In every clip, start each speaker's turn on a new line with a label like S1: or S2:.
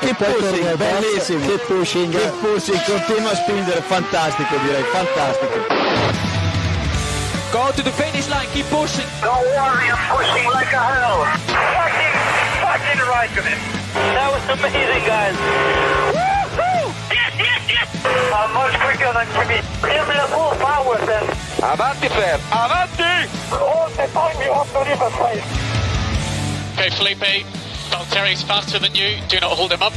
S1: che pushing, bellissimo.
S2: Che pushing.
S1: Che pushing, continua a spingere, fantastico direi, fantastico.
S3: Go to the finish line, keep pushing.
S4: Don't worry, I'm pushing like a hell. Fucking, fucking right of it. That was amazing, guys. Woohoo! Yes, yes, yes! I'm much quicker than Jimmy. Give me the full power then.
S3: Avanti Fer, avanti!
S4: All the time you have to leave a place.
S5: Okay, Felipe, Valtteri's faster than you. Do not hold him up.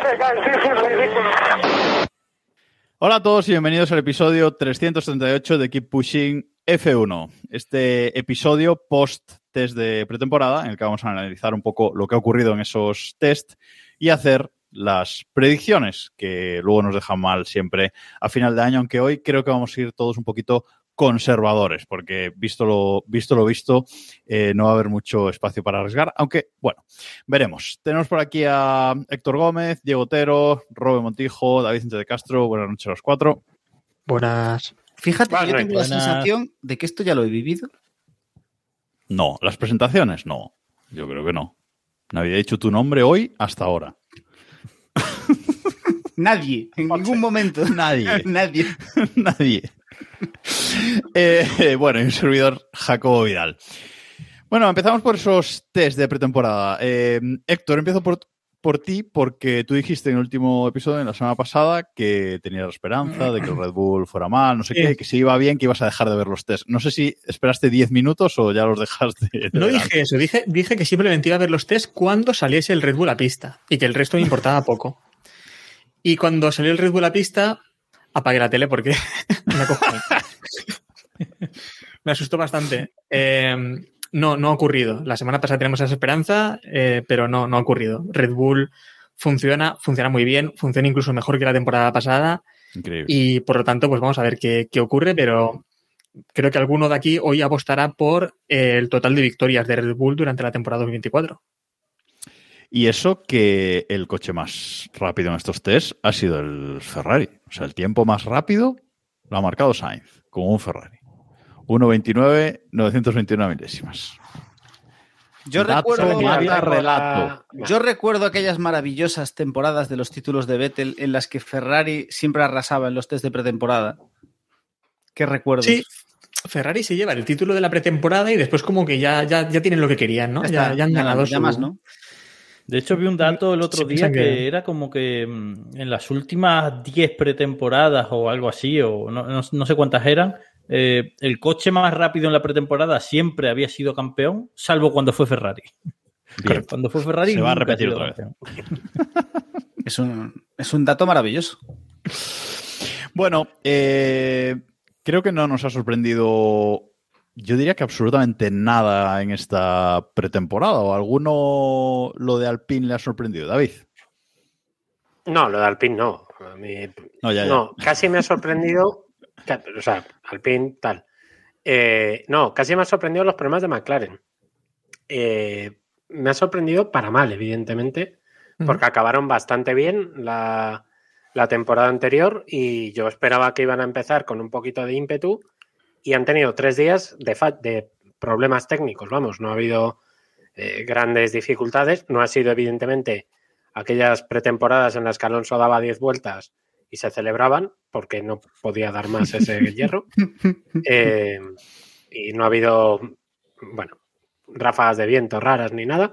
S4: Hey, guys, this is ridiculous.
S1: Hola a todos y bienvenidos al episodio 378 de Keep Pushing F1. Este episodio post test de pretemporada en el que vamos a analizar un poco lo que ha ocurrido en esos test y hacer las predicciones que luego nos dejan mal siempre a final de año, aunque hoy creo que vamos a ir todos un poquito conservadores, porque visto lo visto, lo visto eh, no va a haber mucho espacio para arriesgar, aunque bueno, veremos. Tenemos por aquí a Héctor Gómez, Diego Otero, Robe Montijo, David Sánchez de Castro, buenas noches a los cuatro.
S6: Buenas.
S7: Fíjate,
S2: Vale,
S7: yo tengo
S6: buenas.
S7: la sensación de que esto ya lo he vivido.
S1: No, las presentaciones no, yo creo que no. No había dicho tu nombre hoy hasta ahora.
S7: Nadie, en ningún momento.
S1: Nadie.
S7: Nadie.
S1: Nadie. Eh, eh, bueno, y un servidor, Jacobo Vidal. Bueno, empezamos por esos test de pretemporada. Eh, Héctor, empiezo por, por ti porque tú dijiste en el último episodio, en la semana pasada, que tenías la esperanza de que el Red Bull fuera mal, no sé qué, que si iba bien, que ibas a dejar de ver los test. No sé si esperaste 10 minutos o ya los dejaste. de
S6: No
S1: ver
S6: dije eso, dije, dije que simplemente iba a ver los test cuando saliese el Red Bull a pista y que el resto me importaba poco. Y cuando salió el Red Bull a pista, apagué la tele porque me acojoné. me asustó bastante. Eh, no, no ha ocurrido. La semana pasada tenemos esa esperanza, eh, pero no, no ha ocurrido. Red Bull funciona, funciona muy bien, funciona incluso mejor que la temporada pasada.
S1: Increíble.
S6: Y por lo tanto, pues vamos a ver qué, qué ocurre, pero creo que alguno de aquí hoy apostará por eh, el total de victorias de Red Bull durante la temporada 2024.
S1: Y eso que el coche más rápido en estos test ha sido el Ferrari. O sea, el tiempo más rápido lo ha marcado Sainz con un Ferrari. 1.29, 921 milésimas.
S7: Yo
S1: Dato
S7: recuerdo,
S1: que había
S8: Ah,
S1: relato.
S7: yo recuerdo aquellas maravillosas temporadas de los títulos de Vettel en las que Ferrari siempre arrasaba en los test de pretemporada. ¿Qué recuerdos?
S6: Sí, Ferrari se lleva el título de la pretemporada y después como que ya, ya, ya tienen lo que querían, ¿no?
S7: Ya
S6: Ya,
S7: está,
S6: ya han
S7: nada,
S6: ganado
S7: ya
S6: su-
S7: más, ¿no?
S8: De hecho, vi un dato el
S6: Sí,
S8: otro
S6: piensan
S8: día que...
S6: que-
S8: era como que mm, en las últimas 10 pretemporadas o algo así, o no, no- no sé cuántas eran, eh, el coche más rápido en la pretemporada siempre había sido campeón, salvo cuando fue Ferrari.
S1: Bien.
S8: Cuando fue Ferrari.
S1: Se va a
S8: nunca ha
S1: repetir
S8: sido
S1: otra vez.
S8: campeón.
S7: Es un, es un dato maravilloso.
S1: Bueno, eh, creo que no nos ha sorprendido, yo diría que absolutamente nada en esta pretemporada. ¿O alguno lo de Alpine le ha sorprendido? David.
S2: No, lo de Alpine no. A mí,
S1: No, ya, ya.
S2: no, casi me ha sorprendido. ca- O sea, Alpine, tal. Eh, no, casi me ha sorprendido los problemas de McLaren. Eh, me ha sorprendido para mal, evidentemente, porque acabaron bastante bien la, la temporada anterior y yo esperaba que iban a empezar con un poquito de ímpetu y han tenido tres días de, fa- de problemas técnicos. Vamos, no ha habido eh, grandes dificultades. No ha sido, evidentemente, aquellas pretemporadas en las que Alonso daba 10 vueltas y se celebraban porque no podía dar más ese hierro. Eh, y no ha habido, bueno, ráfagas de viento raras ni nada.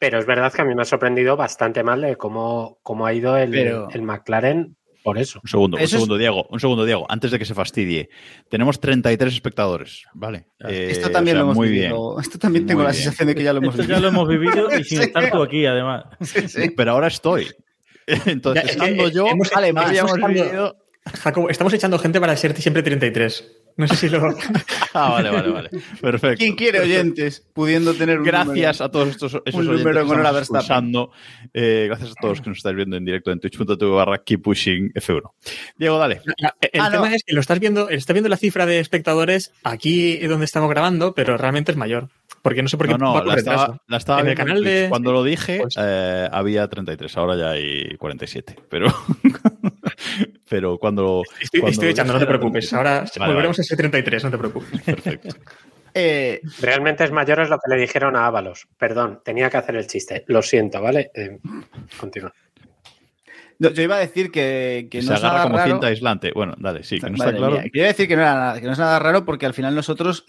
S2: Pero es verdad que a mí me ha sorprendido bastante mal de cómo, cómo ha ido el,
S7: Pero-
S2: el McLaren por eso.
S1: Un segundo,
S7: Eso
S1: un
S7: es-
S1: segundo, Diego. Un segundo, Diego. Antes de que se fastidie. Tenemos 33 espectadores. Vale. Eh,
S7: Esto también
S1: o sea,
S7: lo hemos
S1: muy bien.
S7: vivido. Esto también tengo
S1: Muy
S7: la
S1: bien.
S7: sensación de que ya lo hemos
S8: Esto ya
S7: vivido.
S8: lo hemos vivido y sin
S7: Sí.
S8: estar tú aquí, además.
S7: Sí.
S1: Pero ahora estoy. Entonces,
S6: Ya, es que,
S1: pues, estando
S6: eh,
S1: yo,
S6: hemos-
S1: vale, pues
S6: hemos
S1: habíamos
S6: estado-
S1: vivido-
S6: Jacobo, estamos echando gente para ser siempre 33. No sé si lo...
S1: Ah, vale, vale, vale. Perfecto.
S7: ¿Quién quiere oyentes pudiendo tener un
S1: Gracias
S7: número?
S1: a todos estos esos
S7: número
S1: oyentes que
S7: en honor a
S1: estamos
S7: Verstappen.
S1: escuchando. Eh, gracias a todos que nos estáis viendo en directo en twitch.tv barra keep pushing F1. Diego, dale.
S6: eh, El
S7: Ah, no.
S6: tema es que lo estás viendo, estás viendo la cifra de espectadores aquí donde estamos grabando, pero realmente es mayor. Porque no sé por qué
S1: No, no,
S6: va con
S1: la
S6: retraso.
S1: estaba, la estaba
S6: En el
S1: viendo en
S6: canal de-
S1: Twitch. Cuando lo dije,
S6: Pues-
S1: eh, había 33, ahora ya hay 47. Pero, pero cuando.
S6: Estoy,
S1: cuando
S6: estoy
S1: lo
S6: echando, no
S1: dije
S6: te
S1: era
S6: preocupes.
S1: 33.
S6: Ahora
S1: Vale,
S6: volveremos a ser 33, no te preocupes.
S1: Perfecto.
S7: eh,
S2: Realmente es mayor es lo que le dijeron a Ábalos. Perdón, tenía que hacer el chiste. Lo siento, ¿vale? Eh, continúa.
S7: no, yo iba a decir que, que
S1: se
S7: no es nada
S1: agarra como
S7: raro.
S1: cinta aislante. Bueno, dale, sí, que no está
S7: Madre
S1: claro.
S7: mía, que iba a decir que no, era nada, que no es nada raro porque al final nosotros,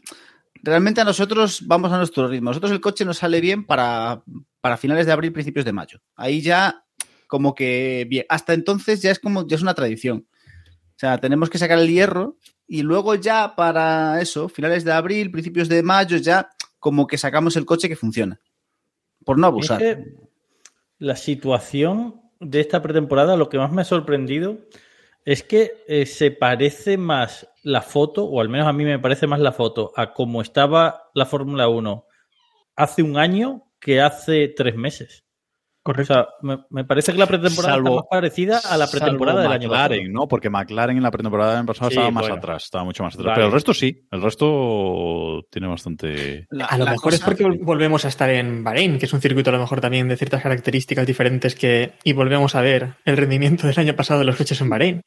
S7: realmente a nosotros vamos a nuestro ritmo. A Nosotros el coche nos sale bien para, para finales de abril, principios de mayo. Ahí ya como que bien. Hasta entonces ya es como, ya es una tradición. O sea, tenemos que sacar el hierro y luego ya para eso, finales de abril, principios de mayo, ya como que sacamos el coche que funciona. Por no
S8: Es
S7: abusar.
S8: que la situación de esta pretemporada, lo que más me ha sorprendido es que eh, se parece más la foto, o al menos a mí me parece más la foto, a cómo estaba la Fórmula 1 hace un año que hace tres meses. O
S6: Correcto.
S8: sea, me, me parece que la pretemporada
S1: Salvo-
S8: está más parecida a la pretemporada
S1: Salvo
S8: del año pasado.
S1: McLaren, ¿no? Porque McLaren en la pretemporada del año pasado
S8: Sí,
S1: estaba más
S8: bueno.
S1: atrás, estaba mucho más atrás.
S8: Vale.
S1: Pero el resto sí, el resto tiene bastante.
S7: La-
S6: A lo
S7: la
S6: mejor es
S7: cosa-
S6: porque vol- volvemos a estar en Bahrein, que es un circuito a lo mejor también de ciertas características diferentes que y volvemos a ver el rendimiento del año pasado de los coches en Bahrein.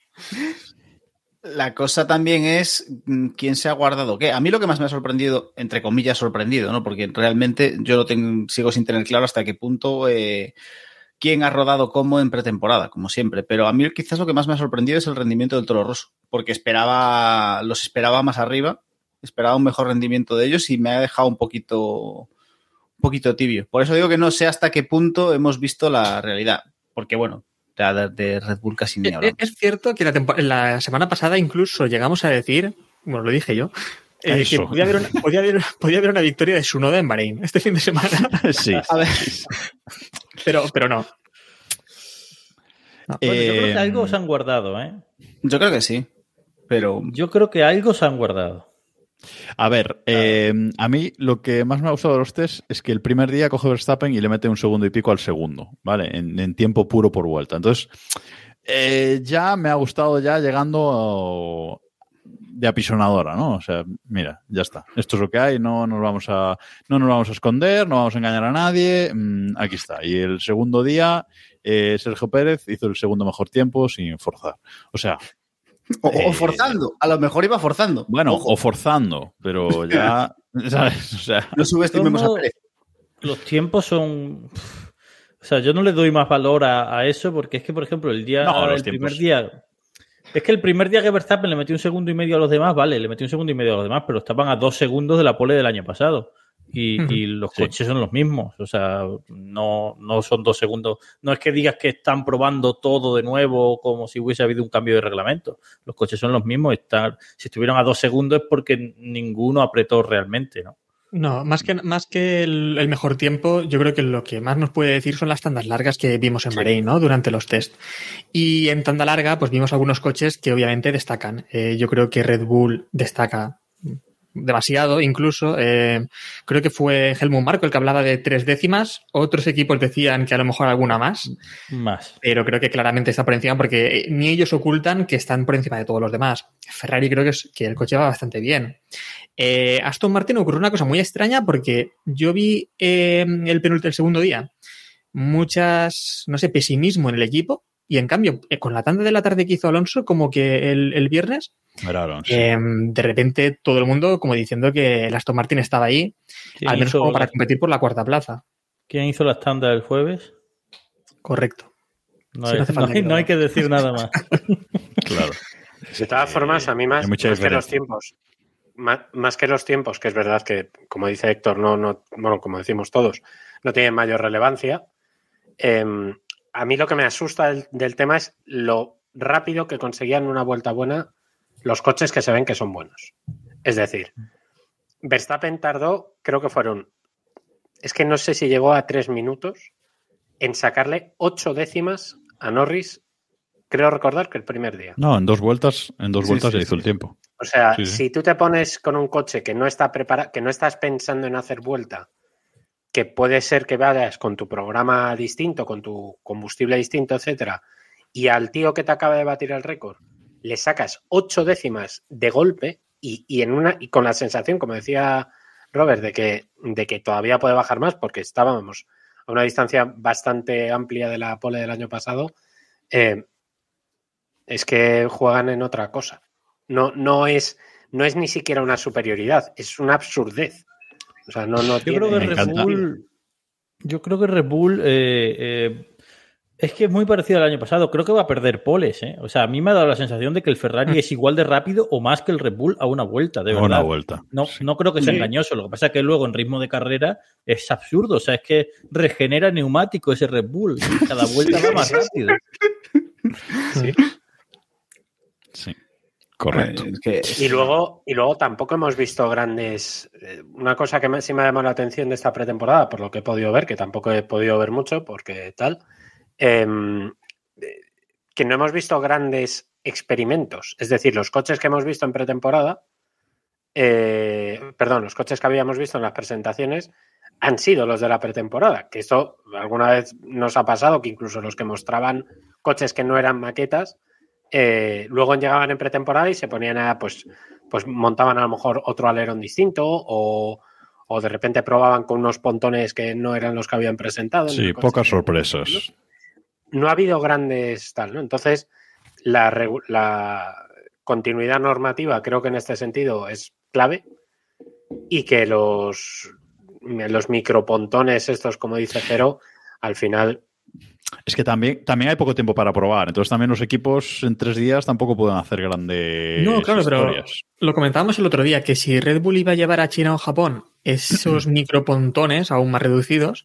S7: La cosa también es mm, quién se ha guardado qué. A mí lo que más me ha sorprendido, entre comillas sorprendido, ¿no? Porque realmente yo lo tengo, sigo sin tener claro hasta qué punto eh, quién ha rodado cómo en pretemporada, como siempre. Pero a mí quizás lo que más me ha sorprendido es el rendimiento del Toro Rosso, porque esperaba, los esperaba más arriba, esperaba un mejor rendimiento de ellos y me ha dejado un poquito, un poquito tibio. Por eso digo que no sé hasta qué punto hemos visto la realidad, porque bueno, ya de, de Red Bull casi ni
S6: Eh,
S7: hablamos.
S6: Es cierto que la, tempo- la semana pasada incluso llegamos a decir, bueno, lo dije yo, eh, que
S1: Eso.
S6: podía haber, una, podía haber- podía haber una victoria de Sunoda en Bahrein este fin de semana,
S1: sí.
S7: A ver,
S6: pero, pero no. No.
S8: Bueno, yo creo
S1: Eh,
S8: que algo se han guardado, ¿eh?
S7: yo creo que sí. Pero
S8: Yo creo que algo se han guardado.
S1: A ver, eh, a mí lo que más me ha gustado de los test es que el primer día coge Verstappen y le mete un segundo y pico al segundo, ¿vale? En, en tiempo puro por vuelta. Entonces, eh, ya me ha gustado ya llegando de apisonadora, ¿no? O sea, mira, ya está. Esto es lo que hay, no nos vamos a, no nos vamos a esconder, no vamos a engañar a nadie. mm, aquí está. Y el segundo día, eh, Sergio Pérez hizo el segundo mejor tiempo sin forzar. O sea,
S7: O, o
S1: Eh,
S7: forzando, a lo mejor iba forzando.
S1: bueno,
S7: Ojo,
S1: o forzando, pero ya, ¿sabes? O sea,
S7: no subestimemos a
S8: Todo-
S7: Pérez.
S8: los tiempos son. O sea, yo no le doy más valor a, a eso porque es que, por ejemplo, el día.
S1: No, los
S8: el primer
S1: tiempos.
S8: día. Es que el primer día que Verstappen le metió un segundo y medio a los demás, vale, le metió un segundo y medio a los demás, pero estaban a dos segundos de la pole del año pasado. Y,
S6: Ujú.
S8: y los
S1: Sí.
S8: coches son los mismos. O sea, no, no son dos segundos. No es que digas que están probando todo de nuevo como si hubiese habido un cambio de reglamento. Los coches son los mismos. Estar, si estuvieron a dos segundos es porque ninguno apretó realmente, ¿no?
S6: No, más que, más que el, el mejor tiempo, yo creo que lo que más nos puede decir son las tandas largas que vimos en Bahrein, ¿no? Durante los test. Y en tanda larga, pues vimos algunos coches que obviamente destacan. Eh, yo creo que Red Bull destaca demasiado, incluso. Eh, creo que fue Helmut Marco el que hablaba de tres décimas. Otros equipos decían que a lo mejor alguna más
S8: Más.
S6: pero creo que claramente está por encima porque eh, ni ellos ocultan que están por encima de todos los demás. Ferrari creo que, es- que el coche va bastante bien. Eh, Aston Martin ocurrió una cosa muy extraña porque yo vi eh, el penúltimo, el segundo día, muchas, no sé, pesimismo en el equipo y en cambio, eh, con la tanda de la tarde que hizo Alonso, como que el, el viernes,
S1: Era Alonso.
S6: eh, de repente todo el mundo como diciendo que el Aston Martin estaba ahí,
S8: ¿Quién
S6: al menos
S8: hizo
S6: como para
S8: la-
S6: competir por la cuarta plaza.
S8: ¿Quién hizo las tandas el jueves?
S6: Correcto.
S8: No,
S6: Sí,
S8: hay,
S6: no hace falta
S8: no hay-
S6: que lo
S8: no hay
S6: haga.
S8: que decir nada más.
S1: Claro.
S2: De todas formas, a mí más,
S1: hay mucha
S2: más que los
S1: diferencia.
S2: tiempos. Más, más que los tiempos, que es verdad que, como dice Héctor, no, no, bueno, como decimos todos, no tienen mayor relevancia. em, a mí lo que me asusta del, del tema es lo rápido que conseguían una vuelta buena los coches que se ven que son buenos. Es decir, Verstappen tardó, creo que fueron, es que no sé si llegó a tres minutos en sacarle ocho décimas a Norris, creo recordar que el primer día.
S1: No, en dos vueltas, en dos
S7: Sí,
S1: vueltas
S7: sí,
S1: le hizo el tiempo.
S2: O sea,
S1: Sí, sí.
S2: si tú te pones con un coche que no está preparado, que no estás pensando en hacer vuelta, que puede ser que vayas con tu programa distinto, con tu combustible distinto, etcétera, y al tío que te acaba de batir el récord le sacas ocho décimas de golpe y, y en una y con la sensación, como decía Robert, de que, de que todavía puede bajar más porque estábamos a una distancia bastante amplia de la pole del año pasado, eh, es que juegan en otra cosa. No, no es no es ni siquiera una superioridad, es una absurdez. O sea, no, no
S8: Yo creo
S2: tiene-
S8: que
S1: Me
S8: Red
S1: encanta.
S8: Bull. Yo creo que Red Bull. eh, eh, es que es muy parecido al año pasado. Creo que va a perder poles. ¿eh? O sea, a mí me ha dado la sensación de que el Ferrari es igual de rápido o más que el Red Bull a una vuelta, de verdad.
S1: Una vuelta.
S8: No, no creo que sea
S2: Sí.
S8: engañoso. Lo que pasa es que luego en ritmo de carrera es absurdo. O sea, es que regenera neumático ese Red Bull. Cada vuelta va más rápido.
S1: Sí. Correcto.
S7: Es que-
S2: Y luego, y luego tampoco hemos visto grandes. eh, Una cosa que me- sí me ha llamado la atención de esta pretemporada, por lo que he podido ver, que tampoco he podido ver mucho, porque tal, em, eh, que no hemos visto grandes experimentos. Es decir, los coches que hemos visto en pretemporada, eh, perdón, los coches que habíamos visto en las presentaciones han sido los de la pretemporada. Que esto alguna vez nos ha pasado, que incluso los que mostraban coches que no eran maquetas, eh, luego llegaban en pretemporada y se ponían a, pues, pues montaban a lo mejor otro alerón distinto o, o de repente probaban con unos pontones que no eran los que habían presentado.
S1: Sí,
S2: ¿no? Cosas
S1: pocas
S2: así.
S1: sorpresas.
S2: No ha habido grandes tal, ¿no? Entonces, la, regu- la continuidad normativa creo que en este sentido es clave y que los, los micropontones estos, como dice Cero, al final
S1: Es que también, también hay poco tiempo para probar. Entonces también los equipos en tres días tampoco pueden hacer grandes
S6: No, claro, pero-
S1: historias.
S6: Lo comentábamos el otro día, que si Red Bull iba a llevar a China o Japón esos micropontones aún más reducidos,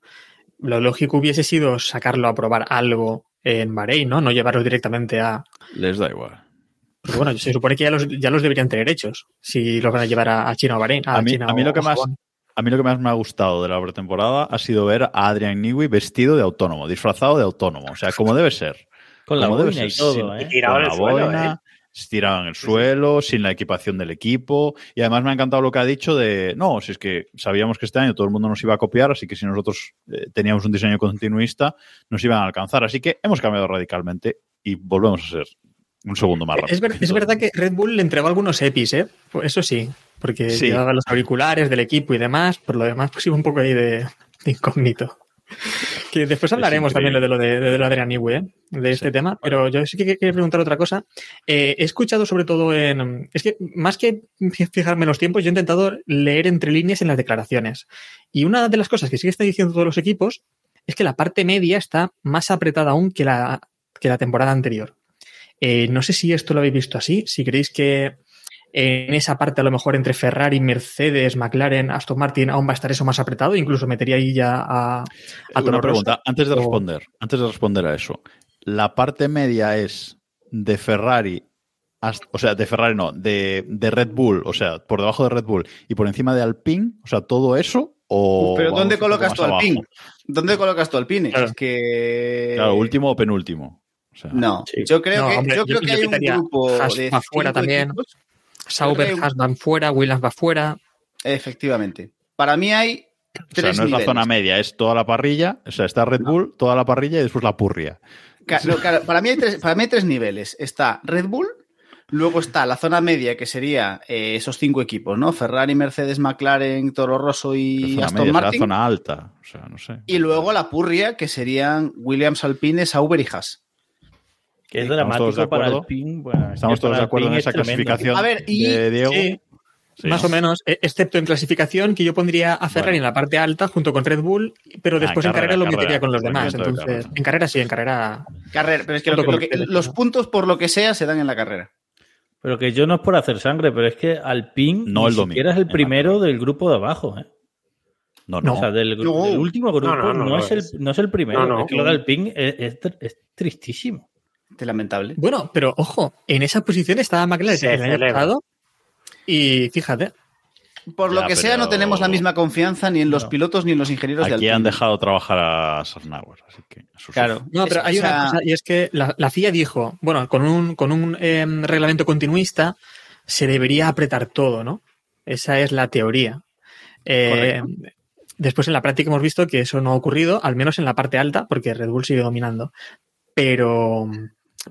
S6: lo lógico hubiese sido sacarlo a probar algo en Bahrein, ¿no? No llevarlos directamente a...
S1: Les da igual.
S6: Porque bueno, se supone que ya los, ya los deberían tener hechos, si los van a llevar a, a China o Bahrein. A,
S1: A mí-
S6: China
S1: a mí
S6: o-
S1: lo que
S6: o
S1: más-
S6: Japón.
S1: A mí lo que más me ha gustado de la pretemporada ha sido ver a Adrian Newey vestido de autónomo, disfrazado de autónomo. O sea, como debe ser.
S8: Con la
S1: Como debe
S8: boina y
S1: ser,
S8: todo.
S1: sí.
S8: ¿eh?
S2: tirado
S1: Con
S2: en el
S1: la
S2: suelo, ¿eh?
S1: boina, se tiraban en el suelo, sin la equipación del equipo. Y además me ha encantado lo que ha dicho de, no, si es que sabíamos que este año todo el mundo nos iba a copiar, así que si nosotros eh, teníamos un diseño continuista, nos iban a alcanzar. Así que hemos cambiado radicalmente y volvemos a ser un segundo más rápido.
S6: Es, ver- es verdad que Red Bull le entregó algunos EPIs, ¿eh? Pues Eso sí, porque
S1: Sí.
S6: llevaba los auriculares del equipo y demás, por lo demás pues iba un poco ahí de, de incógnito. Que después hablaremos también de
S1: increíble.
S6: lo de, de lo de Adrián Newey, ¿eh? de este tema, pero yo sí que quería preguntar otra cosa. Eh, he escuchado sobre todo en... Es que más que fijarme en los tiempos, yo he intentado leer entre líneas en las declaraciones. Y una de las cosas que sí que están diciendo todos los equipos es que la parte media está más apretada aún que la, que la temporada anterior. Eh, no sé si esto lo habéis visto así, si creéis que en esa parte a lo mejor entre Ferrari, Mercedes, McLaren, Aston Martin aún va a estar eso más apretado, incluso metería ahí ya a... a
S1: Una
S6: Toro
S1: pregunta, antes de
S6: o-
S1: responder, antes de responder a eso. La parte media es de Ferrari, hasta- o sea, de Ferrari no, de, de Red Bull, o sea, por debajo de Red Bull y por encima de Alpine, o sea, todo eso o...
S7: Pero
S1: Oh, vamos
S7: ¿dónde
S1: un poco
S7: colocas
S1: más
S7: tu
S1: abajo?
S7: Alpine? ¿Dónde colocas tu Alpine?
S6: Claro.
S7: Es que...
S1: Claro, último o penúltimo. O sea,
S7: Eh, No,
S6: Sí.
S7: yo creo
S6: No,
S7: que,
S6: hombre,
S7: yo
S6: yo-
S7: creo que
S6: yo
S7: hay un
S6: quitaría
S7: grupo
S6: Haas
S7: de
S6: pa' fuera
S7: cinco
S6: también.
S7: equipos
S6: Sauber,
S7: Creo que-
S6: Haas van fuera, Williams va fuera.
S7: Efectivamente. Para mí hay
S1: o sea,
S7: tres
S1: no es la
S7: niveles.
S1: zona media, es toda la parrilla, o sea, está Red Bull, toda la parrilla y después la purria.
S7: Ca- no, claro, para, mí hay tres, para mí hay tres niveles. Está Red Bull, luego está la zona media, que sería eh, esos cinco equipos, ¿no? Ferrari, Mercedes, McLaren, Toro Rosso
S1: La
S7: y
S1: zona
S7: Aston
S1: media será
S7: Martin.
S1: zona alta, o sea, no sé.
S7: Y luego la purria, que serían Williams, Alpine, Sauber y Haas.
S8: Que es
S1: Estamos todos de
S8: dramático para
S1: acuerdo.
S8: Alpine. bueno, es
S1: Estamos
S8: que
S1: todos
S8: para
S1: de acuerdo en
S8: Alpine es
S1: esa
S8: tremendo.
S1: clasificación
S7: A ver, y-
S1: de Diego.
S6: Sí,
S1: Sí.
S6: Más o menos, e- excepto en clasificación, que yo pondría a
S1: Bueno.
S6: Ferrari en la parte alta junto con Red Bull, pero
S1: Ah,
S6: después
S1: en
S6: en carrera,
S1: carrera,
S6: lo
S1: carrera.
S6: metería con los
S1: Bueno,
S6: demás.
S1: yo estoy de
S6: Entonces,
S1: acuerdo.
S6: en carrera sí, en carrera.
S7: Carrera, pero es que, lo
S6: Junto
S7: que- lo
S6: con
S7: que-
S6: Mercedes,
S7: los
S6: ¿no?
S7: puntos por lo que sea se dan en la carrera.
S8: Pero que yo no es por hacer sangre, pero es que Alpine
S1: No
S8: ni
S1: el domingo,
S8: siquiera es
S1: en
S8: el
S1: la
S8: primero del grupo de abajo. ¿eh?
S1: No,
S6: No.
S1: no.
S8: O sea, del, gru-
S7: No.
S8: del último
S2: No,
S8: grupo no,
S2: no, no lo
S8: es, el,
S2: es.
S8: no es el primero.
S2: No, no.
S8: Es que lo de Alpine es, es tr- es tristísimo.
S7: Es lamentable.
S6: Bueno, pero ojo, en esa posición estaba McLaren
S2: Se
S6: el año
S2: celebra.
S6: pasado. Y fíjate,
S7: Por lo
S1: Ya,
S7: que sea, no
S1: pero-
S7: tenemos la misma confianza ni en los
S8: No.
S7: pilotos ni en los ingenieros de
S1: Aquí
S7: Alpine.
S1: han dejado trabajar a Sarnauer, así que a sus-
S7: Claro.
S6: No, pero
S7: Es-
S6: hay
S7: o sea,
S6: una cosa, y es que la, la FIA dijo, bueno, con un, con un eh, reglamento continuista se debería apretar todo, ¿no? Esa es la teoría. Eh, después en la práctica hemos visto que eso no ha ocurrido, al menos en la parte alta, porque Red Bull sigue dominando. Pero,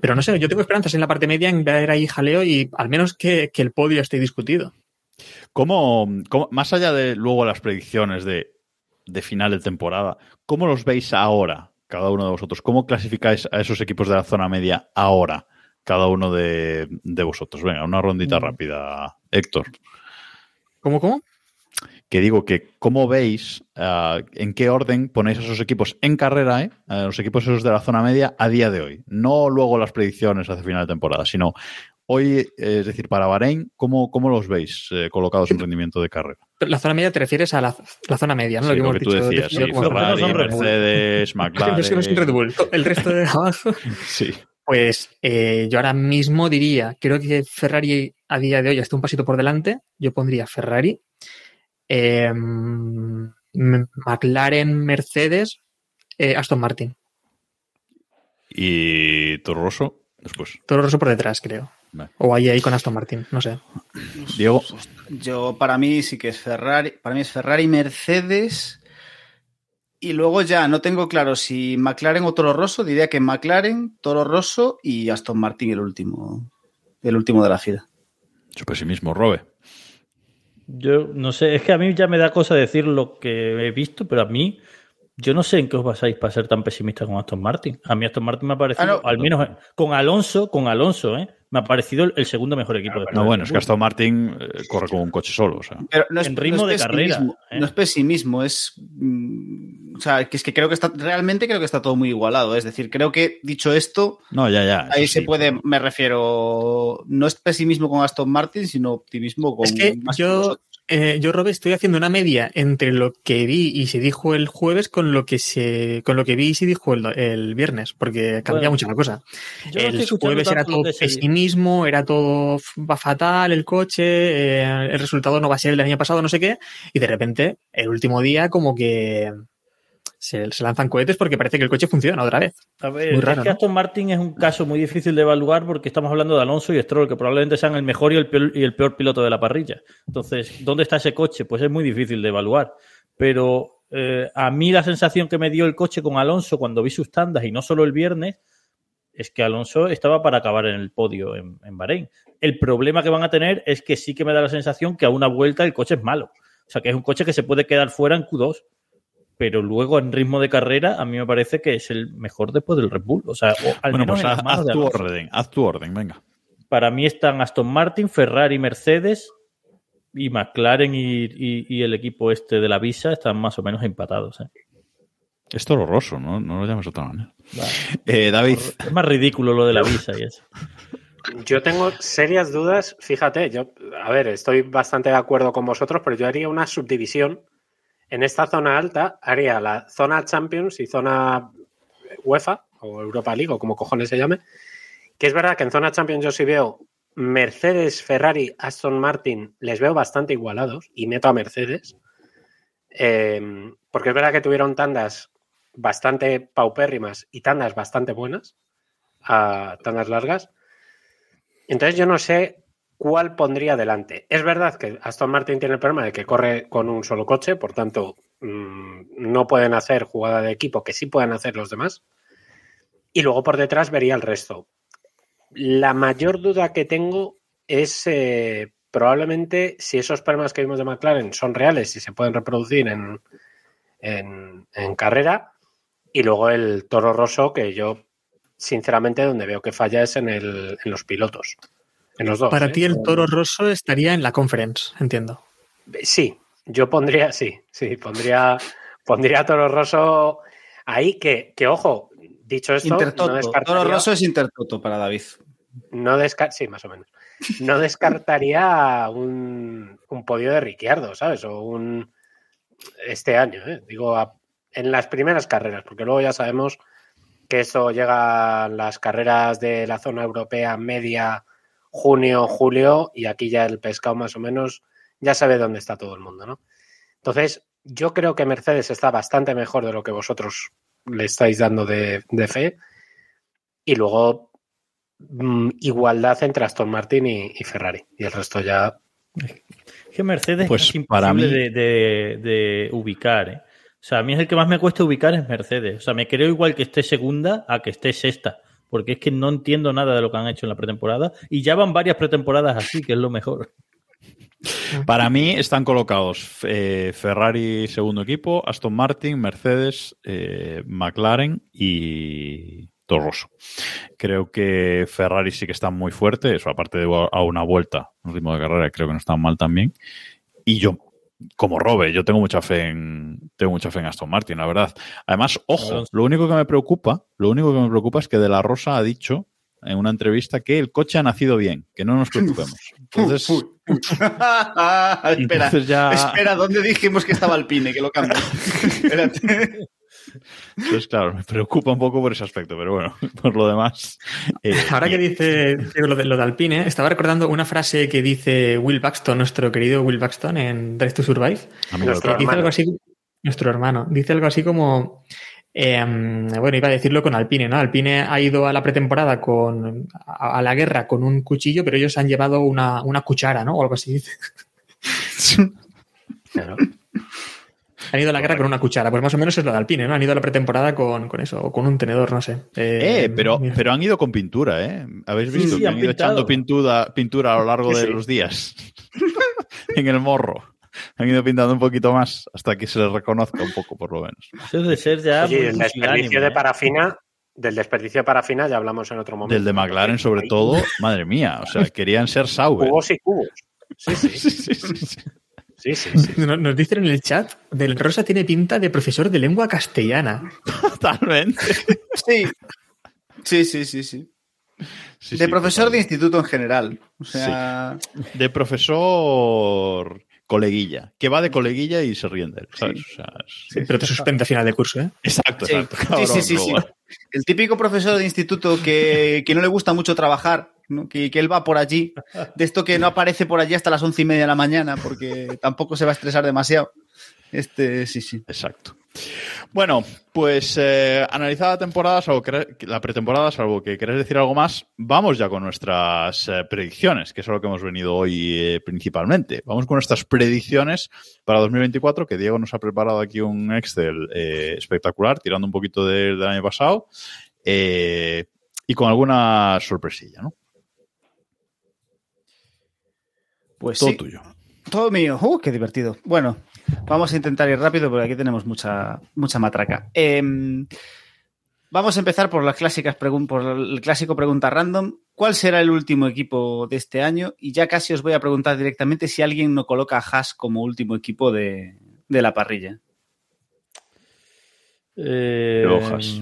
S6: pero no sé, yo tengo esperanzas en la parte media en ver ahí jaleo y al menos que, que el podio esté discutido.
S1: ¿Cómo, cómo- más allá de luego las predicciones de, de final de temporada, ¿cómo los veis ahora, cada uno de vosotros? ¿Cómo clasificáis a esos equipos de la zona media ahora, cada uno de, de vosotros? Venga, una rondita
S6: Mm.
S1: rápida. Héctor.
S6: ¿Cómo, cómo?
S1: Que digo que, ¿cómo veis ah, en qué orden ponéis a esos equipos en carrera, eh? a los equipos esos de la zona media a día de hoy? No luego las predicciones hacia final de temporada, sino hoy, eh, es decir, para Bahrein, ¿cómo, cómo los veis eh, colocados en rendimiento de carrera?
S6: Pero La zona media te refieres a la, la zona media, ¿no?
S1: Sí, lo
S6: hemos
S1: que tú
S6: dicho,
S1: decías, sí,
S6: definido como-
S1: Ferrari,
S2: son Red Bull.
S1: Mercedes,
S6: Los que no son Red
S1: McLaren.
S6: Bull. El resto de abajo.
S1: Sí.
S6: Pues eh, yo ahora mismo diría, creo que Ferrari a día de hoy está un pasito por delante. Yo pondría Ferrari, eh, mm, McLaren, Mercedes, eh, Aston Martin.
S1: Y Toro Rosso, después.
S6: Todo eso por detrás, creo.
S1: Vale.
S6: O ahí, ahí con Aston Martin, no sé.
S1: Diego,
S7: Yo, para mí, sí que es Ferrari. Para mí es Ferrari, Mercedes. Y luego ya no tengo claro si McLaren o Toro Rosso. Diría que McLaren, Toro Rosso y Aston Martin, el último, el último de la fila.
S1: su pesimismo, Robe.
S2: Yo no sé, es que a mí ya me da cosa decir lo que he visto, pero a mí, yo no sé en qué os basáis para ser tan pesimista con Aston Martin. A mí Aston Martin me ha parecido,
S7: Ah, no.
S2: al menos eh, con Alonso, con Alonso, ¿eh? me ha parecido el- el segundo mejor equipo. después
S1: No,
S2: de
S1: bueno,
S2: Red
S1: es que Aston Martin eh, corre con un coche solo. O sea.
S7: Pero no es,
S2: En ritmo
S7: no es
S2: de carrera,
S7: pesimismo,
S2: ¿eh?
S7: No es pesimismo, es. mm, o sea, que es que creo que está. Realmente creo que está todo muy igualado. Es decir, creo que dicho esto,
S1: No, ya, ya.
S7: ahí
S1: eso
S7: se
S1: sí.
S7: puede. Me refiero. No es pesimismo con Aston Martin, sino optimismo con.
S6: Es
S7: más
S6: que
S7: con los
S6: yo,
S7: otros.
S6: eh, yo, Robe, estoy haciendo una media entre lo que vi y se dijo el jueves con lo que se, con lo que vi y se dijo el, el viernes, porque cambia
S2: Bueno.
S6: mucho la cosa.
S2: Bull. Yo no estoy
S6: El
S2: escuchando
S6: jueves era
S2: tanto lo
S6: todo
S2: que se dice.
S6: pesimismo, era todo f- va fatal el coche, eh, el resultado no va a ser el del año pasado, no sé qué, y de repente, el último día, como que se, se lanzan cohetes porque parece que el coche funciona otra vez.
S2: A ver,
S6: Muy raro,
S2: es que
S6: ¿no?
S2: Aston Martin es un caso muy difícil de evaluar porque estamos hablando de Alonso y Stroll, que probablemente sean el mejor y el peor, y el peor piloto de la parrilla. Entonces, ¿dónde está ese coche? Pues es muy difícil de evaluar. Pero eh, a mí la sensación que me dio el coche con Alonso cuando vi sus tandas, y no solo el viernes, es que Alonso estaba para acabar en el podio en, en Bahrein. El problema que van a tener es que sí que me da la sensación que a una vuelta el coche es malo. O sea, que es un coche que se puede quedar fuera en Q2 pero luego en ritmo de carrera a mí me parece que es el mejor después del Red Bull. O sea, o al
S1: Bueno,
S2: menos
S1: pues
S2: en
S1: haz,
S2: las manos
S1: haz
S2: de
S1: tu
S2: Alonso.
S1: orden, haz tu orden, venga.
S2: Para mí están Aston Martin, Ferrari, Mercedes y McLaren y, y- y el equipo este de la Visa están más o menos empatados. ¿eh?
S1: Es horroroso, ¿no? no lo llames de otra manera. Eh, David,
S2: Es más ridículo lo de la Visa y eso.
S9: Yo tengo serias dudas, fíjate, yo, a ver, estoy bastante de acuerdo con vosotros, pero yo haría una subdivisión. En esta zona alta haría la zona Champions y zona UEFA o Europa League o como cojones se llame. Que es verdad que en zona Champions yo sí veo Mercedes, Ferrari, Aston Martin, les veo bastante igualados y meto a Mercedes. Eh, porque es verdad que tuvieron tandas bastante paupérrimas y tandas bastante buenas, a tandas largas. Entonces yo no sé cuál pondría delante. Es verdad que Aston Martin tiene el problema de que corre con un solo coche, por tanto mm, no pueden hacer jugada de equipo que sí pueden hacer los demás. Y luego por detrás vería el resto. La mayor duda que tengo es eh, probablemente si esos problemas que vimos de McLaren son reales y se pueden reproducir en, en- en carrera. Y luego el toro rosso, que yo sinceramente donde veo que falla es en, el, en los pilotos. En los dos.
S6: Para
S9: ¿eh?
S6: ti el toro rosso estaría en la conference, entiendo.
S9: Sí, yo pondría, sí, sí, pondría, pondría a Toro Rosso ahí, que, que ojo, dicho esto,
S7: Intertoto.
S9: no
S7: Toro
S9: descartaría,
S7: Rosso es Intertoto para David.
S9: no desca- sí, más o menos, no descartaría un, un podio de Ricciardo, ¿sabes? O un, este año, ¿eh? digo, a- en las primeras carreras, porque luego ya sabemos que esto llega a las carreras de la zona europea media junio, julio, y aquí ya el pescado más o menos ya sabe dónde está todo el mundo, ¿no? Entonces, yo creo que Mercedes está bastante mejor de lo que vosotros le estáis dando de, de fe. Y luego, mm, igualdad entre Aston Martin y, y Ferrari. Y el resto ya.
S2: Es que Mercedes
S1: Pues
S2: es imposible
S1: para mí-
S2: de, de- de ubicar. ¿eh? O sea, a mí es el que más me cuesta ubicar es Mercedes. O sea, me creo igual que esté segunda a que esté sexta. Porque es que no entiendo nada de lo que han hecho en la pretemporada. Y ya van varias pretemporadas así, que es lo mejor.
S1: para mí están colocados eh, Ferrari segundo equipo, Aston Martin, Mercedes, eh, McLaren y, Rosso. Creo que Ferrari sí que está muy fuerte, eso aparte de a una vuelta, un ritmo de carrera creo que no está mal también. Y yo, como Robe, yo tengo mucha fe en tengo mucha fe en Aston Martin, la verdad. Además, ojo, lo único que me preocupa, lo único que me preocupa es que De La Rosa ha dicho en una entrevista que el coche ha nacido bien, que no nos preocupemos. Entonces,
S7: Ah, espera,
S1: entonces ya-
S7: espera, ¿dónde dijimos que estaba Alpine? Que lo cambio. Espérate.
S1: entonces, claro, me preocupa un poco por ese aspecto, pero bueno, por lo demás. eh,
S6: Ahora que
S1: bien.
S6: dice digo, lo de, lo de Alpine, estaba recordando una frase que dice Will Buxton, nuestro querido Will Buxton en Drive to Survive.
S1: Amigo,
S2: nuestro
S1: claro.
S6: Dice
S2: hermano.
S6: algo así, nuestro hermano, dice algo así como, eh, bueno, iba a decirlo con Alpine, ¿no? Alpine ha ido a la pretemporada con, a, a la guerra con un cuchillo, pero ellos han llevado una, una cuchara, ¿no? O algo así dice.
S2: Claro.
S6: Han ido a la guerra con una cuchara, pues más o menos es lo de Alpine, ¿no? Han ido a la pretemporada con, con eso, o con un tenedor, no sé. Em,
S1: Eh, pero,
S6: mira.
S1: pero han ido con pintura, ¿eh? ¿Habéis
S8: Sí,
S1: visto
S8: sí,
S1: que
S8: han
S1: han, ido
S8: pintado.
S1: echando pintura, pintura a lo largo de
S2: Sí.
S1: los días? en el morro. Han ido pintando un poquito más hasta que se les reconozca un poco, por lo menos.
S8: Eso de ser ya.
S2: Oye,
S8: muy
S2: y el desperdicio
S8: pusilánime,
S2: de
S8: ¿eh?
S2: parafina, del desperdicio de parafina ya hablamos en otro momento.
S1: Del de McLaren, sobre
S2: Ahí,
S1: todo, madre mía, o sea, querían ser Sauber.
S2: Cubos y cubos. Sí, sí,
S1: Sí, sí, sí,
S2: sí,
S1: sí.
S2: sí, sí.
S6: Nos nos dicen en el chat, Del Rosa tiene pinta de profesor de lengua castellana.
S1: Totalmente.
S7: Sí. Sí, sí, sí, sí.
S1: Sí,
S7: de
S1: sí,
S7: profesor de
S1: totalmente.
S7: instituto en general. O sea,
S1: de profesor coleguilla, que va de coleguilla y se ríen de él, ¿sabes? O sea, es-
S6: Pero te suspende a final de curso, ¿eh?
S1: Exacto,
S7: Sí.
S1: exacto.
S7: Sí, sí,
S1: cabrón,
S7: sí, sí.
S1: Robar.
S7: el típico profesor de instituto que, que no le gusta mucho trabajar, ¿no? que, que él va por allí, de esto que no aparece por allí hasta las once y media de la mañana, porque tampoco se va a estresar demasiado. Este, sí, sí.
S1: Exacto. Bueno, pues eh, analizada la temporada, salvo que- la pretemporada, salvo que querés decir algo más, vamos ya con nuestras eh, predicciones, que es a lo que hemos venido hoy eh, principalmente. Vamos con nuestras predicciones para 2024, que Diego nos ha preparado aquí un Excel eh, espectacular, tirando un poquito de- del año pasado, eh, y con alguna sorpresilla, ¿no?
S7: Pues
S1: Todo
S7: sí.
S1: tuyo.
S7: Todo mío. ¡Uh, qué divertido! Bueno, vamos a intentar ir rápido porque aquí tenemos mucha, mucha matraca. Em, vamos a empezar por las clásicas pregun- por el clásico pregunta random. ¿Cuál será el último equipo de este año? Y ya casi os voy a preguntar directamente si alguien no coloca a Haas como último equipo de, de la parrilla.
S8: Eh,
S1: De hojas.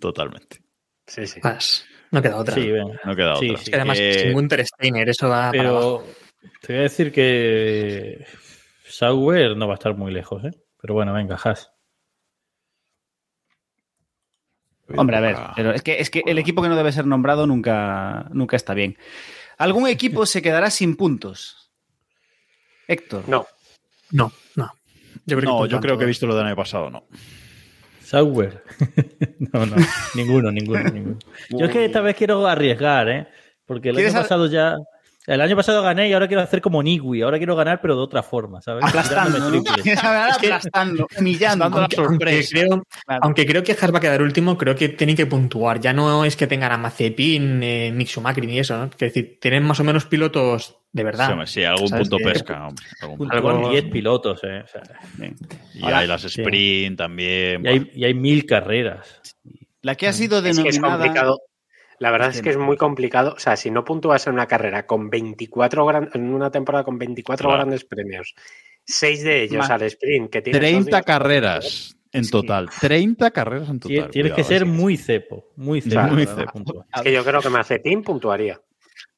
S1: Totalmente.
S2: sí, sí.
S6: Más. No queda otra.
S8: Sí, venga.
S1: No queda
S8: Sí,
S1: otra.
S8: sí.
S6: Es que además,
S1: Eh,
S6: sin Gunter Steiner, eso va para abajo.
S8: Pero te voy a decir que Sauer no va a estar muy lejos, ¿eh? Pero bueno, venga, Haas.
S7: Hombre, a ver,
S1: Ah.
S7: pero es que, es que el equipo que no debe ser nombrado nunca, nunca está bien. ¿Algún equipo se quedará sin puntos? Héctor.
S2: No,
S6: No, no. ¿eh? Yo
S1: No,
S6: que
S1: yo creo que he
S6: todos.
S1: visto lo del año pasado, no.
S8: Sauer. no, no, ninguno, ninguno, ninguno. Yo es que esta vez quiero arriesgar, ¿eh? Porque el año
S7: ¿Quieres ar-
S8: pasado ya. El año pasado gané y ahora quiero hacer como Niwi. Ahora quiero ganar, pero de otra forma, ¿sabes?
S7: Aplastando,
S8: Dándome
S7: ¿no?
S8: triples.
S7: Aplastando, humillando.
S1: Dando la
S6: Aunque
S1: sorpresa.
S6: creo,
S7: Claro.
S6: aunque creo que Haas va a quedar último, creo que tienen que puntuar. Ya no es que tengan a Mazepin, eh, Mick Schumacher ni eso, ¿no? Es decir, tienen más o menos pilotos de
S1: Sí,
S6: verdad.
S1: hombre, sí, algún
S7: ¿Sabes
S1: punto
S7: qué?
S1: pesca. hombre, algún punto.
S8: Algo con 10 pilotos, ¿eh? O sea,
S1: Y hay las sprint también.
S8: y, hay, y hay mil carreras.
S7: La que ha sido
S2: es que es
S7: denominada.
S2: complicado. La verdad es que es muy complicado. O sea, si no puntúas en una carrera con 24 gran- en una temporada con 24
S1: Claro.
S2: grandes premios, seis de ellos
S7: Ma-
S2: al sprint, que tienes dos
S1: 30
S2: días-
S1: pues, carreras en total. 30 carreras en
S8: Tie-
S1: total.
S8: Tienes que
S1: cuidado,
S8: ser
S1: eh.
S8: muy cepo. Muy cepo.
S1: Muy
S8: para
S1: cepo.
S8: puntuar.
S2: Es que yo creo que Mazepin puntuaría.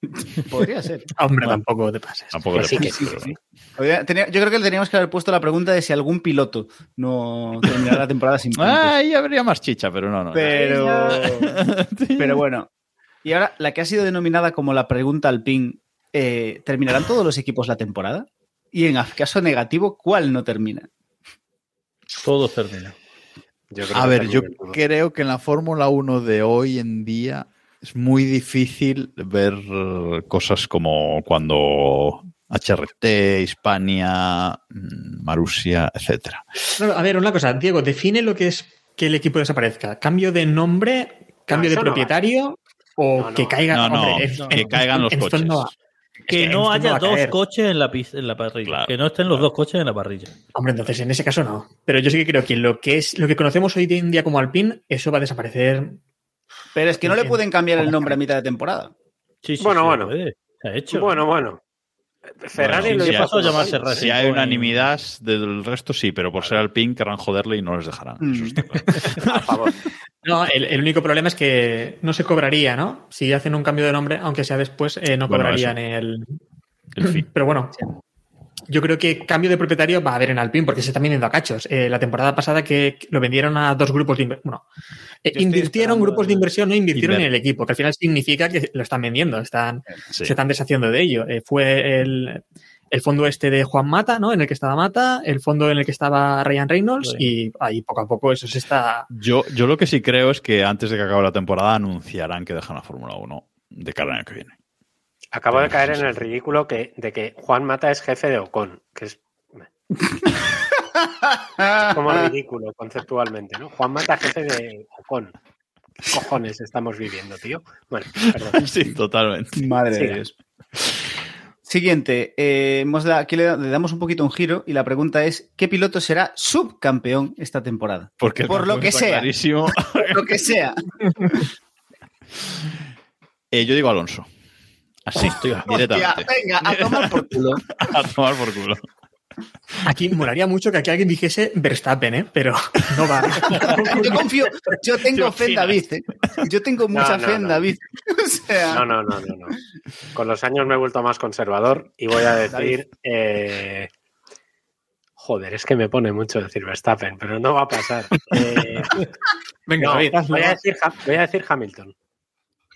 S7: Podría ser.
S6: Hombre,
S1: Bueno.
S6: tampoco te pases.
S1: Tampoco
S2: Que
S1: te
S2: sí, que
S1: pases,
S2: sí, que
S1: pero
S2: sí.
S7: Podría- tenía- yo creo que le teníamos que haber puesto la pregunta de si algún piloto no terminará la temporada sin puntos.
S1: bueno. Ahí habría más chicha, pero no, no.
S7: pero, pero bueno. Y ahora, la que ha sido denominada como la pregunta al PIN, eh, ¿terminarán todos los equipos la temporada? Y en caso negativo, ¿cuál no termina?
S8: Todo termina.
S2: Yo creo
S1: A
S2: que
S1: ver, yo
S2: termina todo.
S1: creo que en la Fórmula 1 de hoy en día es muy difícil ver eh, cosas como cuando HRT, Hispania, mm, Marusia, etcétera.
S6: No, a ver, una cosa, Diego, define lo que es que el equipo desaparezca. ¿Cambio de nombre, cambio de
S2: eso no
S6: propietario o
S2: No, no.
S6: que caigan
S1: No, no,
S6: hombre, es-
S1: que
S6: en-
S1: caigan los
S6: en esto
S1: coches.
S6: no va.
S8: que
S6: que
S8: no
S6: esto no va
S8: haya
S6: a
S8: dos
S6: caer.
S8: coches en la, pis- en la parrilla.
S10: Claro,
S8: que no estén los dos coches en la parrilla.
S6: Hombre, entonces en ese caso no. Pero yo sí que creo que lo que es lo que conocemos hoy en día como Alpine, eso va a desaparecer.
S7: Pero es que no le pueden cambiar el nombre a mitad de temporada.
S8: Sí, sí,
S2: Bueno,
S8: sí,
S2: bueno.
S8: puede. Se ha hecho.
S2: Bueno, bueno. Ferrari
S1: Bueno,
S2: lo
S1: ¿qué
S2: hizo
S1: pasó
S2: hace unos
S8: llamarse
S2: años.
S8: Racing?
S1: Si hay
S8: Bueno.
S1: unanimidad del resto, sí, pero por ser Alpine querrán joderle y no les dejarán.
S7: Mm.
S1: Eso está claro.
S2: A favor.
S6: No, el, el único problema es que no se cobraría, ¿no? Si hacen un cambio de nombre, aunque sea después, eh, no
S1: Bueno,
S6: cobrarían el.
S1: El fin.
S6: Pero bueno. Yo creo que cambio de propietario va a haber en Alpine porque se están viniendo a cachos. Eh, la temporada pasada que lo vendieron a dos grupos de inversión. Bueno, eh,
S7: estoy
S6: invirtieron
S7: esperando
S6: grupos de
S7: el-
S6: inversión, no invirtieron en
S1: Inver-
S6: el equipo, que al final significa que lo están vendiendo, están
S1: Sí.
S6: se están deshaciendo de ello. Eh, fue el, el fondo este de Juan Mata, ¿no? En el que estaba Mata, el fondo en el que estaba Ryan Reynolds y ahí poco a poco eso se está...
S1: Yo, yo lo que sí creo es que antes de que acabe la temporada anunciarán que dejan la Fórmula 1 de cara al año que viene.
S2: Acabo de caer en el ridículo que, de que Juan Mata es jefe de Ocon, que es como ridículo conceptualmente, ¿no? Juan Mata, jefe de Ocon. ¿Qué cojones estamos viviendo, tío? Bueno, perdón.
S1: Sí, totalmente.
S7: Madre
S2: Sí.
S7: de Dios. Siguiente, eh, hemos da- aquí le, da- le damos un poquito un giro y la pregunta es: ¿qué piloto será subcampeón esta temporada?
S1: Porque
S7: Por lo
S1: tampoco
S7: que
S1: está
S7: sea.
S1: clarísimo.
S7: Lo que sea.
S1: Eh, yo digo Alonso. Así, directamente.
S7: Hostia, venga, a tomar por culo.
S1: A tomar por culo.
S6: Aquí molaría mucho que aquí alguien dijese Verstappen, ¿eh? Pero no va.
S7: Yo confío, yo tengo fe en David. ¿eh? Yo tengo mucha
S2: no,
S7: fe en
S2: no.
S7: David. O sea,
S2: No, no, no, no, no. Con los años me he vuelto más conservador y voy a decir. eh, Joder, es que me pone mucho decir Verstappen, pero no va a pasar. Eh,
S6: Venga,
S2: no,
S6: David, hazlo.
S2: voy, a decir, Ha- voy a decir Hamilton.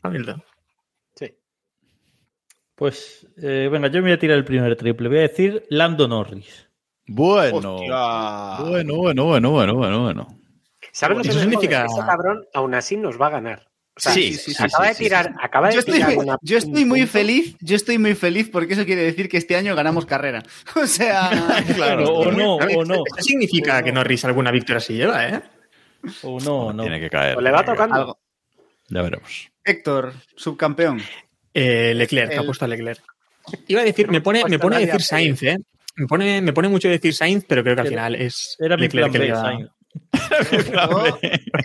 S6: Hamilton.
S2: Sí.
S8: Pues eh, venga, yo me voy a tirar el primer triple. Voy a decir Lando Norris.
S1: Bueno. Bueno, bueno, bueno, bueno, bueno, bueno.
S2: ¿Sabes lo que
S6: Eso
S2: me jode?
S6: significa-
S2: Ese cabrón aún así nos va a ganar. O sea,
S1: Sí,
S7: sí, sí,
S2: acaba
S1: sí,
S2: de
S1: sí,
S2: tirar, acaba de
S7: Yo estoy,
S2: tirar una-
S7: yo estoy
S2: un
S7: muy
S2: punto.
S7: feliz, yo estoy muy feliz porque eso quiere decir que este año ganamos carrera. O sea,
S1: Claro.
S8: o no,
S7: David,
S8: o no,
S6: Eso significa que Norris alguna victoria se lleva, ¿eh?
S8: o no, o no.
S1: Tiene que caer.
S2: O Pues le va
S1: tiene que caer.
S2: tocando.
S7: algo.
S1: Ya veremos.
S7: Héctor, subcampeón.
S6: Eh, Leclerc, te
S7: El-
S6: ha puesto a Leclerc. Iba a decir, me pone, me pone a decir Sainz, ¿eh? Me pone, me pone mucho decir Sainz, pero creo que al
S8: Era-
S6: final es
S8: Era mi plan
S6: Leclerc que
S8: B,
S6: le da-
S8: Sainz.
S7: Yo,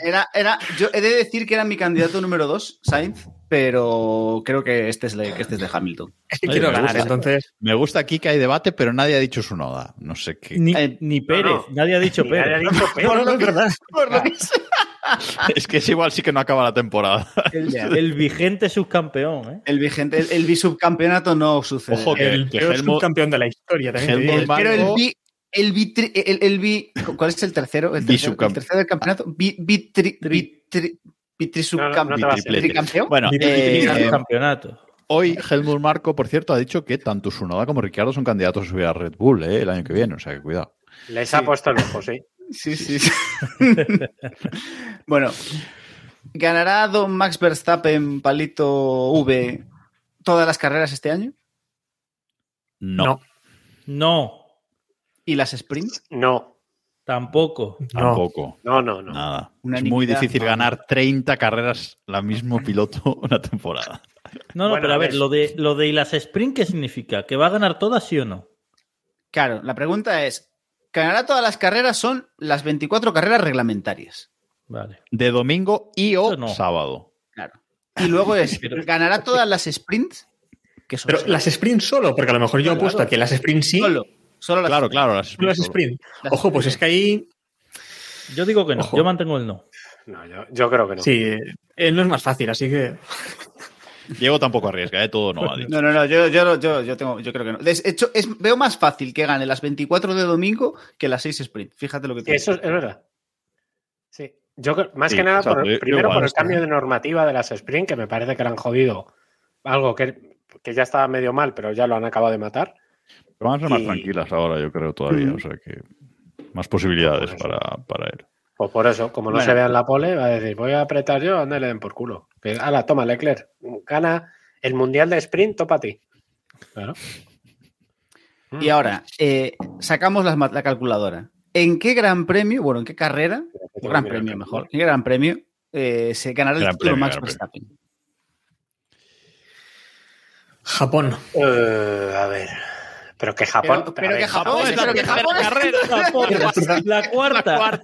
S7: era, era, yo he de decir que era mi candidato número dos, Sainz, pero creo que este es de, que este es de Hamilton.
S6: Es que
S1: Oye,
S6: quiero
S1: me
S6: ganar,
S1: gusta.
S6: entonces.
S1: Me gusta aquí que hay debate, pero nadie ha dicho su noda. No sé qué.
S8: Ni,
S7: Eh,
S8: ni Pérez,
S2: no.
S8: nadie ha dicho
S2: Ni
S8: Pérez.
S2: nadie ha dicho Pérez.
S6: es verdad.
S7: Por lo que sea.
S1: Es que es igual, sí que no acaba la temporada.
S7: El,
S8: El vigente subcampeón, ¿eh?
S7: el vigente, el, el bicampeonato no sucede.
S1: Ojo que-
S6: El
S1: que
S6: peor
S1: Helmut-
S6: subcampeón de la historia también. te digo.
S1: Helmut-
S7: pero el
S1: Mango.
S7: bi, el bitri- el, el bi- ¿cuál es el tercero? El tercero,
S1: Bicampeón.
S7: el tercero del campeonato. Bi, bitri, bitri,
S2: No, no, no te vas a
S7: bitrisubcampeón.
S1: Triplete.
S7: ¿Tricampeón?
S1: Bueno,
S8: Ni-
S1: eh,
S8: ni subcampeonato.
S1: hoy Helmut Marco, por cierto, ha dicho que tanto Sunoda como Ricciardo son candidatos a subir a Red Bull eh, el año que viene. O sea que cuidado.
S2: Les ha puesto el ojo, sí.
S7: Sí, sí. sí. bueno, ¿ganará Don Max Verstappen Palito V todas las carreras este año?
S1: No.
S6: No.
S8: No,
S7: ¿Y las sprints?
S2: No,
S8: tampoco.
S1: Tampoco.
S2: no, no, no.
S1: Nada.
S7: Una
S1: es muy
S7: nimiedad.
S1: difícil ganar 30 carreras la mismo piloto una temporada.
S8: No, no,
S2: Bueno,
S8: pero a
S2: a
S8: ver,
S2: ver.
S8: lo de lo de y las sprint, ¿qué significa? ¿Que va a ganar todas, sí o no?
S7: Claro, la pregunta es, ¿ganará todas las carreras? Son las 24 carreras reglamentarias.
S8: Vale.
S1: De domingo y o
S8: Eso no.
S1: sábado.
S7: Claro. Y luego es,
S8: Pero-
S7: ¿ganará todas las sprints? Que son
S6: Pero las sprints solo, porque a lo mejor yo
S7: Claro.
S6: apuesto a que las sprints sí,
S7: solo. Solo las
S1: Claro, claro. Las,
S6: solo las sprint. Ojo, pues es que ahí
S8: Yo digo que no,
S6: Ojo.
S8: yo mantengo el no.
S2: No, yo, yo creo que no.
S6: sí, eh, no es más fácil, así que
S1: Diego tampoco arriesga, ¿eh? todo no va. Diego.
S7: No, no, no, yo, yo, yo, yo tengo, yo creo que no. De hecho, es, veo más fácil que gane las 24 de domingo que las 6 sprint. Fíjate lo que te
S2: Eso es, es verdad. Sí. Yo, creo- más
S1: Sí,
S2: que nada,
S1: o sea,
S2: por-
S1: yo- yo
S2: primero
S1: igual,
S2: por el
S1: o sea.
S2: cambio de normativa de las sprint, que me parece que la han jodido algo que, que ya estaba medio mal, pero ya lo han acabado de matar.
S1: Pero van a ser más
S2: Y-
S1: tranquilas ahora, yo creo, todavía. O sea que más posibilidades para, para él.
S2: Pues por eso, como no
S7: Bueno.
S2: se vea en la pole, va a decir, voy a apretar yo donde le den por culo. Que, ala, toma, Leclerc, gana el mundial de sprint, topa a ti. Claro.
S7: Y ahora, eh, sacamos las ma- la, calculadora. ¿En qué gran premio, bueno, en qué carrera, o gran premio mejor, en qué gran premio eh, se ganará el
S1: Gran
S7: título
S1: premio,
S7: Max
S1: gran premio.
S7: Verstappen?
S6: Japón.
S2: Eh, a ver. Pero que Japón.
S7: Pero,
S2: a
S7: pero
S2: ver,
S7: que Japón,
S1: Japón es la
S7: pero que
S1: primera
S7: Japón es-
S1: carrera.
S8: La cuarta.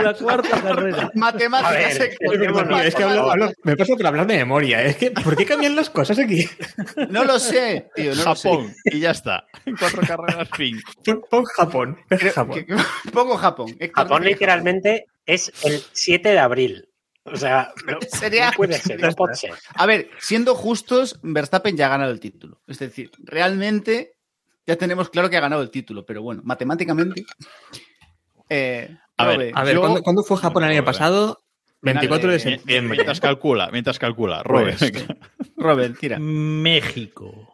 S8: La cuarta carrera.
S2: A
S7: matemáticas.
S2: ver,
S7: se-
S2: es que bueno,
S6: es que hablo- hablo- me paso por hablar de memoria. eh. Es que, ¿por qué cambian las cosas aquí?
S7: No lo sé, tío. No Lo sé.
S1: Japón. Y ya está. Cuatro carreras, fin.
S6: Pon, pon Japón. Es
S7: Creo
S6: Japón.
S7: que- pongo Japón. Héctor,
S2: Japón
S7: dice Japón.
S2: literalmente es el 7 de abril. O sea, no,
S7: Sería-
S2: no puede ser, no puede ser.
S7: A ver, siendo justos, Verstappen ya ha ganado el título. Es decir, realmente ya tenemos claro que ha ganado el título, pero bueno, matemáticamente. eh,
S1: A
S7: no
S1: ver,
S7: ve.
S6: A ver,
S1: Yo-
S6: ¿cuándo, cuándo fue Japón el año pasado? 24 de
S1: Mien-
S6: septiembre.
S1: Eh, Mientras calcula, mientras calcula. Robert.
S7: Robert, Robert, tira.
S8: México.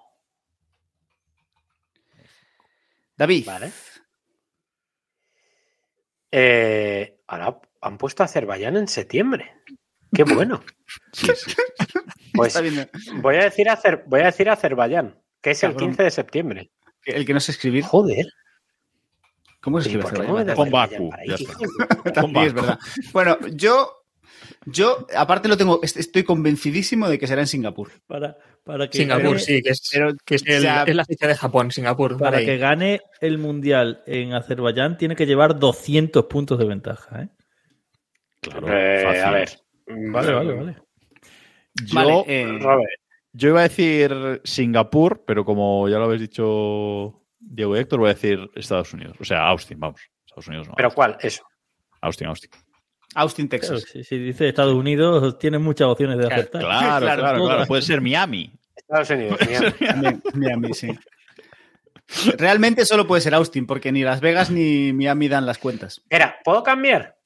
S7: David,
S2: Vale. Eh, ahora han puesto Azerbaiyán en septiembre. Qué bueno. Pues
S7: está viendo
S2: voy a decir, Azer- voy a decir Azerbaiyán, que es el
S7: Cabrón.
S2: 15 de septiembre.
S7: el que no sé escribir.
S2: Joder.
S7: ¿Cómo se
S2: ¿y
S7: escribe? este
S2: por qué no
S7: Pues
S2: me das
S7: Azerbaiyán?
S2: Azerbaiyán
S1: Con Bakú,
S2: para
S1: ya
S2: ahí?
S7: También es
S1: Baco.
S7: verdad. Bueno, yo, yo, aparte lo tengo, est- estoy convencidísimo de que será en Singapur.
S8: Para, para que
S6: Singapur,
S8: gane,
S6: sí, que es,
S7: Pero,
S6: que es, el-
S7: o sea,
S6: es la fecha de Japón, Singapur. por
S8: Para
S6: ahí.
S8: que gane el mundial en Azerbaiyán tiene que llevar 200 puntos de ventaja. ¿eh?
S1: Claro,
S2: Eh,
S1: fácil.
S2: a ver.
S8: Vale, vale, vale.
S1: Yo,
S7: vale, eh,
S2: Robert,
S1: yo iba a decir Singapur, pero como ya lo habéis dicho Diego y Héctor, voy a decir Estados Unidos. O sea, Austin, vamos. Estados Unidos no.
S2: pero ¿cuál? Eso.
S1: Austin, Austin.
S7: Austin,
S8: Claro,
S7: Texas.
S8: si, si dice Estados Unidos, tiene muchas opciones de acertar.
S1: Claro, claro, claro.
S8: todas.
S1: Puede ser Miami.
S2: Estados Unidos. Miami.
S7: También, Miami, sí. Realmente solo puede ser Austin, porque ni Las Vegas ni Miami dan las cuentas.
S2: Espera, ¿puedo cambiar?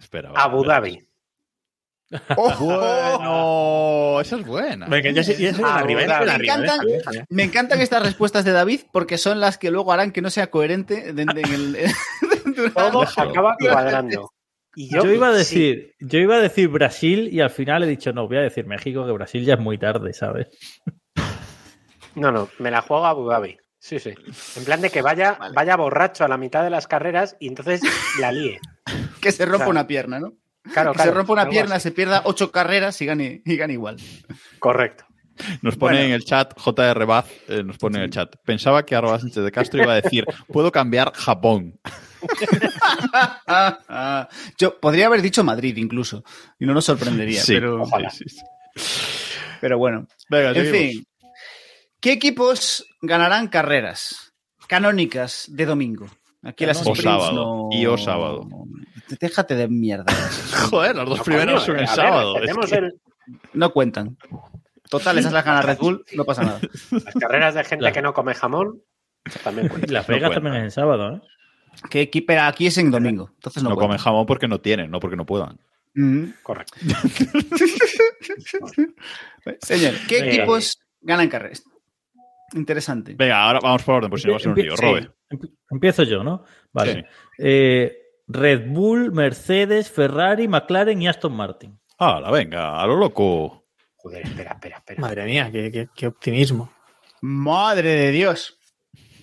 S1: Espera. va,
S2: Abu
S1: espera.
S2: Dhabi.
S1: Bueno, esa es buena.
S6: Venga, ya sé, ya sé de
S2: Ah,
S6: la Ribera,
S2: me
S6: de la Ribera,
S7: encantan-
S6: déjame, déjame.
S7: Me encantan estas respuestas de David porque son las que luego harán que no sea coherente de- de- en el- durante-
S2: Todo
S1: Déjalo.
S2: acaba cuadrando. Y yo,
S8: Yo iba a
S2: sí,
S8: decir, yo iba a decir Brasil y al final he dicho no, voy a decir México que Brasil ya es muy tarde, ¿sabes?
S2: No, no, me la juego a Abu Dhabi. Sí, sí. En plan de que vaya, vaya borracho a la mitad de las carreras y entonces la líe.
S7: que se rompa
S2: Claro.
S7: una pierna, ¿no?
S2: Claro,
S7: Que se
S2: claro,
S7: rompa una
S2: algo
S7: pierna, se pierda ocho carreras y gane, y gane igual.
S2: así. Correcto.
S1: Nos pone
S7: Bueno.
S1: en el chat, JR Baz, eh, nos pone en el chat. Pensaba que arroba Sánchez de Castro iba a decir, puedo cambiar Japón.
S7: Ah, ah. Yo podría haber dicho Madrid incluso, y no nos sorprendería,
S1: Sí,
S7: pero,
S2: ojalá.
S1: sí, sí, sí.
S7: pero bueno.
S1: Venga,
S7: En
S1: seguimos.
S7: fin, ¿qué equipos ganarán carreras canónicas de domingo? Aquí las
S1: O
S7: sprints
S1: sábado,
S7: no-
S1: y o sábado.
S7: Déjate de mierda.
S1: Joder, los dos primeros son
S2: Coño,
S1: el
S2: a ver,
S1: sábado. Es
S2: tenemos
S1: que-
S2: el-
S7: No cuentan. Total, esas las gana Red Bull, no pasa nada.
S2: las carreras de gente
S8: Claro.
S2: que no come jamón. También cuenta.
S8: Y Las
S1: No
S8: Vegas
S1: cuenta.
S8: también es en sábado, ¿eh?
S7: Que aquí, pero aquí es en domingo, entonces no,
S1: No comen
S7: cuentan.
S1: jamón porque no tienen, no porque no puedan.
S7: Ujú.
S2: Correcto.
S7: Señor, ¿qué
S2: Venga.
S7: equipos ganan carreras? Interesante.
S1: Venga, ahora vamos por orden, por si no va a ser un lío.
S8: Empie- sí,
S1: Robe.
S8: emp- Empiezo yo, ¿no? Vale.
S1: Sí.
S8: Eh, Red Bull, Mercedes, Ferrari, McLaren y Aston Martin.
S1: Hala, venga, a lo loco.
S2: Joder, espera, espera, espera.
S6: Madre mía, qué, qué- qué optimismo.
S7: Madre de Dios.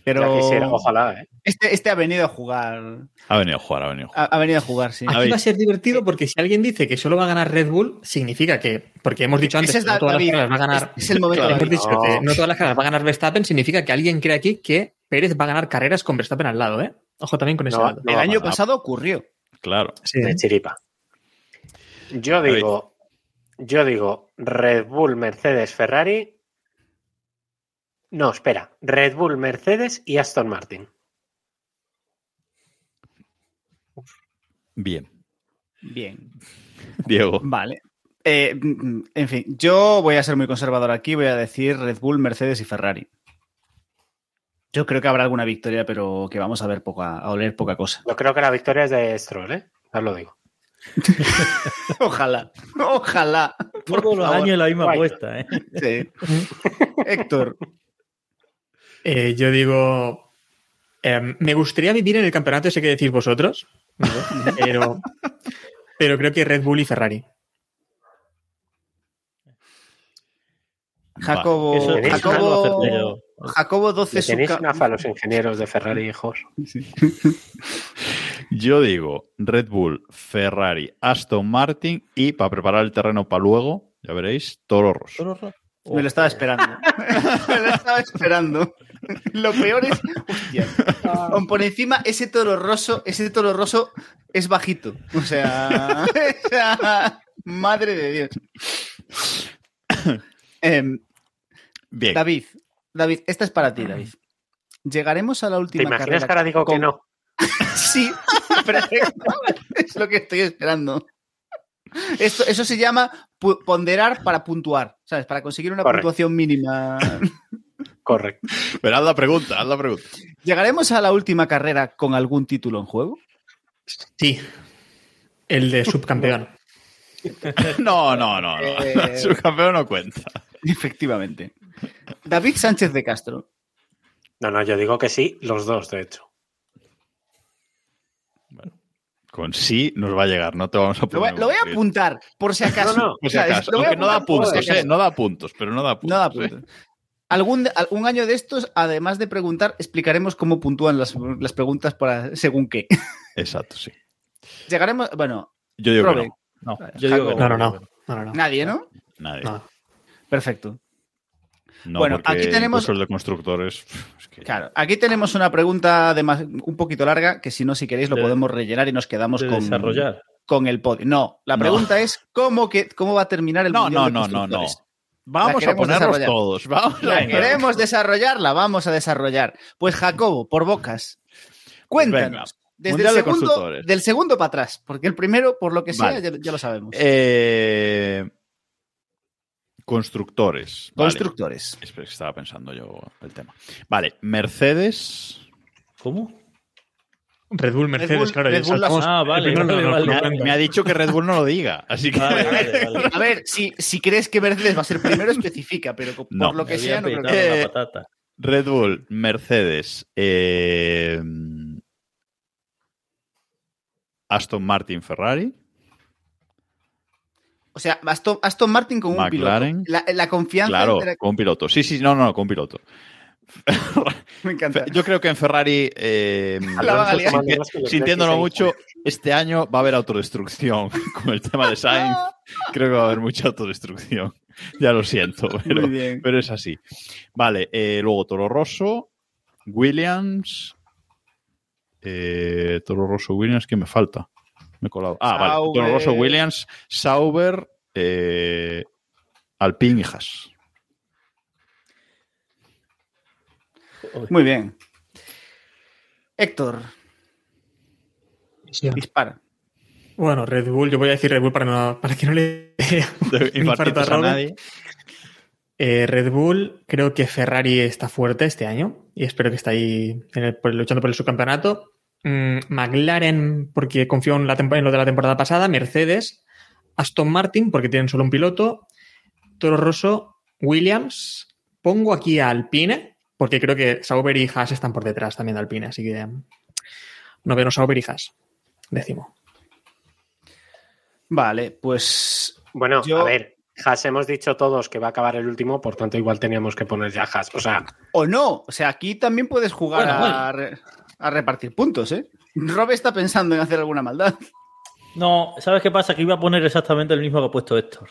S2: Ya quisiera,
S7: Pero
S2: ojalá, ¿eh?
S7: este, este ha venido a jugar.
S1: Ha venido a jugar, ha venido a jugar.
S7: Ha, ha venido a jugar, sí.
S1: A
S6: Aquí
S1: ver.
S6: va a Eh, ser divertido porque si alguien dice que solo va a ganar Red Bull, significa que, porque hemos dicho antes
S7: Ese
S6: que
S7: es
S6: no
S7: Da-
S6: todas las
S7: David.
S6: carreras va a ganar.
S7: Es el momento.
S1: Claro.
S6: hemos
S7: David.
S6: dicho
S2: No.
S6: que no todas las carreras va a ganar Verstappen, significa que alguien cree aquí que Pérez va a ganar carreras con Verstappen al lado, ¿eh? Ojo también con ese Eh,
S2: No,
S6: lado.
S2: no.
S7: El año
S1: Ah.
S7: pasado ocurrió.
S1: Claro.
S6: Sí.
S2: De chiripa. Yo
S1: ver.
S2: digo, yo digo Red Bull, Mercedes, Ferrari. No, espera. Red Bull, Mercedes y Aston Martin.
S1: Bien.
S7: Bien.
S1: Diego.
S7: Vale. Eh, mm, mm, en fin, yo voy a ser muy conservador aquí. Voy a decir Red Bull, Mercedes y Ferrari. Yo creo que habrá alguna victoria, pero que vamos a ver poca, a oler poca cosa.
S2: Yo creo que la victoria es de Stroll, ¿eh? Ya os lo digo.
S7: Ojalá, ojalá. Por
S8: Todos los
S7: favor.
S8: años la misma
S2: Guay.
S8: apuesta, ¿eh?
S7: Sí. Héctor,
S6: Eh, yo digo, em, me gustaría vivir en el campeonato ese que decís vosotros, ¿no? pero, pero creo que Red Bull y Ferrari.
S7: Jacobo,
S8: Eso-
S2: Tenéis
S8: eso no lo
S7: Jacobo,
S8: acerté yo.
S7: Jacobo 12
S2: Le tenéis
S7: Suca-
S2: una fa a los ingenieros de Ferrari, hijos.
S1: Yo digo Red Bull, Ferrari, Aston Martin y para preparar el terreno para luego, ya veréis, Toro Rosso.
S7: Me lo estaba esperando. Me lo estaba esperando. Lo peor es. Hostia. Aun por encima, ese toro roso, ese toro roso es bajito. O sea. o sea, madre de Dios. Em,
S2: Eh.
S1: Bien.
S7: David, David, esta es para ti, David. Llegaremos a la
S2: Mm. ¿Te
S7: última
S2: imaginas
S7: carrera.
S2: que ahora digo que
S7: con-
S2: no?
S7: Sí, perfecto. Es lo que estoy esperando. Esto, eso se llama pu- ponderar para puntuar, ¿sabes? Para conseguir una
S2: Correcto.
S7: puntuación mínima.
S2: Correcto.
S1: Pero haz la pregunta, haz la pregunta.
S7: ¿Llegaremos a la última carrera con algún título en juego?
S6: Sí. El de subcampeón.
S1: No, no, no, no.
S7: Eh.
S1: Subcampeón no cuenta.
S7: Efectivamente. David Sánchez de Castro.
S2: No, no, yo digo que sí, los dos, de hecho.
S1: Con sí nos va a llegar, no te vamos a
S7: Lo voy,
S1: poner.
S7: lo voy a
S1: un prioridad.
S7: apuntar, por si acaso.
S2: No, no,
S1: Por si
S7: ¿Sabes?
S1: acaso.
S7: Lo voy a
S1: Aunque no da
S7: apuntar por si
S1: puntos,
S7: acaso.
S1: eh, no da puntos, pero no da puntos.
S7: No da
S1: eh.
S7: puntos. Algún, algún año de estos, además de preguntar, explicaremos cómo puntúan las, las preguntas para según qué.
S1: Exacto, sí.
S7: Llegaremos, bueno,
S1: Yo digo
S7: Robert,
S1: que no.
S8: No,
S7: yo digo que
S6: No, no, no. No, no, no.
S7: nadie, ¿no?
S1: Nadie.
S6: No.
S7: Perfecto.
S1: No,
S7: Bueno,
S1: porque
S7: aquí tenemos-
S1: incluso el de constructores. pff, es que-
S7: Claro, aquí tenemos una pregunta además un poquito larga que si no, si queréis, lo
S8: De-
S7: podemos rellenar y nos quedamos
S8: de
S7: con,
S8: desarrollar.
S7: con el podio. No, la
S1: No.
S7: pregunta es cómo, que, cómo va a terminar el
S1: No,
S7: Mundial
S1: no, no, no,
S7: de
S1: no.
S7: Constructores. La
S1: Vamos a
S7: queremos
S1: ponerlos
S7: desarrollar.
S1: todos. Vamos a
S7: ¿La
S1: ponerlos.
S7: queremos desarrollar? La vamos a desarrollar. Pues Jacobo, por bocas, cuéntanos. Desde el
S1: Mundial de
S7: segundo,
S1: Constructores.
S7: del segundo para atrás, porque el primero, por lo que sea,
S1: Vale.
S7: ya, ya lo sabemos.
S1: Eh, Constructores. Vale.
S7: Constructores.
S1: Espera, que Estaba pensando yo el tema. Vale, Mercedes.
S8: ¿Cómo?
S6: Red Bull, Mercedes,
S7: Bull-
S6: claro. ya
S7: Red Bull la-
S6: saltamos-
S8: Ah, vale,
S6: el primero
S8: vale,
S6: no nos lo
S8: vale.
S1: Me ha,
S6: cuenta.
S1: me ha dicho que Red Bull no lo diga, así que
S8: Vale, vale, vale.
S7: A ver, si, si crees que Mercedes va a ser primero, especifica, pero por
S1: No.
S7: lo que
S8: Me
S7: sea, no
S8: había
S7: creo que-
S8: petado
S1: Eh,
S8: la patata.
S1: Red Bull, Mercedes, eh, Aston Martin, Ferrari.
S7: O sea, Aston, Aston Martin con
S1: McLaren.
S7: un piloto. La, la confianza.
S1: Claro,
S7: de la-
S1: con piloto. Sí, sí, no, no, con piloto.
S7: Me encanta.
S1: Fe- Yo creo que en Ferrari, eh,
S7: La va a liar.
S1: sinti- sintiéndolo mucho, este año va a haber autodestrucción con el tema de Sainz. Creo que va a haber mucha autodestrucción. Ya lo siento, pero,
S7: Muy bien.
S1: pero es así. Vale, eh, luego Toro Rosso, Williams. eh, Toro Rosso, Williams, ¿qué me falta? Me he colado. Ah, vale.
S7: Sauber.
S1: Toro Rosso, Williams, Sauber, eh, Alpine y Haas.
S7: Muy bien. Héctor,
S6: Sí.
S7: dispara.
S6: Bueno, Red Bull, yo voy a decir Red Bull para, no- para que no le dé un infarto a
S1: Infartos a
S6: Robert.
S1: nadie.
S6: Eh, Red Bull, creo que Ferrari está fuerte este año y espero que esté ahí en el- por- luchando por el subcampeonato. Mm, McLaren, porque confío en, la tempo- en lo de la temporada pasada. Mercedes, Aston Martin, porque tienen solo un piloto. Toro Rosso, Williams. Pongo aquí a Alpine, porque creo que Sauber y Haas están por detrás también de Alpine, así que mm, noveno Sauber y Haas. Décimo.
S7: Vale, pues.
S2: Bueno,
S7: Yo-
S2: a ver, Haas hemos dicho todos que va a acabar el último, por tanto, igual teníamos que poner ya Haas. O sea,
S7: O no. O sea, aquí también puedes jugar
S8: Bueno,
S7: a, re- a repartir puntos, ¿eh? Rob está pensando en hacer alguna maldad.
S8: No, ¿sabes qué pasa? Que iba a poner exactamente el mismo que ha puesto Héctor.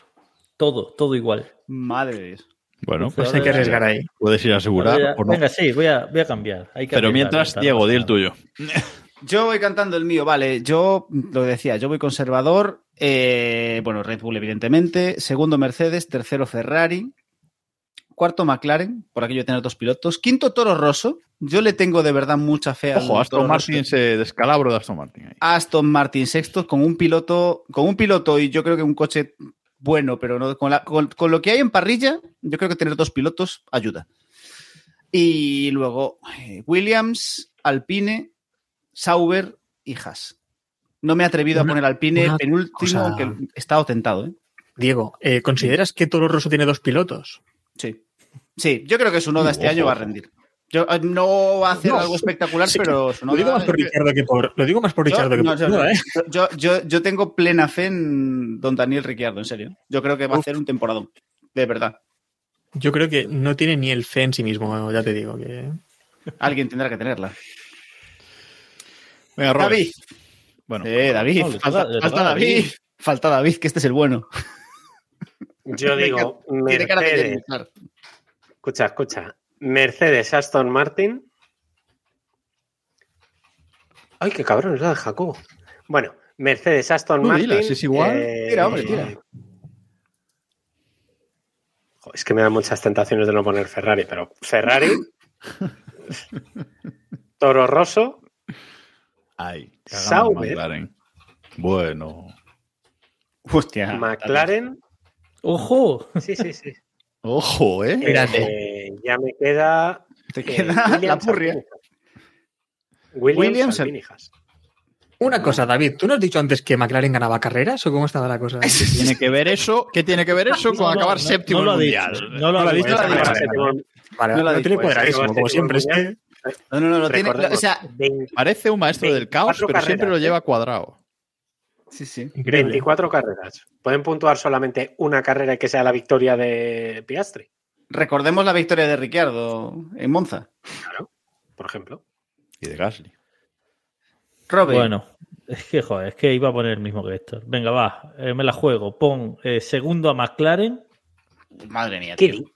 S8: Todo, todo igual.
S7: Madre de Dios.
S1: Bueno,
S8: Pues
S1: pues
S6: hay que arriesgar ahí.
S1: puedes ir a asegurar
S8: Venga,
S1: o no.
S8: Venga, sí, voy a, voy a cambiar. Hay que
S1: Pero
S8: arriesgar,
S1: mientras,
S8: está, no
S1: Diego,
S8: pasa
S1: di el
S8: nada.
S1: tuyo.
S7: Yo voy cantando el mío, vale. Yo lo decía, yo voy conservador. eh, bueno, Red Bull, evidentemente. Segundo, Mercedes. Tercero, Ferrari. Cuarto, McLaren. Por aquello de tener dos pilotos. Quinto, Toro Rosso. Yo le tengo de verdad mucha fe al
S1: Ojo, Aston
S7: Toro
S1: Martin
S7: Rosso.
S1: se descalabro de Aston Martin. ahí.
S7: Aston Martin sexto con un piloto, con un piloto y yo creo que un coche bueno, pero no con, la- con- con lo que hay en parrilla, yo creo que tener dos pilotos ayuda. Y luego eh, Williams, Alpine, Sauber y Haas. No me he atrevido
S6: Una-
S7: a poner Alpine
S6: una
S7: penúltimo,
S6: cosa-
S7: aunque he estado tentado, ¿eh?
S6: Diego, eh, ¿consideras que Toro Rosso tiene dos pilotos?
S7: Sí. Sí, yo creo que su noda este
S1: Ojo.
S7: año va a rendir. Yo, eh, no va a hacer
S6: No,
S7: algo espectacular,
S6: sí.
S7: pero su
S6: Lo digo
S7: Noda-
S6: más por Ricardo que por, lo digo más por
S7: Yo-
S6: Ricardo que
S7: no,
S6: por
S7: yo-
S6: Tsunoda, ¿eh?
S7: Yo, yo, yo tengo plena fe en don Daniel Ricciardo, en serio. Yo creo que va a
S6: Uf.
S7: hacer un temporadón, de verdad.
S6: Yo creo que no tiene ni el fe en sí mismo, ya te digo. Que...
S7: Alguien tendrá que tenerla.
S1: Venga, Robert.
S7: David.
S1: Bueno,
S7: Eh, David,
S8: No, le toca-
S7: falta,
S8: le
S7: falta
S8: toca a
S7: David.
S8: David.
S7: Falta David, que este es el bueno.
S2: Yo digo,
S7: Tiene cara de querer
S2: Mercedes,
S7: empezar.
S2: escucha, escucha. Mercedes, Aston Martin. Ay, qué cabrón, es la de Jacobo. Bueno, Mercedes, Aston
S1: Tú
S2: Martin. eh,
S1: dila, si es igual.
S7: Tira, hombre, tira.
S2: Jo, Es que me dan muchas tentaciones de no poner Ferrari, pero Ferrari. Toro Rosso.
S1: Ay, cagando en
S2: Sauber.
S1: McLaren. Bueno.
S7: Hostia.
S2: McLaren.
S8: ¡Ojo!
S2: Sí, sí, sí.
S1: Ojo, ¿eh?
S6: Espérate.
S2: Eh, ya me queda.
S7: Te
S2: eh,
S7: queda la
S2: Williams
S7: purria.
S2: Alpine. Williams,
S7: Williams Al-
S2: Alpine, hijas.
S6: Una cosa, David, ¿tú no has dicho antes que McLaren ganaba carreras o cómo estaba la cosa?
S1: ¿Tiene que ver eso? ¿Qué tiene que ver eso
S8: No,
S1: con
S8: no,
S1: acabar
S8: no,
S1: séptimo
S8: no lo ha
S1: en el
S8: dicho,
S1: mundial? este
S8: no lo ha
S1: No lo ha
S8: dicho.
S1: dicho, no lo ha dicho.
S6: Vale,
S7: No
S6: no,
S7: la
S6: lo tiene
S7: dispuesta,
S6: cuadradísimo,
S2: sí,
S6: como siempre. Es que...
S2: Williams.
S7: No, no, no, lo tiene.
S2: Recordemos,
S7: O sea,
S2: 20
S1: Parece un maestro del caos, pero
S2: 24
S1: siempre lo
S2: carreras,
S1: lleva cuadrado.
S7: sí, sí.
S6: Increíble.
S2: 24 carreras. Pueden puntuar solamente una carrera y que sea la victoria de Piastri,
S7: Recordemos la victoria de Ricciardo en Monza.
S2: por ejemplo.
S1: Y de Gasly.
S7: Robin,
S8: Bueno, es que joder, es que iba a poner el mismo que Héctor. Venga, va, eh, me la juego. Pon eh, segundo a McLaren.
S7: madre mía.
S2: ¿Qué
S7: tío.
S2: di?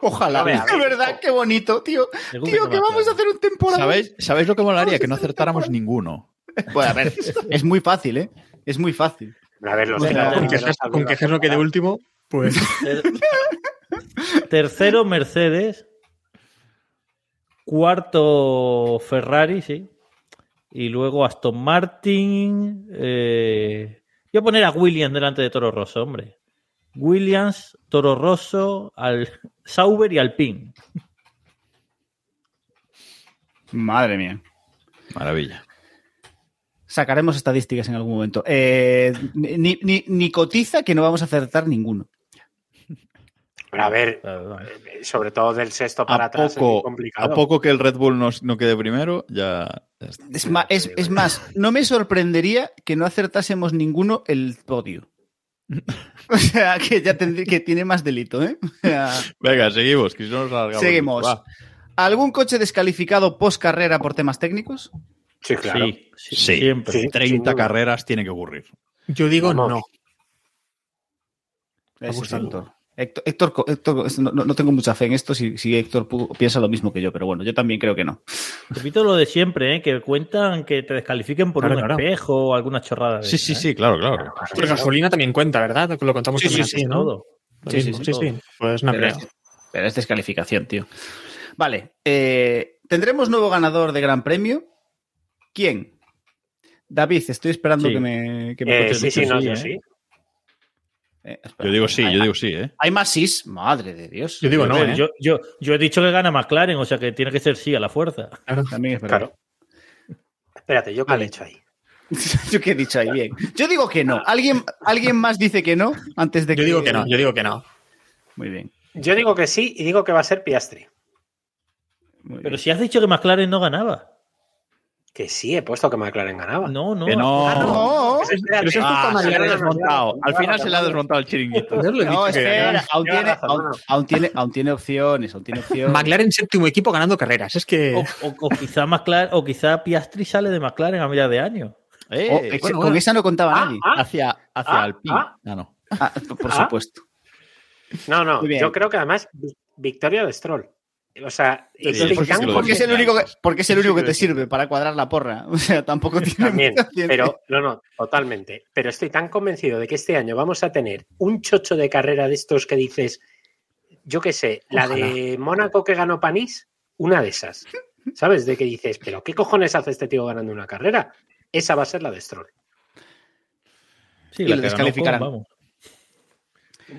S7: Ojalá.
S2: A ver, a
S7: De verdad, qué bonito, tío.
S8: segundo
S7: Tío, que vamos a hacer un temporada.
S1: ¿Sabéis, ¿Sabéis lo que molaría? Que no acertáramos ninguno.
S7: Bueno, a ver, es muy fácil, ¿eh? Es muy fácil.
S2: A ver, los
S7: Pues
S2: de la-
S7: nada,
S6: Con
S2: los de
S6: que
S2: la-
S6: seas- con que seas lo que de último, pues
S8: McLaren. Ter- Tercero, Mercedes. Cuarto, Ferrari, sí. Y luego Aston Martin. eh, Voy a poner a Williams delante de Toro Rosso, hombre. Williams, Toro Rosso, al... Sauber y Alpine.
S7: Madre mía.
S1: Maravilla.
S7: Sacaremos estadísticas en algún momento. Eh, ni, ni- ni cotiza que no vamos a acertar ninguno.
S2: Pero a ver,
S8: Claro, no.
S2: eh, sobre todo del sexto para
S1: A
S2: atrás es muy
S1: poco,
S2: complicado.
S1: a poco que el Red Bull no, no quede primero, ya, ya está.
S7: Es, ma- es- es más, no me sorprendería que no acertásemos ninguno el podio. O sea, que ya tendrí- que tiene más delito, ¿eh? O sea,
S1: Venga, seguimos, que si no nos alargamos.
S7: Seguimos.
S1: Va.
S7: ¿Algún coche descalificado post carrera por temas técnicos?
S2: Sí, claro.
S8: Sí, sí,
S1: Sí.
S8: siempre.
S2: Sí.
S1: 30
S2: duda.
S1: carreras tiene que ocurrir.
S6: yo digo
S2: Vamos.
S6: no.
S7: Ese es
S6: Augusto.
S7: Héctor. Héctor, Héctor, co- Héctor, esto no, no- no tengo mucha fe en esto si, si Héctor pu- piensa lo mismo que yo, pero bueno, yo también creo que no.
S8: Repito lo de siempre, ¿eh? que cuentan que te descalifiquen por
S6: Claro,
S8: un
S6: claro.
S8: espejo o alguna chorrada. de
S1: Sí,
S8: esa,
S1: sí,
S8: ¿eh?
S1: sí, claro, claro.
S6: Pero gasolina también cuenta, ¿verdad? Lo contamos
S7: Sí,
S6: también
S7: sí,
S6: así,
S8: Todo.
S6: ¿no? Lo
S7: Sí, sí,
S6: mismo,
S7: sí,
S8: todo.
S6: Pues no
S7: pero,
S6: creo.
S7: es, pero es descalificación, tío. Vale, eh, tendremos nuevo ganador de Gran Premio. ¿Quién? David, estoy esperando
S8: Sí.
S7: que me, que me
S2: Eh,
S7: cuentes
S2: sí, sí,
S7: mucho.
S2: no,
S8: sí,
S2: yo
S8: ¿eh?
S2: sí.
S7: Eh, espera.
S1: Yo digo sí,
S7: Hay-
S1: yo digo sí, ¿eh?
S7: Hay más sis, madre de Dios.
S6: Yo digo
S8: A
S6: no,
S8: ver,
S6: ¿eh?
S8: yo, yo, yo he dicho que gana McLaren, o sea que tiene que ser sí a la fuerza.
S6: Claro.
S7: También es verdad.
S2: Claro. Espérate, ¿yo qué
S7: Vale.
S2: le he hecho ahí?
S7: yo qué he dicho ahí bien. Yo digo que no. ¿Alguien, ¿Alguien más dice que no antes de
S6: Yo digo que no, yo digo que no.
S7: Muy bien.
S2: Yo digo que sí y digo que va a ser Piastri.
S7: muy
S8: Pero
S7: bien.
S8: si has dicho que McLaren no ganaba.
S2: Que sí, he puesto que McLaren ganaba.
S8: No, no.
S1: Que no.
S7: Ah, No,
S2: Pues espérate.
S6: Pero si es culpa
S2: Ah,
S1: Ah, se
S6: mayor,
S1: le ha
S2: ganaba,
S1: desmontado. Al
S2: ganaba,
S1: final se le ha
S2: ganaba.
S1: desmontado el chiringuito.
S6: Yo os lo he dicho
S7: no,
S6: que ganaba.
S7: espera, aún
S2: Lleva
S7: tiene,
S2: razón,
S7: aún,
S2: no.
S7: aún tiene, aún tiene opciones, aún tiene opciones.
S6: McLaren séptimo equipo ganando carreras. Es que
S8: O, o- o quizá McLaren, o quizá Piastri sale de McLaren a mitad de año.
S1: Eh,
S7: Oh, ex-
S6: bueno,
S7: con
S6: bueno.
S7: esa no contaba nadie.
S1: hacia hacia
S2: ah,
S1: Alpine.
S2: ah.
S1: Ah, no.
S7: Ah, por
S2: Ah.
S7: supuesto.
S2: No, no,
S7: Muy bien.
S2: yo creo que además vi- victoria de Stroll. O sea, y
S1: Sí,
S2: Big
S1: porque
S2: Bang
S1: sí que lo
S7: Porque es el único que, porque es el
S1: Sí, sí,
S7: único que te
S1: sí, sí.
S7: sirve para cuadrar la porra. O sea, tampoco tiene.
S2: también,
S7: mucha ciencia.
S2: pero no, no, totalmente. Pero estoy tan convencido de que este año vamos a tener un chocho de carrera de estos que dices, yo qué sé, la de Mónaco que ganó Panís, una de esas. ¿Sabes? De que dices, pero ¿qué cojones hace este tío ganando una carrera? Esa va a ser la de Stroll.
S1: Eh,
S8: Sí,
S7: Y
S8: la
S7: lo
S8: que ganó
S7: descalificarán.
S8: Ocon, vamos.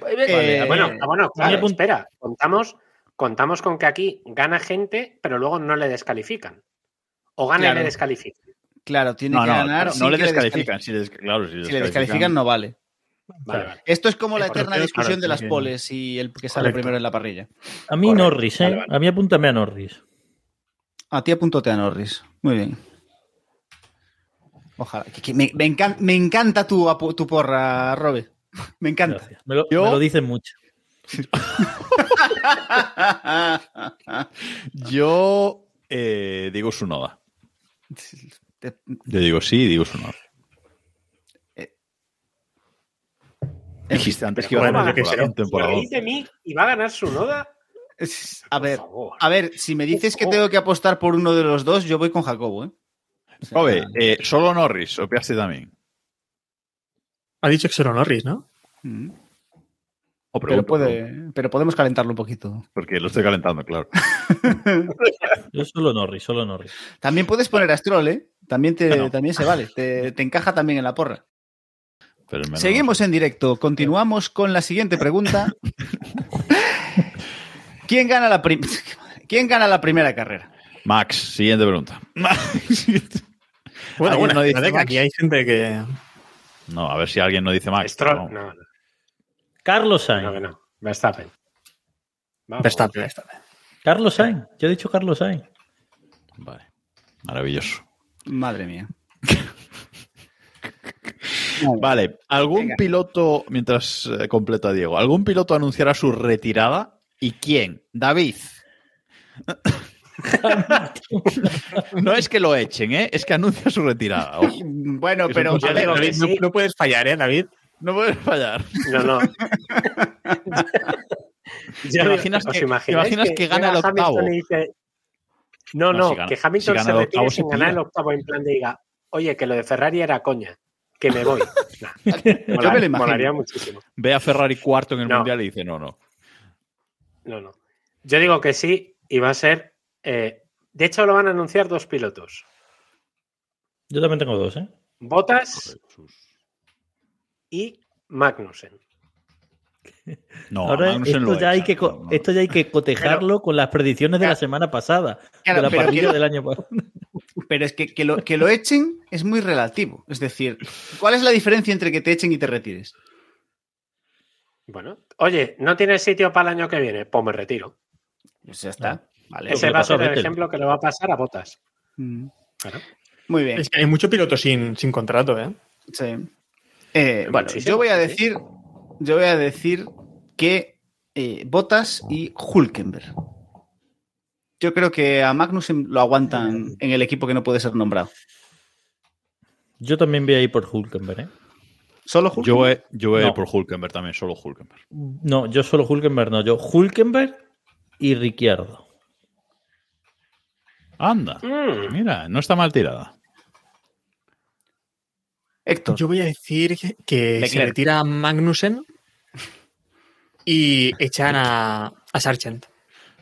S7: Eh,
S2: Ah, bueno, ah, bueno, claro,
S8: apun-
S2: espera, contamos, contamos con que aquí gana gente, pero luego no le descalifican. O gana
S7: Claro.
S2: y le descalifican.
S7: Claro, tiene
S1: No,
S7: que
S1: no,
S7: ganar.
S1: no,
S7: sin
S1: no le
S7: que
S1: descalifican. Si le, des- claro, si
S7: descalifiquen.
S1: le
S7: Si le descalifican, no vale.
S2: Vale,
S8: Claro.
S2: vale.
S7: Esto es como la
S2: Eh, por
S7: eterna
S6: ejemplo,
S7: discusión
S6: claro,
S7: de las
S6: sí que-
S7: poles y el que sale
S6: Correcto.
S7: primero en la parrilla.
S8: A mí
S2: Correcto,
S8: Norris, ¿eh?
S2: vale, vale.
S8: A mí apúntame a Norris.
S7: A ti apúntate a Norris. Muy bien. Ojalá. que- que me, me encan- me encanta tu, apu- tu porra, Robe. Me encanta.
S8: Gracias. Me lo,
S1: Yo-
S8: me lo dicen mucho.
S1: Yo eh, digo su noda.
S7: Te- Eh,
S1: Yo digo sí, digo su noda. Eh, Dijiste antes que iba a
S6: Bueno,
S1: ser
S6: yo qué sé.
S1: un temporada.
S2: Reís de mí y va a ganar su noda.
S7: A ver,
S2: Por
S1: Ah,
S2: favor.
S7: a ver, si me dices que tengo que apostar por uno de los dos, yo voy con Jacobo, ¿eh? O sea,
S1: Joder, eh, solo Norris, o Piastri también.
S6: Ha dicho que solo Norris, ¿no?
S7: mm.
S1: O
S7: Pero,
S1: pregunto,
S7: puede, pero podemos calentarlo un poquito.
S1: Porque lo estoy calentando, claro.
S8: Yo solo Norris, solo Norris.
S7: También puedes poner a Stroll, ¿eh? También, te,
S1: Bueno.
S7: también se vale. Te, te encaja también en la porra.
S1: Pero menos-
S7: Seguimos en directo. Continuamos con la siguiente pregunta. ¿Quién gana la, prim- ¿Quién gana la primera carrera?
S1: Max, siguiente pregunta.
S6: Bueno,
S7: Alguien
S6: bueno,
S7: no dice
S6: espérate, que
S7: Max.
S6: aquí hay gente que.
S1: No, a ver si alguien no dice Max.
S2: Stroll.
S1: No.
S2: No, no,
S8: Carlos Sainz.
S2: no, que no. Verstappen. Vamos.
S6: Verstappen, Verstappen.
S8: Carlos Sainz. Yo he dicho Carlos Sainz.
S1: Vale. Maravilloso.
S7: Madre mía.
S1: Vale, ¿algún
S7: Venga.
S1: piloto, mientras eh, completa Diego, algún piloto anunciará su retirada? ¿Y quién? David. no es que lo echen, ¿eh? es que anuncia su retirada. Ojo,
S7: Bueno,
S1: Es un
S7: pero
S1: consejo.
S7: a ver,
S2: Digo que
S6: David, no,
S2: sí.
S6: no puedes fallar, ¿eh, David?
S1: no puedes fallar.
S2: No, no.
S1: ¿Te imaginas
S2: ¿os
S1: que- te
S2: imagináis
S1: imaginas que gana
S2: llega
S1: el octavo?
S2: Hamilton y dice- No,
S1: No,
S2: no,
S1: si gana-
S2: que
S1: si
S2: Hamilton
S1: gana
S2: se
S1: el
S2: retire
S1: octavo,
S2: sin
S1: se
S2: ganar el
S1: pira.
S2: octavo en plan de diga, oye, que lo de Ferrari era coña, que me voy. Nah,
S7: yo me lo
S2: molar- molaría
S7: imagino.
S2: muchísimo.
S1: Ve a Ferrari cuarto en el
S2: No.
S1: mundial y dice: No, no.
S2: No, no. Yo digo que sí y va a ser... eh, de hecho, lo van a anunciar dos pilotos.
S8: Yo también tengo dos, ¿eh?
S2: Botas y Magnussen.
S1: No,
S8: Ahora,
S1: Magnussen
S8: esto,
S1: lo
S8: ya hay
S1: echan,
S8: que, co-
S1: no, no.
S8: esto ya hay que cotejarlo con las predicciones de la semana pasada,
S7: Claro,
S8: de la
S7: pero
S8: parrilla
S7: quiero-
S8: del año pasado.
S7: Pero es que, que lo, que lo echen es muy relativo. Es decir, ¿cuál es la diferencia entre que te echen y te retires?
S2: Bueno, oye, ¿no tienes sitio para el año que viene? Pues me retiro.
S7: Pues ya está. Vale.
S8: Eso
S2: Ese
S8: le
S2: va a
S8: pasó a
S2: ser el
S8: Vettel.
S2: ejemplo que le va a pasar a Botas.
S7: Mm.
S2: Claro.
S7: Muy bien.
S6: Es que hay mucho piloto sin, sin contrato, ¿eh?
S7: Sí. Eh, bueno,
S2: Muchísimo,
S7: yo voy a
S2: sí.
S7: decir, yo voy a decir que Botas y Hulkenberg. Yo creo que a Magnussen lo aguantan en el equipo que no puede ser nombrado.
S8: Yo también voy a ir por Hulkenberg, ¿eh?
S7: Solo Hulkenberg.
S1: Yo voy, yo voy
S8: No.
S1: por Hulkenberg también, solo Hulkenberg.
S8: No, yo solo Hulkenberg, no. Yo Hulkenberg y Ricciardo.
S1: Anda,
S2: Mm.
S1: mira, no está mal tirada.
S7: Héctor.
S6: Yo voy a decir que- que se
S7: Leclerc.
S6: retira Magnussen y echan a, a Sargent.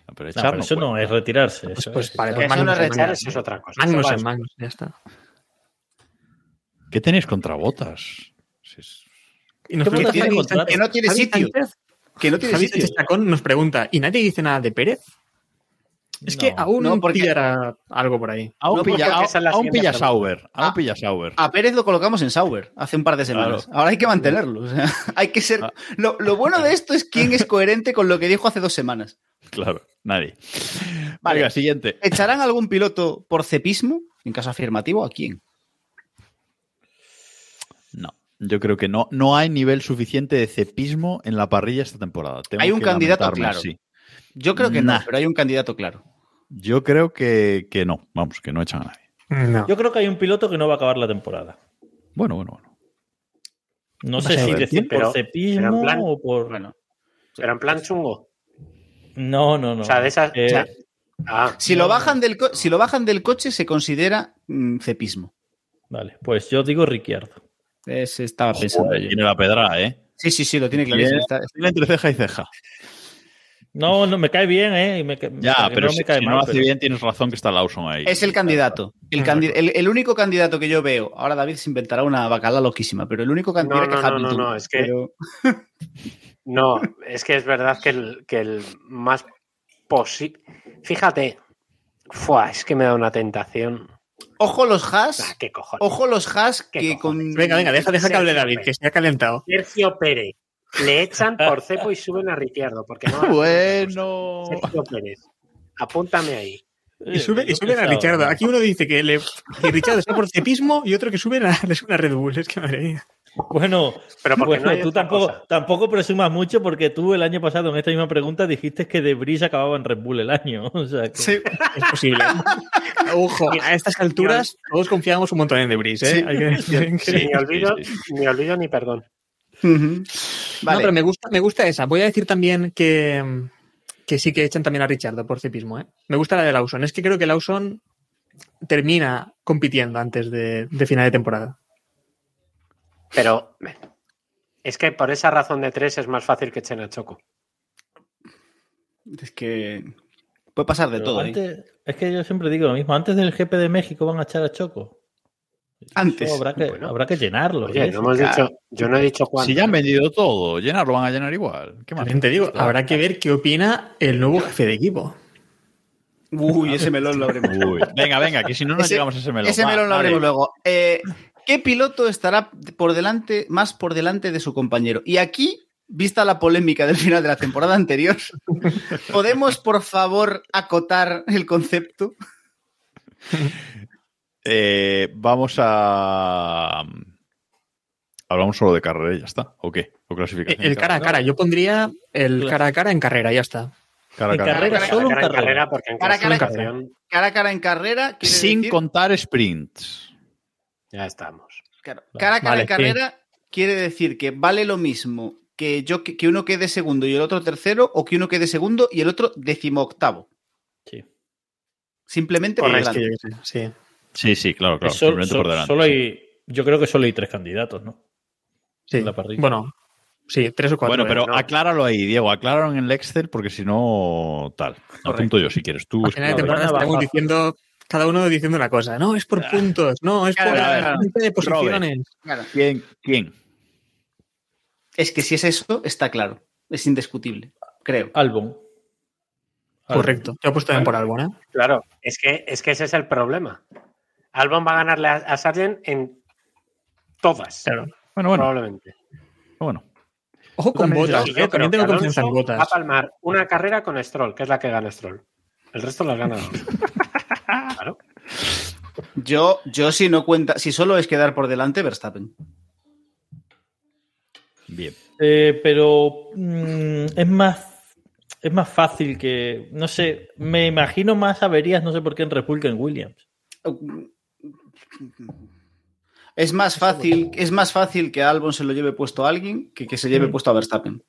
S1: Ah, Pero
S8: No,
S1: echar
S8: pero
S1: no
S8: eso
S1: puede.
S8: no es retirarse.
S6: Pues,
S8: eso
S6: pues
S8: es-
S6: vale,
S7: que
S6: pues
S2: Que eso no
S6: Magnussen.
S2: rechar, eso es otra cosa.
S6: Magnussen,
S2: Eso va-
S6: Magnussen, ya está.
S1: ¿Qué tenéis contra botas? Si es-
S6: Y nos
S8: ¿Qué
S6: pregunta
S8: votación
S6: Javi
S8: de
S6: Sánchez-
S8: contrato?
S7: que no tiene
S6: Javi
S7: sitio.
S6: Sánchez-
S7: Que no tiene
S6: Javi
S7: sitio.
S6: Sánchez Chacón nos pregunta, ¿y nadie dice nada de Pérez? Es que
S8: No.
S6: aún
S7: No,
S6: no,
S7: porque-
S6: pillará algo por ahí.
S1: Aún
S7: No, porque
S1: pilla,
S2: esa es la
S1: aún- aún
S2: siguiente
S1: pilla
S2: pregunta.
S1: Sauber. Aún
S7: Ah.
S1: pilla Sauber.
S7: A Pérez lo colocamos en Sauber hace un par de semanas. Ahora hay que mantenerlo. o sea, hay que ser.
S1: Ah.
S7: Lo, lo bueno de esto es quién es coherente con lo que dijo hace dos semanas.
S1: Claro, nadie.
S7: Vale.
S1: Venga, siguiente.
S7: ¿Echarán algún piloto por cepismo? En caso afirmativo, ¿a quién?
S1: No, yo creo que no, no hay nivel suficiente de cepismo en la parrilla esta temporada. Tengo
S7: Hay un
S1: que
S7: candidato
S1: lamentarme,
S7: claro.
S1: sí.
S7: Yo creo que no,
S1: Nah.
S7: pero hay un candidato claro.
S1: Yo creo que, que no. Vamos, que no echan a nadie.
S6: No.
S8: Yo creo que hay un piloto que no va a acabar la temporada.
S1: Bueno, bueno, bueno.
S8: No
S6: No
S8: sé
S6: sé,
S8: si
S1: a ver,
S8: decir
S2: pero-
S8: por cepismo
S2: pero en plan-
S8: o por.
S7: Bueno.
S2: Pero en plan chungo.
S8: No, no, no.
S2: O sea, de esas.
S8: Eh,
S2: o sea, ah,
S7: Si lo bajan del, co- si lo bajan del coche, se considera mm, cepismo.
S8: Vale, pues yo digo Ricciardo.
S7: Ese estaba pensando.
S1: Joder,
S7: yo.
S1: tiene la pedra, ¿eh?
S7: Sí, sí, sí, lo tiene clarísimo.
S1: Bien.
S7: Está-
S1: Tiene entre ceja y ceja.
S8: No, no, me cae bien, ¿eh? Y me ca-
S1: Ya,
S8: porque
S1: pero
S8: no
S1: si,
S8: me cae
S1: si
S8: mal,
S1: no hace
S8: pero-
S1: bien, tienes razón que está Lawson ahí.
S7: Es el candidato. El, candi- el, el único candidato que yo veo. Ahora David se inventará una bacala loquísima, pero el único candidato
S2: No,
S7: que
S2: no, no,
S7: Hamilton.
S2: no, no, es que-
S7: pero-
S2: no, es que es verdad que el, que el más posible. Fíjate. Fua, es que me da una tentación.
S7: Ojo los
S2: Ah,
S7: has.
S2: qué cojones.
S7: Ojo los has
S2: Qué
S7: que con.
S6: Venga, venga, deja, deja que hable David, que se ha calentado.
S2: Sergio Pérez. Le echan por cepo y suben a Ricciardo. Porque no.
S1: Bueno.
S2: Sergio Pérez. Apúntame ahí.
S6: Y, sube,
S8: Eh,
S6: y
S8: yo
S6: suben a
S8: pensaba,
S6: Richardo.
S8: ¿no?
S6: Aquí uno dice que, le, que Richardo está por cepismo y otro que sube a, le sube a Red Bull. Es que madre mía.
S8: Bueno,
S2: Pero porque
S8: bueno,
S2: no hay
S8: tú
S2: otra
S8: tampoco,
S2: cosa.
S8: tampoco presumas mucho porque tú el año pasado en esta misma pregunta dijiste que Debris acababa en Red Bull el año. O sea, que-
S7: Sí,
S6: Es posible. Ojo, a estas alturas todos confiábamos un montón en Debris, ¿eh? Hay que-
S2: ni, olvido, ni olvido ni perdón.
S7: Ujú. Vale.
S6: No, pero me gusta, me gusta esa. Voy a decir también que, que sí que echan también a Richardo por cepismo. ¿eh? Me gusta la de Lawson. Es que creo que Lawson termina compitiendo antes de, de final de temporada.
S2: Pero me- es que por esa razón de tres es más fácil que echen a Choco.
S7: Es que puede pasar de
S8: Pero
S7: todo. ¿eh?
S8: antes- Es que yo siempre digo lo mismo. Antes del GP de México van a echar a Choco.
S7: Antes.
S6: oh,
S8: Eso habrá, que,
S2: Bueno.
S8: habrá que llenarlo.
S2: Oye,
S8: ¿eh?
S2: no hemos
S7: claro.
S2: dicho, yo no he dicho cuándo.
S1: Si ya han vendido todo, llenar lo van a llenar igual. ¿Qué más?
S6: También te digo,
S1: Está-
S6: habrá que ver qué opina el nuevo jefe de equipo.
S7: Uy, ese melón lo abrimos.
S1: Uy, venga, venga, que si no, no
S7: Ese-
S1: llegamos a ese melón.
S7: Ese
S1: Va,
S7: melón lo
S1: vale.
S7: abrimos luego. Eh, ¿Qué piloto estará por delante, más por delante de su compañero? Y aquí, vista la polémica del final de la temporada anterior, ¿podemos por favor acotar el concepto?
S1: Eh, vamos a. Hablamos solo de carrera y ya está. ¿O qué? ¿O clasificación?
S6: El cara a cara. Yo pondría el cara a cara en carrera, ya está.
S1: Cara a
S8: En
S1: cara.
S8: carrera,
S2: Cara a
S8: solo en
S2: cara en
S8: carrera.
S2: carrera, porque en
S7: Cara a cara en
S2: clasificación
S7: Cara a cara en carrera. quiere
S1: Sin
S7: decir-
S1: contar sprints.
S2: ya estamos.
S7: Claro, Cara a cara
S6: Vale,
S7: en
S6: sí.
S7: carrera quiere decir que vale lo mismo que, yo, que, que uno quede segundo y el otro tercero, o que uno quede segundo y el otro decimoctavo.
S8: Sí.
S7: Simplemente por
S6: Es
S7: delante.
S6: que yo qué sé, sí.
S1: Sí, sí, claro, claro.
S8: Es sol-
S1: simplemente
S8: sol-
S1: por delante.
S8: solo hay, yo creo que solo hay tres candidatos, ¿no?
S6: Sí.
S8: La parrilla.
S6: Bueno, sí, tres o cuatro.
S1: bueno, pero
S6: eh.
S1: acláralo ahí, Diego. Acláralo en el Excel porque si no, tal. Apunto yo si quieres. Tú.
S6: Al final
S1: escúchame.
S6: de temporada
S8: Claro.
S6: estamos diciendo, cada uno diciendo una cosa. No, es por puntos, no, es por
S7: Claro,
S6: la
S1: claro.
S6: diferencia de posiciones.
S7: Claro.
S1: ¿Quién? ¿Quién?
S7: Es que si es eso, está claro. Es indiscutible, creo.
S8: Albon. Albon.
S6: Correcto. Yo he puesto bien por Albon, ¿eh?
S2: Claro, es que, es que ese es el problema. Albon va a ganarle a, a Sargent en todas,
S6: Claro.
S1: Bueno, bueno,
S2: probablemente.
S1: bueno.
S6: Ojo con
S1: también
S6: botas.
S2: Y
S6: Yo también tengo
S2: creo que
S6: confianza en
S2: Alonso Va
S6: botas.
S2: a palmar una carrera con Stroll, que es la que gana Stroll. El resto las gana Alonso. Claro.
S7: Yo, yo si no cuenta, si solo es quedar por delante, Verstappen.
S1: Bien.
S8: Eh, pero mm, es más es más fácil que no sé, me imagino más averías, no sé por qué en Red Bull que en Williams.
S7: Es más fácil, es más fácil que Albon se lo lleve puesto a alguien que que se lleve puesto a Verstappen.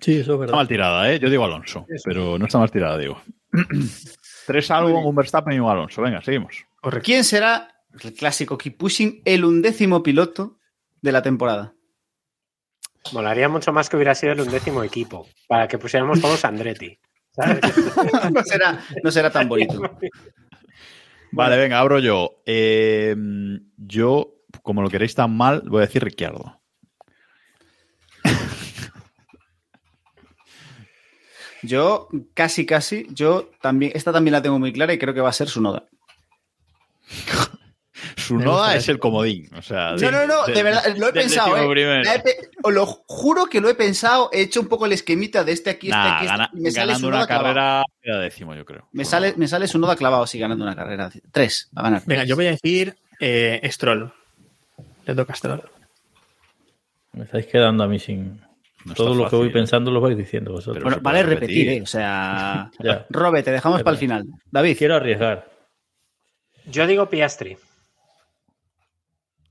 S8: Sí, eso es
S1: Está mal tirada, ¿eh? Yo digo Alonso, pero no está mal tirada, digo. Tres algo, un Verstappen y un Alonso. Venga, seguimos.
S7: ¿Quién será el clásico keep pushing el undécimo piloto de la temporada?
S2: Molaría mucho más que hubiera sido el undécimo equipo, para que pusiéramos todos a Andretti. ¿sabes?
S7: No será, no será tan bonito.
S1: Vale, venga, abro yo. Eh, yo, como lo queréis tan mal, voy a decir Ricciardo.
S7: Yo casi, casi, yo también, esta también la tengo muy clara y creo que va a ser su noda.
S1: Su
S6: Me
S1: noda
S6: gusta
S1: es el comodín. O sea,
S7: No, no, no, de verdad, lo he
S1: del
S7: pensado,
S1: décimo
S7: eh.
S1: primero.
S7: La he pe- os lo juro que lo he pensado, he hecho un poco el esquemita de este aquí, este
S1: Nah,
S7: aquí, este
S1: gana-
S7: aquí, y me sale
S1: ganando
S7: su
S1: una
S7: noda clavado.
S1: carrera queda décimo, yo creo.
S7: Me sale, me sale su noda clavado así ganando una carrera. Tres, va a ganar.
S6: Venga, yo voy a decir eh, Stroll. Le toca a Stroll.
S8: Me estáis quedando a mí sin
S1: No está
S8: todo lo que
S1: fácil. ¿eh?
S8: voy pensando lo vais diciendo vosotros.
S1: Pero
S7: Bueno,
S1: se
S7: vale
S1: puede
S7: repetir,
S1: repetir.
S7: eh, o sea...
S8: Ya.
S7: Robe, te dejamos
S8: Es
S7: para el
S8: verdad.
S7: final. David,
S8: Quiero arriesgar.
S2: Yo digo Piastri.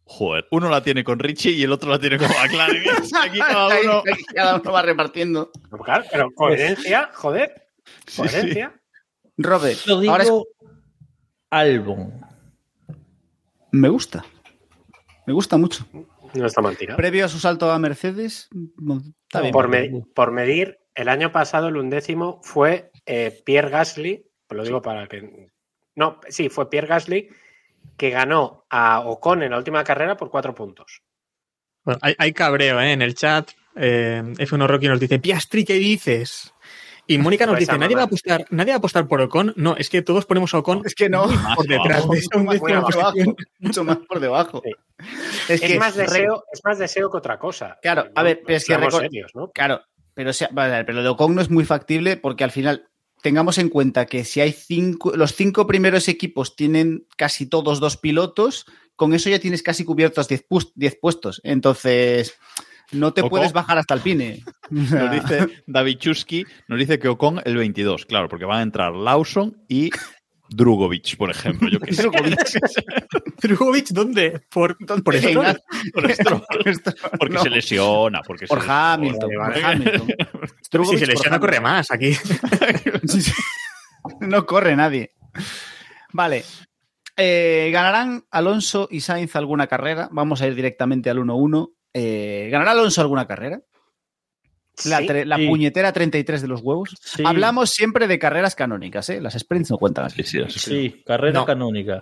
S1: Joder, uno la tiene con Richie y el otro la tiene con McLaren. Aquí cada
S7: Ahí,
S1: uno.
S7: ahí, cada uno va repartiendo.
S2: No, Claro, pero coherencia, joder.
S1: Sí, sí.
S2: Coherencia.
S7: Robe,
S8: Yo digo
S7: ahora es-
S8: Albon.
S7: me gusta. Me gusta mucho.
S2: No está mal tirado.
S7: Previo a su salto a Mercedes, mm, está bien.
S2: por, me- por medir, el año pasado el undécimo fue eh, Pierre Gasly, os lo digo para que... No, sí, fue Pierre Gasly que ganó a Ocon en la última carrera por cuatro puntos.
S6: Bueno, hay, hay cabreo ¿eh? en el chat. Eh, F1 Rocky nos dice, Piastri, ¿qué dices? Y Mónica nos
S2: Vais a
S6: dice, nadie va, a
S2: mamar.
S6: apostar, ¿nadie va a apostar por Ocon? No, es que todos ponemos a Ocon
S7: Es que no.
S6: por detrás de esa
S7: Mucho más por
S6: undécima posición.
S7: debajo, mucho más por debajo.
S2: Sí.
S7: Es
S2: Es,
S7: que
S2: más,
S7: re-
S2: deseo, es más deseo que otra cosa.
S7: Claro, a ver, pero es que
S2: Seamos
S7: recor-
S2: serios, ¿no?
S7: Claro, pero, o sea, vale, vale, pero lo de Ocon no es muy factible porque al final tengamos en cuenta que si hay cinco, los cinco primeros equipos tienen casi todos dos pilotos, con eso ya tienes casi cubiertos 10 pus- 10 puestos. Entonces, no te
S1: Ocon.
S7: puedes bajar hasta el pine. O sea,
S1: Nos dice David Chusky, nos dice que Ocon el 22, claro, porque van a entrar Lawson y Drugovic, por ejemplo. Yo qué sé.
S6: Drugovic, ¿dónde? Por, por
S7: En
S6: Stroll.
S7: Ast-
S1: Por Stroll,
S7: Stroll,
S1: porque
S7: no.
S1: se lesiona. Porque
S7: Por
S1: se lesiona.
S7: Hamilton.
S1: Vale,
S7: por
S1: vale.
S7: Hamilton.
S6: Si
S7: Drugovic
S6: se
S7: por
S6: lesiona, corre
S7: Hamilton.
S6: más aquí.
S7: Sí, sí. No corre nadie. Vale. Eh, ¿Ganarán Alonso y Sainz alguna carrera? Vamos a ir directamente al 1-1. Eh, ¿Ganará Alonso alguna carrera? La,
S2: Sí.
S7: tre- la
S8: Sí.
S7: puñetera 33 de los huevos.
S8: Sí.
S7: Hablamos siempre de carreras canónicas, ¿eh? Las sprints no cuentan así.
S1: Sí, sí, sí, sí.
S8: Sí, carrera
S6: No.
S8: canónica.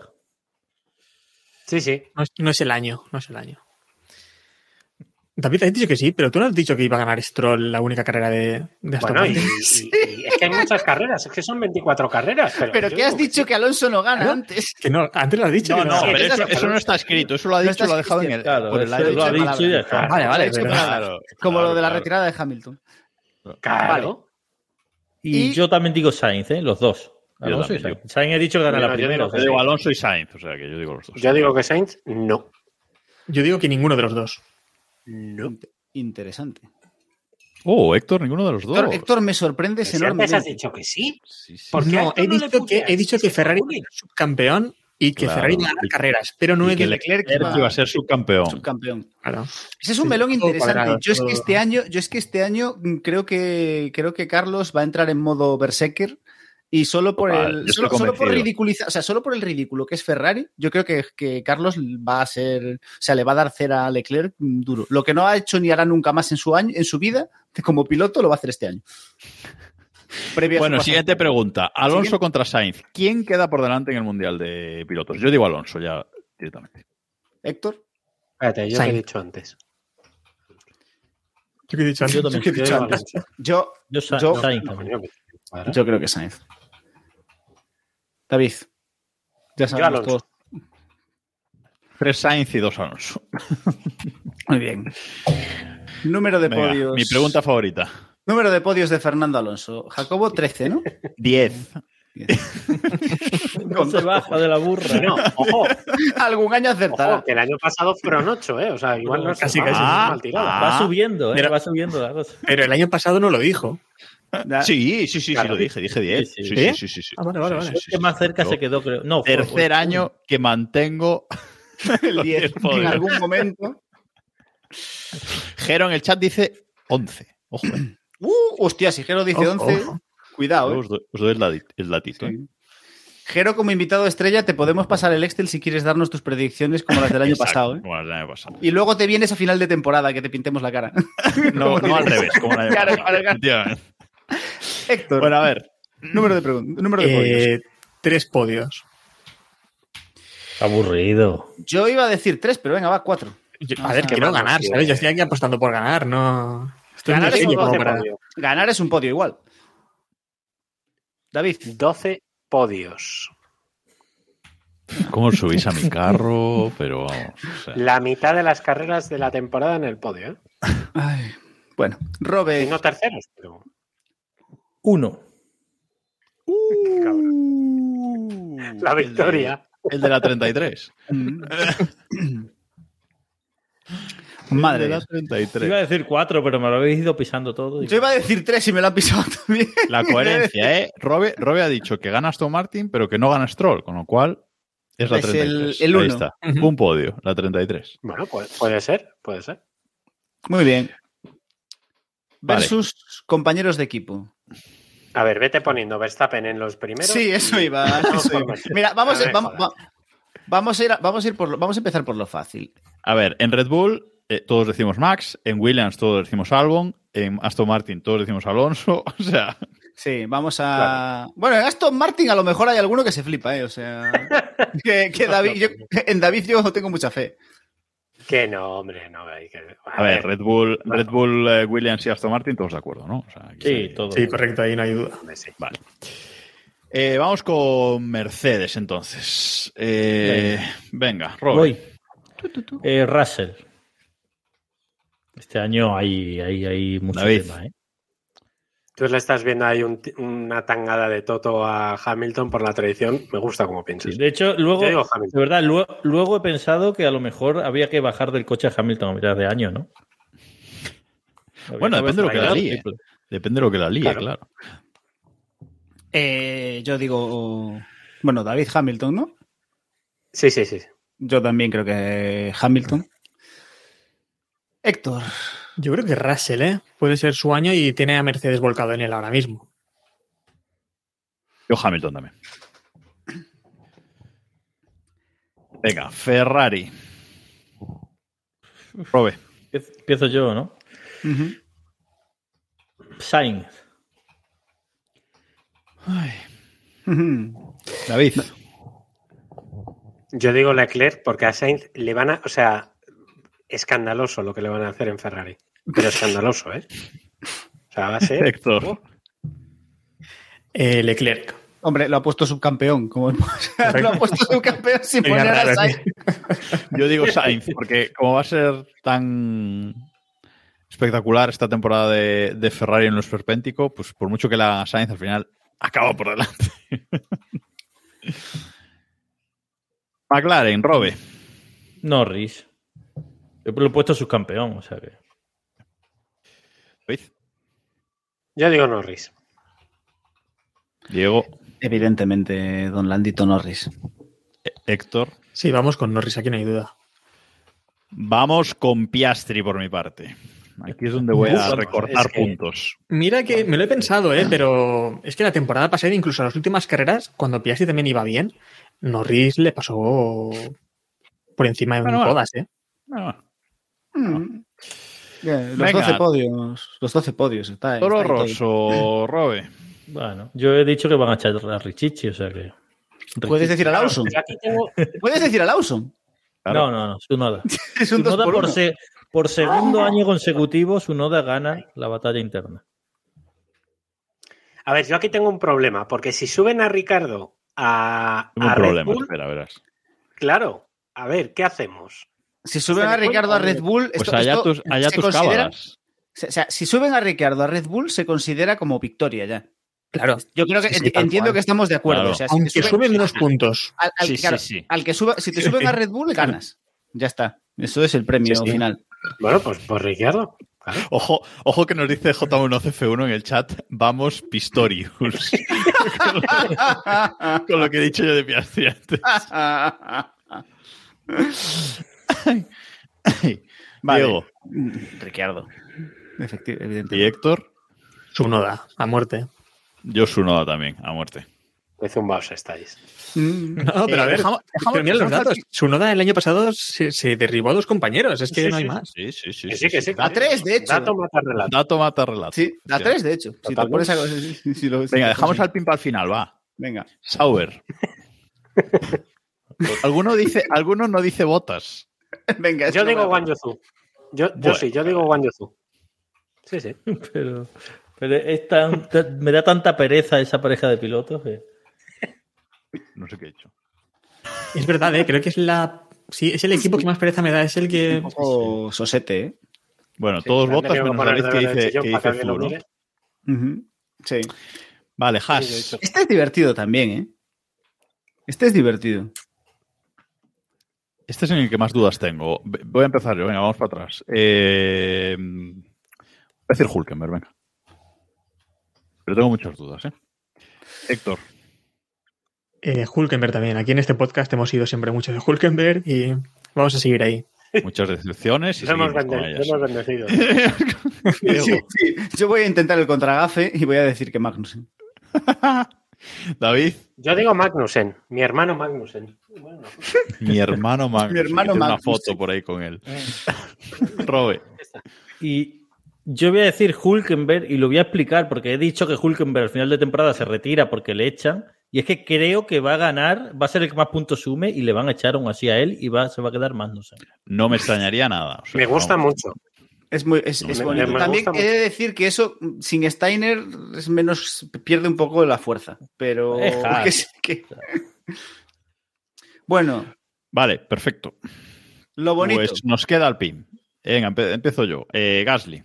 S2: Sí, sí.
S6: No es, no es el año, no es el año. David, has dicho que sí, pero tú no has dicho que iba a ganar Stroll la única carrera de, de Aston
S2: Bueno, y,
S6: Martin.
S2: y- y- es que hay muchas carreras, es que son 24 carreras. Pero,
S7: Pero
S2: yo-
S7: ¿qué has dicho que Alonso no gana
S6: ¿No?
S7: antes?
S6: Que no, antes lo has dicho.
S1: No,
S6: que
S1: no,
S6: ganaba.
S1: pero
S7: esas
S1: eso,
S7: son
S1: eso no está escrito. Eso lo ha
S7: No
S1: dicho,
S7: está
S1: lo ha dejado en
S7: escrito,
S1: el.
S8: Claro,
S1: por el
S8: eso
S1: aire.
S8: lo ha
S7: de
S8: dicho y ya está.
S7: Vale, vale,
S1: Lo ha dicho,
S7: pero-
S1: claro,
S7: Como
S1: claro,
S7: lo de la
S1: claro.
S7: retirada de Hamilton.
S2: Claro.
S8: Y,
S7: Y-
S8: yo también digo Sainz, ¿eh? los dos.
S1: Yo
S8: Alonso y
S1: también,
S8: Sainz. Sainz he dicho que gana
S2: Yo
S8: la
S2: no, yo
S8: primera.
S2: digo
S8: o
S1: Yo
S8: sea,
S1: digo Alonso y Sainz, o sea que yo digo los dos.
S2: Yo digo que Sainz, no.
S6: Yo digo que ninguno de los dos.
S2: No.
S7: Interesante.
S1: Oh, Héctor, ninguno de los dos.
S7: Héctor, Héctor, me sorprendes
S2: Si antes has
S7: enormemente.
S2: dicho que sí.
S1: Sí, sí.
S2: ¿Por qué a
S6: no,
S2: esto
S6: he
S2: no le
S6: dicho, que,
S2: puteas?
S6: he dicho que Ferrari
S2: Joder.
S6: es subcampeón y que
S1: Claro.
S6: Ferrari va a ganar carreras, pero no
S1: Y
S6: he
S1: que
S6: dicho
S1: Leclerc
S7: Leclerc
S1: iba a ser subcampeón.
S7: Subcampeón.
S6: claro.
S7: Ese es un
S6: Sí,
S7: melón
S6: todo
S7: interesante.
S6: cuadrado,
S7: yo es
S6: todo-
S7: que este año, yo es que este año mm, creo que creo que Carlos va a entrar en modo berserker y solo por
S1: Total, yo
S7: el
S1: estoy
S7: solo, solo por
S1: convencido.
S7: ridiculizar, o sea, solo por el ridículo que es Ferrari, yo creo que, que Carlos va a ser, o sea, le va a dar cera a Leclerc mm, duro. Lo que no ha hecho ni hará nunca más en su año, en su vida, como piloto lo va a hacer este año. Previo a su
S1: Bueno,
S7: paso.
S1: siguiente pregunta. Alonso
S7: Siguiente.
S1: contra Sainz. ¿Quién queda por delante en el Mundial de Pilotos? Yo digo Alonso ya directamente.
S7: Héctor,
S2: Espérate, yo
S6: Sainz.
S2: te he dicho antes.
S6: Yo que he dicho antes.
S8: Yo también.
S6: que he dicho
S2: Yo digo
S6: antes.
S2: Alonso.
S7: yo
S8: yo Sa-
S7: yo-
S8: Sainz
S2: No,
S8: también.
S2: coño, que- Claro.
S7: yo creo que Sainz. David. Ya sabemos
S2: Alonso.
S7: todos.
S1: Tres Sainz y dos Alonso.
S7: Muy bien. Número de
S1: Venga,
S7: podios.
S1: mi pregunta favorita.
S7: Número de podios de Fernando Alonso. Jacobo, 13, ¿no?
S1: Diez.
S8: No se baja de la burra. ¿eh?
S2: Bueno, ojo,
S7: Algún año
S2: ojo,
S7: acertará.
S2: que el año pasado fueron 8, ¿eh? O sea, igual no es
S6: Casi,
S2: mal,
S6: casi.
S2: no es mal tirado.
S1: Ah,
S8: Va subiendo, ¿eh?
S6: Mira.
S8: va subiendo la cosa.
S6: Pero el año pasado no lo dijo.
S7: Ya.
S1: Sí, sí, sí, sí,
S2: Claro.
S1: lo dije, dije diez.
S8: Sí,
S1: Sí,
S8: sí.
S1: sí,
S6: ¿Eh?
S1: sí, sí. sí.
S6: Ah, vale, vale, vale.
S1: Sí,
S8: Es
S1: sí,
S8: que
S1: sí.
S8: Este más cerca
S1: Yo,
S8: se quedó, creo. No, fue- fue-
S1: Tercer año que mantengo
S7: el 10
S1: podios.
S7: en algún momento.
S1: Jero en el chat dice 11. Ojo, eh.
S7: Uh, hostia, si Jero dice
S6: Ojo,
S7: 11,
S6: ojo.
S7: cuidado.
S1: os, doy, os doy el, ladi- el datito.
S7: ¿eh?
S1: eh.
S7: Jero, como invitado estrella, te podemos pasar el Excel si quieres darnos tus predicciones como las del año
S1: Exacto,
S7: pasado. ¿eh?
S1: como el año pasado.
S7: Y luego te vienes a final de temporada que te pintemos la cara.
S1: No, no al revés, como el año
S7: Claro,
S1: pasado.
S7: claro, claro.
S1: Efectivamente.
S7: Héctor,
S1: Bueno, a ver.
S7: número de, pregun- número de podios.
S6: Eh, tres podios.
S8: Aburrido.
S7: Yo iba a decir 3, pero venga, va, 4.
S6: Yo-
S7: Ah,
S6: a ver,
S7: qué
S6: quiero
S2: malo,
S6: ganar,
S2: tío.
S6: ¿sabes? Yo estoy aquí apostando por ganar, no. Estoy muy
S2: Ganar esos
S6: serio como
S2: 12
S6: para-
S2: podios.
S7: Ganar es un podio igual. David.
S2: 12 podios.
S1: ¿Cómo os subís a mi carro? Pero vamos. o sea.
S2: La mitad de las carreras de la temporada en el podio, ¿eh?
S7: Ay, bueno, Robe.
S2: Y no terceros, pero.
S8: Uno.
S2: cabrón. La
S1: El de-
S2: victoria.
S1: El de la 33.
S7: Mm. Madre.
S1: El de la
S7: mía.
S1: 33.
S8: Iba a decir cuatro, pero me lo habéis ido pisando todo. y-
S7: Yo iba a decir tres y me lo han pisado también.
S1: La coherencia, ¿eh? Robe, Robe ha dicho que gana Aston Martin, pero que no gana Stroll, con lo cual es la
S7: Es el-
S1: 33.
S7: el
S1: Ahí
S7: uno.
S1: está.
S6: Ujú.
S1: Un podio, la 33.
S2: Bueno, puede, puede ser, puede ser.
S7: Muy bien.
S1: Vale.
S7: Versus compañeros de equipo.
S2: A ver, vete poniendo Verstappen en los primeros.
S7: Sí, eso iba. eso iba. Mira, vamos,
S2: No
S7: a-
S2: me
S7: vamos,
S2: jodas.
S7: va- vamos a ir, a- vamos a ir por lo- vamos a empezar por lo fácil.
S1: A ver, en Red Bull eh, todos decimos Max, en Williams todos decimos Albon, en Aston Martin todos decimos Alonso, o sea,
S7: Sí, vamos a. Bueno, en Aston Martin a lo mejor hay alguno que se flipa, ¿eh? O sea. Que, que David, yo- en David yo tengo mucha fe.
S2: Que no, hombre, no. hay que-
S1: a ver, Red Bull,
S2: no.
S1: Red Bull eh, Williams y Aston Martin todos de acuerdo, ¿no? O sea, aquí
S8: Sí,
S1: se-
S8: todo.
S6: Sí, correcto, ahí no hay duda.
S2: hombre, sí.
S1: Vale. Eh, vamos con Mercedes entonces. Eh, venga, Robe.
S8: Voy. Eh, Russell. Este año hay, hay, hay mucho
S1: David.
S8: tema, ¿eh?
S2: Tú le estás viendo ahí un t- una tangada de Toto a Hamilton por la tradición. Me gusta cómo piensas.
S8: Sí, De hecho, luego,
S2: Yo digo
S8: de
S2: Hamilton.
S8: verdad, luego, luego he pensado que a lo mejor había que bajar del coche a Hamilton a mitad de año, ¿no?
S1: Bueno,
S8: Había
S1: depende de lo que la
S8: bajar. pues,
S1: líe. Depende de lo que la líe,
S2: Claro.
S1: claro.
S7: Eh, yo digo Bueno, David Hamilton, ¿no?
S2: Sí, sí, sí.
S7: Yo también creo que Hamilton. Héctor.
S6: Yo creo que Russell, ¿eh? Puede ser su año y tiene a Mercedes volcado en él ahora mismo.
S1: Yo Hamilton también. Venga, Ferrari. Robe.
S8: Empiezo yo, ¿no? Sainz.
S1: David.
S2: Yo digo Leclerc porque a Sainz le van a. O sea, escandaloso lo que le van a hacer en Ferrari. Pero escandaloso, ¿eh? O sea, va a ser.
S1: Héctor.
S6: Eh, Leclerc.
S7: Hombre, lo ha puesto subcampeón. Como, o sea, lo ha puesto subcampeón sin
S6: Venga,
S7: poner
S6: raro,
S7: a Sainz.
S1: Yo digo Sainz, porque como va a ser tan espectacular esta temporada de, de Ferrari en los Perpéntico, pues por mucho que la haga Sainz al final acaba por delante. McLaren, Robe.
S8: Norris. Yo lo he puesto subcampeón, o sea que.
S1: David,
S2: Yo digo Norris.
S1: Diego,
S7: Evidentemente, don Landito Norris.
S1: Héctor.
S6: Sí, vamos con Norris, aquí no hay duda.
S1: Vamos con Piastri por mi parte. Aquí es donde voy
S2: Uf,
S1: a
S2: vamos,
S1: recortar
S2: es que-
S1: puntos.
S6: Mira que me lo he pensado, ¿eh? pero es que la temporada pasada, incluso en las últimas carreras, cuando Piastri también iba bien, Norris le pasó por encima de
S1: Bueno,
S6: un
S1: bueno.
S6: todas, ¿eh?
S1: Ah,
S7: Mm. Bien, Los
S1: Venga.
S7: 12 podios. Los 12 podios. Está, está
S1: Toro
S7: ahí, está ahí.
S1: Rosso, Robe.
S8: Bueno, yo he dicho que van a echar a Richichi, o sea que.
S7: Puedes decir a Lawson.
S2: Yo aquí tengo-
S7: Puedes decir a Lawson.
S1: Claro.
S8: No, no, no, Sunoda.
S7: Es un 2
S8: Sunoda
S7: por
S8: por,
S7: uno.
S8: se- por segundo año consecutivo, Sunoda gana la batalla interna.
S2: A ver, yo aquí tengo un problema. Porque si suben a Ricardo a.
S1: Tengo un
S2: a Red
S1: problema,
S2: Bull,
S1: espera, verás.
S2: claro. A ver, ¿qué hacemos?
S7: Si suben a Ricardo a Red Bull,
S1: Pues
S7: esto-
S1: allá
S7: esto
S1: tus, allá
S7: se
S1: tus
S7: considera-
S1: cábalas.
S7: O sea, si suben a Ricardo a Red Bull, se considera como victoria ya.
S6: Claro.
S7: Yo creo que
S6: Sí, sí, tal
S7: entiendo
S6: cual.
S7: que estamos de acuerdo.
S1: Claro.
S7: O sea, si
S6: Aunque
S7: te suben-
S6: suben menos puntos.
S7: al, al-
S1: Sí, sí,
S7: claro,
S1: sí.
S7: al que suba, si te suben a Red Bull, ganas. Ya está. Eso es el premio
S6: Sí, sí.
S7: final.
S2: Bueno, pues por Ricardo. claro.
S1: Ojo, ojo que nos dice J1CF1 en el chat, vamos Pistorius. Con lo que he dicho yo de Piastri antes.
S7: Vale.
S1: Diego
S7: Ricardo. Efectivamente,
S1: y
S7: evidentemente.
S1: Héctor,
S6: Sunoda, a muerte.
S1: yo Sunoda también, a muerte.
S2: De zumbaos estáis.
S7: Mm.
S6: No, pero a
S1: Eh,
S6: ver,
S1: dejamos- dejamos-
S6: pero mira los
S1: dejamos
S6: datos. Sunoda el año pasado se, se derribó a dos compañeros, es que
S2: Sí,
S6: no hay
S2: sí,
S6: más.
S1: Sí, sí, sí.
S2: Que
S1: sí,
S2: sí, que
S1: sí.
S2: sí.
S7: A tres, de hecho.
S2: Dato mata relato.
S1: Dato mata relato.
S7: Sí, a tres, de hecho. Si te
S2: Total.
S7: pones a- si- si- si lo- si
S1: Venga,
S7: lo
S1: dejamos
S7: consigues.
S1: al pin para el final, va.
S7: Venga.
S1: Sauber. ¿Alguno, dice, alguno no dice botas.
S7: Venga,
S2: Yo
S7: esto
S2: digo
S7: no me-
S2: Guan Yuzu. Yo, yo
S1: Bueno.
S2: sí, yo digo Guan Yuzu. Sí, sí.
S8: Pero, pero es tan- ta- me da tanta pereza esa pareja de pilotos. que-
S1: No sé qué he hecho.
S6: Es verdad, ¿eh? creo que es la. Sí, es el equipo que más pereza me da, es el que.
S7: Un poco sosete, ¿eh?
S1: Bueno, todos
S2: Sí,
S1: botas,
S2: le tengo
S1: menos David
S2: poner
S1: que
S2: debajo del
S1: dice,
S2: sillón
S1: que
S2: para
S1: dice
S2: que alguien lo
S1: Fu,
S2: mire.
S1: ¿no?
S7: Ujú. Sí.
S1: Vale,
S2: Sí, de hecho.
S1: Haas.
S7: Este es divertido también, ¿eh? Este es divertido.
S1: Este es en el que más dudas tengo. Ve- Voy a empezar yo, venga, vamos para atrás. Eh, voy a decir Hulkenberg, venga. Pero tengo muchas dudas, ¿eh? Héctor,
S6: Eh, Hulkenberg también. Aquí en este podcast hemos ido siempre mucho de Hulkenberg y vamos a seguir ahí.
S1: muchas decepciones y
S2: Lo hemos,
S1: seguimos con
S2: bende- lo
S1: ellas.
S2: hemos bendecido.
S1: Diego.
S7: Sí, sí. Yo voy a intentar el contragafe y voy a decir que Magnussen.
S1: David,
S2: Yo digo Magnussen, mi hermano Magnussen. Bueno,
S1: mi hermano Magnus.
S7: Mi hermano
S1: una
S7: Magnus.
S1: foto por ahí con él. Robe,
S8: Y yo voy a decir Hulkenberg y lo voy a explicar porque he dicho que Hulkenberg al final de temporada se retira porque le echan. Y es que creo que va a ganar, va a ser el que más puntos sume y le van a echar aún así a él y va, se va a quedar más, no sé.
S1: no me extrañaría nada. o sea,
S2: me gusta
S1: no.
S2: mucho.
S7: Es muy es, es
S1: Me-
S7: bonito.
S1: me gusta
S7: También
S2: mucho.
S7: he de decir que eso mm, sin Steiner es menos pierde un poco la fuerza, pero
S8: Deja.
S7: que sí, que- Bueno,
S1: Vale, perfecto.
S7: lo bonito.
S1: Pues nos queda el pin. Venga, empe- empiezo yo. Eh, Gasly.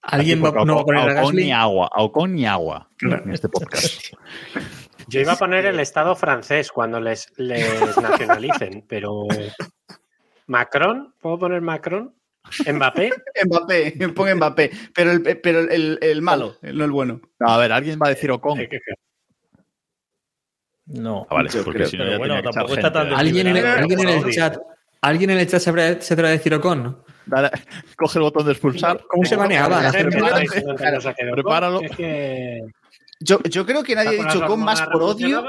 S6: ¿Alguien va,
S1: Porque
S6: no va a poner a
S1: Ocon ni
S6: Gasly?
S1: agua. Ocon ni agua en este podcast.
S2: Yo iba a poner el Estado francés cuando les, les nacionalicen, pero Macron, ¿puedo poner Macron? Mbappé, eh,
S7: Mbappé, pon Mbappé, pero el pero el, el malo, el- no el bueno.
S2: Eh,
S1: No, a ver, alguien va a decir Ocon.
S8: No.
S1: Ah, vale,
S7: Yo
S1: porque
S7: creo.
S1: si no
S8: Pero
S1: ya
S8: bueno,
S1: tenía que echar
S8: tampoco está
S1: gente.
S8: tan-
S6: ¿Alguien en el,
S2: Pero,
S6: alguien en el
S2: pero-
S6: chat? ¿Alguien en el chat sabrá- se habrá decir Ocon?
S1: Dale, coge el botón de expulsar.
S6: Ah, ¿Cómo se maneaba? La gente-
S1: Prepáralo.
S2: Es que-
S7: Yo, yo creo que nadie ha dicho con más por odio.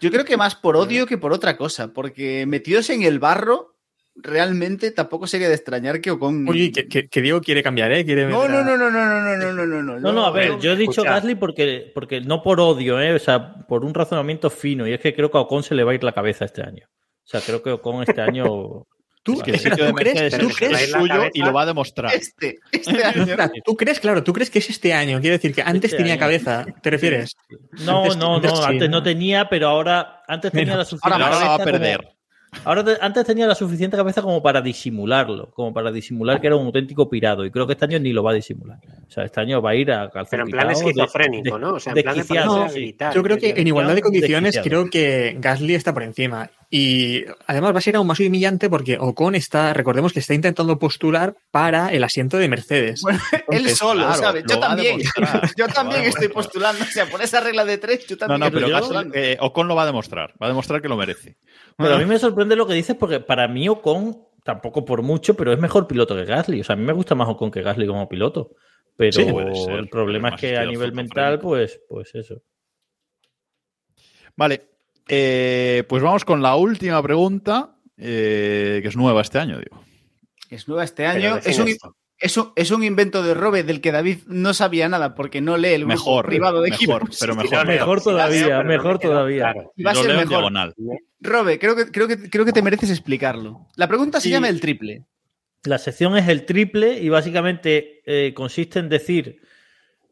S7: Yo creo que más por odio que por otra cosa, porque metidos en el barro, realmente tampoco sería de extrañar que Ocon.
S6: Oye, que, que- que Diego quiere cambiar, ¿eh? Quiere
S7: no,
S6: meter
S7: no,
S6: a-
S7: no, no, no, no, no, no, no, no, no.
S8: No, no, a ver, yo he dicho
S7: Escucha,
S8: Gasly porque, porque no por odio, ¿eh? o sea, por un razonamiento fino. Y es que creo que a Ocon se le va a ir la cabeza este año. O sea, creo que Ocon este año.
S6: ¿Tú,
S1: Es que el
S6: espera,
S1: sitio de
S6: ¿tú crees,
S1: Mercedes
S6: tú
S1: es
S6: crees-
S2: crees?
S1: suyo y lo va a demostrar.
S7: Este, este año.
S6: espera, ¿tú crees? claro, tú crees que es este año. Quiere decir que antes
S8: Este
S6: tenía
S8: año.
S6: cabeza, ¿te refieres?
S8: No,
S6: Antes-
S8: no,
S6: antes
S8: no,
S6: sí,
S8: antes no
S6: ¿no?
S8: tenía, pero ahora. Antes tenía
S6: Mira,
S8: la suficiente
S1: ahora la va a
S8: cabeza como-
S1: perder.
S8: ahora te- antes tenía la suficiente cabeza como para disimularlo, como para disimular que era un auténtico pirado. Y creo que este año ni lo va a disimular. O sea, este año va a ir a calzón
S2: Pero en plan
S8: quitado, de-
S2: esquizofrénico,
S8: de-
S2: ¿no? O sea, en plan de
S8: desquiciado,
S2: ponerse a
S8: sí.
S2: gritar.
S6: Yo creo que en igualdad de
S8: Desquiciado.
S6: condiciones, creo que Gasly está por encima. Y además va a ser aún más humillante porque Ocon está, recordemos que está intentando postular para el asiento de Mercedes.
S7: Él
S6: Entonces,
S7: solo,
S1: claro,
S7: ¿sabes?
S1: lo
S7: Yo
S1: va a
S7: también.
S1: demostrar.
S7: Yo
S1: Lo
S7: también
S1: va a
S7: estoy
S1: demostrar.
S7: postulando. O sea, por esa regla de tres, yo
S1: No,
S7: también
S1: no, pero
S7: estoy
S1: Gasly-
S7: postulando.
S1: eh, Ocon lo va a demostrar. Va a demostrar que lo merece.
S8: Pero a
S1: Ah.
S8: mí me sorprende lo que dices porque para mí Ocon, tampoco por mucho, pero es mejor piloto que Gasly. O sea, a mí me gusta más Ocon que Gasly como piloto. Pero
S1: Sí, puede ser.
S8: el problema es que a
S1: Demasiado
S8: nivel mental,
S1: esquizofrénico.
S8: pues, pues eso.
S1: Vale, eh, pues vamos con la última pregunta, eh, que es nueva este año, digo.
S7: Es nueva este
S2: Pero
S7: año.
S2: define
S7: Es un,
S2: esto.
S7: es, un, es un invento de Robe del que David no sabía nada porque no lee el grupo
S1: Mejor,
S7: privado de
S1: mejor,
S7: equipos.
S1: pero
S2: Lo
S1: mejor.
S2: leo,
S8: Mejor
S2: sí, lo leo,
S8: todavía,
S2: pero no me
S8: mejor
S2: queda
S8: todavía.
S2: claro.
S7: Y va a
S1: Lo
S7: ser
S1: leo en
S7: mejor.
S1: diagonal.
S7: Robe, creo que, creo, que, creo que te mereces explicarlo. La pregunta se
S8: Sí.
S7: llama el triple.
S8: La sección es el triple y básicamente eh, consiste en decir,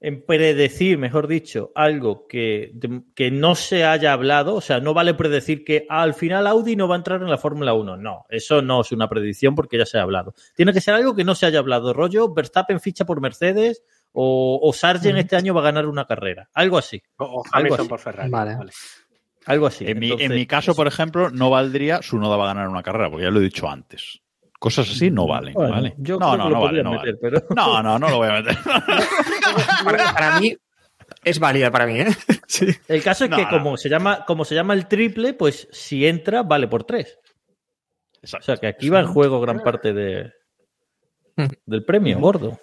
S8: en predecir, mejor dicho, algo que, de- que no se haya hablado. O sea, no vale predecir que "Ah, al final Audi no va a entrar en la Fórmula 1. No, eso no es una predicción porque ya se ha hablado. Tiene que ser algo que no se haya hablado. Rollo, Verstappen ficha por Mercedes o, o Sargent este año va a ganar una carrera. Algo así,
S2: O o Hamilton
S8: así.
S2: por Ferrari.
S6: Vale.
S8: algo así.
S1: En, mi, en
S8: Entonces,
S1: mi caso, por ejemplo, no valdría su noda va a ganar una carrera, porque ya lo he dicho antes. Cosas así no valen.
S8: bueno,
S1: ¿vale?
S8: yo
S1: no,
S8: creo
S1: no,
S8: que lo
S1: no vale,
S8: podría
S1: no
S8: meter,
S1: vale.
S8: pero-
S1: No, no, no lo voy a meter.
S6: Para, para mí es válida para mí, ¿eh? Sí.
S8: El caso es
S1: No,
S8: que
S1: no.
S8: como se llama, como se llama el triple, pues si entra, vale por tres. O sea que aquí va en juego gran parte de, del premio, gordo.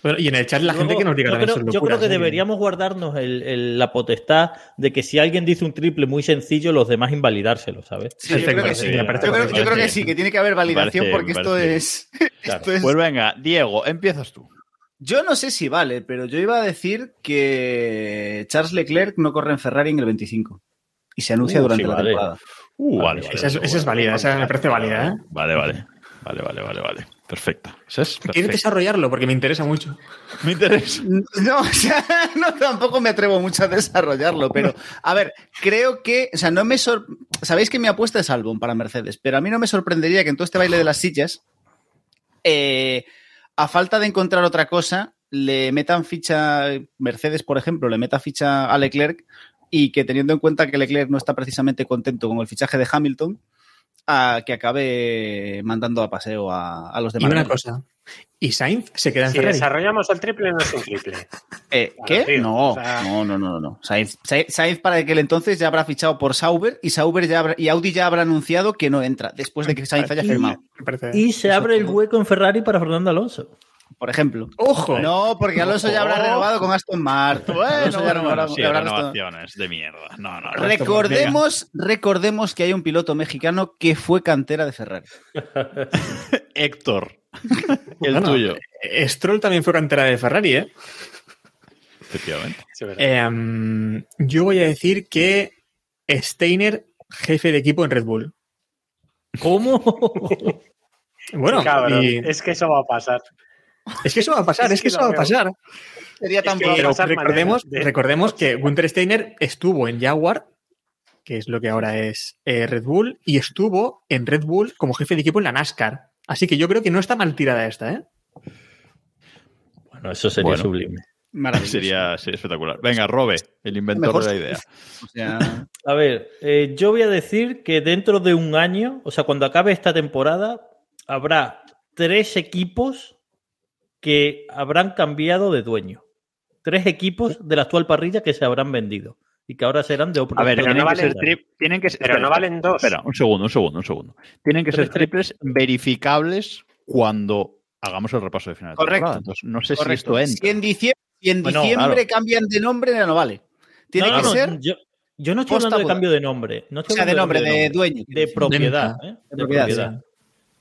S6: Bueno, y en el chat la gente
S8: Luego,
S6: que nos diga
S8: yo
S6: también
S8: creo,
S6: sus
S8: yo creo
S6: locuras,
S8: que
S6: ¿eh?
S8: deberíamos guardarnos el- el- la potestad de que si alguien dice un triple muy sencillo, los demás invalidárselo, ¿sabes?
S7: Sí, yo creo que
S6: Perfecto,
S7: sí.
S6: sí, me
S7: Yo
S6: parece
S7: creo, yo creo que
S1: perfecto.
S7: sí, que tiene que haber validación
S1: Me parece-
S7: porque
S1: me
S7: esto
S1: parece
S7: es,
S8: Claro.
S7: esto es
S1: Pues venga, Diego, empiezas tú.
S7: Yo no sé si vale, pero yo iba a decir que Charles Leclerc no corre en Ferrari en el 25 y se anuncia
S8: Uh,
S7: durante
S8: sí,
S7: la
S8: vale.
S7: temporada.
S1: Uh,
S8: Vale,
S1: vale, vale.
S6: Esa es, esa es válida, esa me parece válida, ¿eh?
S1: Vale, vale. Vale, vale, vale, vale. Perfecta. Esa es
S6: Quiero
S1: perfecta.
S6: desarrollarlo porque me interesa mucho.
S1: Me interesa.
S7: No, o sea, no tampoco me atrevo mucho a desarrollarlo, pero a ver, creo que, o sea, no me sor- sabéis que mi apuesta es Albon para Mercedes, pero a mí no me sorprendería que en todo este baile de las sillas, eh, a falta de encontrar otra cosa, le metan ficha Mercedes, por ejemplo, le meta ficha a Leclerc y que teniendo en cuenta que Leclerc no está precisamente contento con el fichaje de Hamilton, a que acabe mandando a paseo a, a los
S6: Y
S7: demás.
S6: una cosa, ¿y Sainz se queda en
S2: Si
S6: Ferrari?
S2: desarrollamos el triple, no es un triple.
S7: Eh,
S2: Claro,
S7: ¿Qué?
S2: tío,
S7: no,
S2: o sea-
S7: no, no, no, no, no. Sainz, Sainz- Sainz para aquel entonces ya habrá fichado por Sauber y Sauber ya habrá- y Audi ya habrá anunciado que no entra después de que Sainz haya
S8: Y-
S7: firmado,
S6: Me parece-
S8: Y se abre el hueco en Ferrari para Fernando Alonso.
S7: por ejemplo.
S6: ¡Ojo!
S7: Pues No, porque Alonso ya habrá
S1: Ojo.
S7: renovado con Aston Martin. Alonso
S1: Bueno,
S7: ya
S1: bueno,
S7: habrá-
S1: bueno, sí,
S7: habrá-
S1: renovaciones de mierda. No, no, no.
S7: Recordemos, recordemos que hay un piloto mexicano que fue cantera de Ferrari.
S1: Héctor, el
S6: Bueno,
S1: tuyo.
S6: Stroll también fue cantera de Ferrari, ¿eh?
S1: Efectivamente.
S2: Sí, verdad.
S6: Em, yo voy a decir que Steiner, jefe de equipo en Red Bull.
S8: ¿Cómo?
S6: Bueno,
S2: Cabrón,
S6: y-
S2: es que eso va a pasar.
S6: es que eso va a pasar,
S2: Es
S6: es
S2: que
S6: que eso
S2: lo
S6: va a
S2: veo.
S6: pasar.
S7: Sería tan
S2: que-
S7: pro-
S6: Pero
S2: pasar
S6: recordemos,
S2: mañana.
S6: recordemos que Gunther Steiner estuvo en Jaguar, que es lo que ahora es eh, Red Bull, y estuvo en Red Bull como jefe de equipo en la NASCAR. Así que yo creo que no está mal tirada esta, ¿eh?
S8: Bueno, eso sería
S1: Bueno.
S8: sublime.
S7: maravilloso.
S1: Sería, sería espectacular. Venga, Robe, el inventor
S7: Mejor-
S1: de la idea.
S7: O sea,
S8: A ver, eh, yo voy a decir que dentro de un año, o sea, cuando acabe esta temporada, habrá tres equipos que habrán cambiado de dueño. Tres equipos de la actual parrilla que se habrán vendido. y que ahora serán de
S1: A
S2: Pero
S1: ver, tienen,
S2: no
S1: que
S2: valen-
S1: ser tri- tienen que ser-
S2: Pero no
S1: espera,
S2: valen dos.
S1: Espera, un segundo, un segundo, un segundo. Tienen que
S8: Pero
S1: ser
S8: es que-
S1: triples verificables cuando hagamos el repaso de final de
S7: Correcto.
S1: temporada. Entonces, no sé si
S7: Correcto.
S1: esto
S7: Si
S1: entra.
S7: en diciembre, si en
S1: Bueno,
S7: diciembre
S1: claro.
S7: cambian de nombre, no vale. Tiene
S8: No, no,
S7: que
S8: no,
S7: ser,
S8: Yo, yo no estoy
S7: posta
S8: hablando de
S7: boda.
S8: cambio de nombre. No
S7: o
S8: estoy
S7: sea, de
S8: hablando
S7: nombre, de dueño.
S8: de propiedad.
S6: venta.
S8: ¿eh? De
S7: propiedad,
S8: propiedad.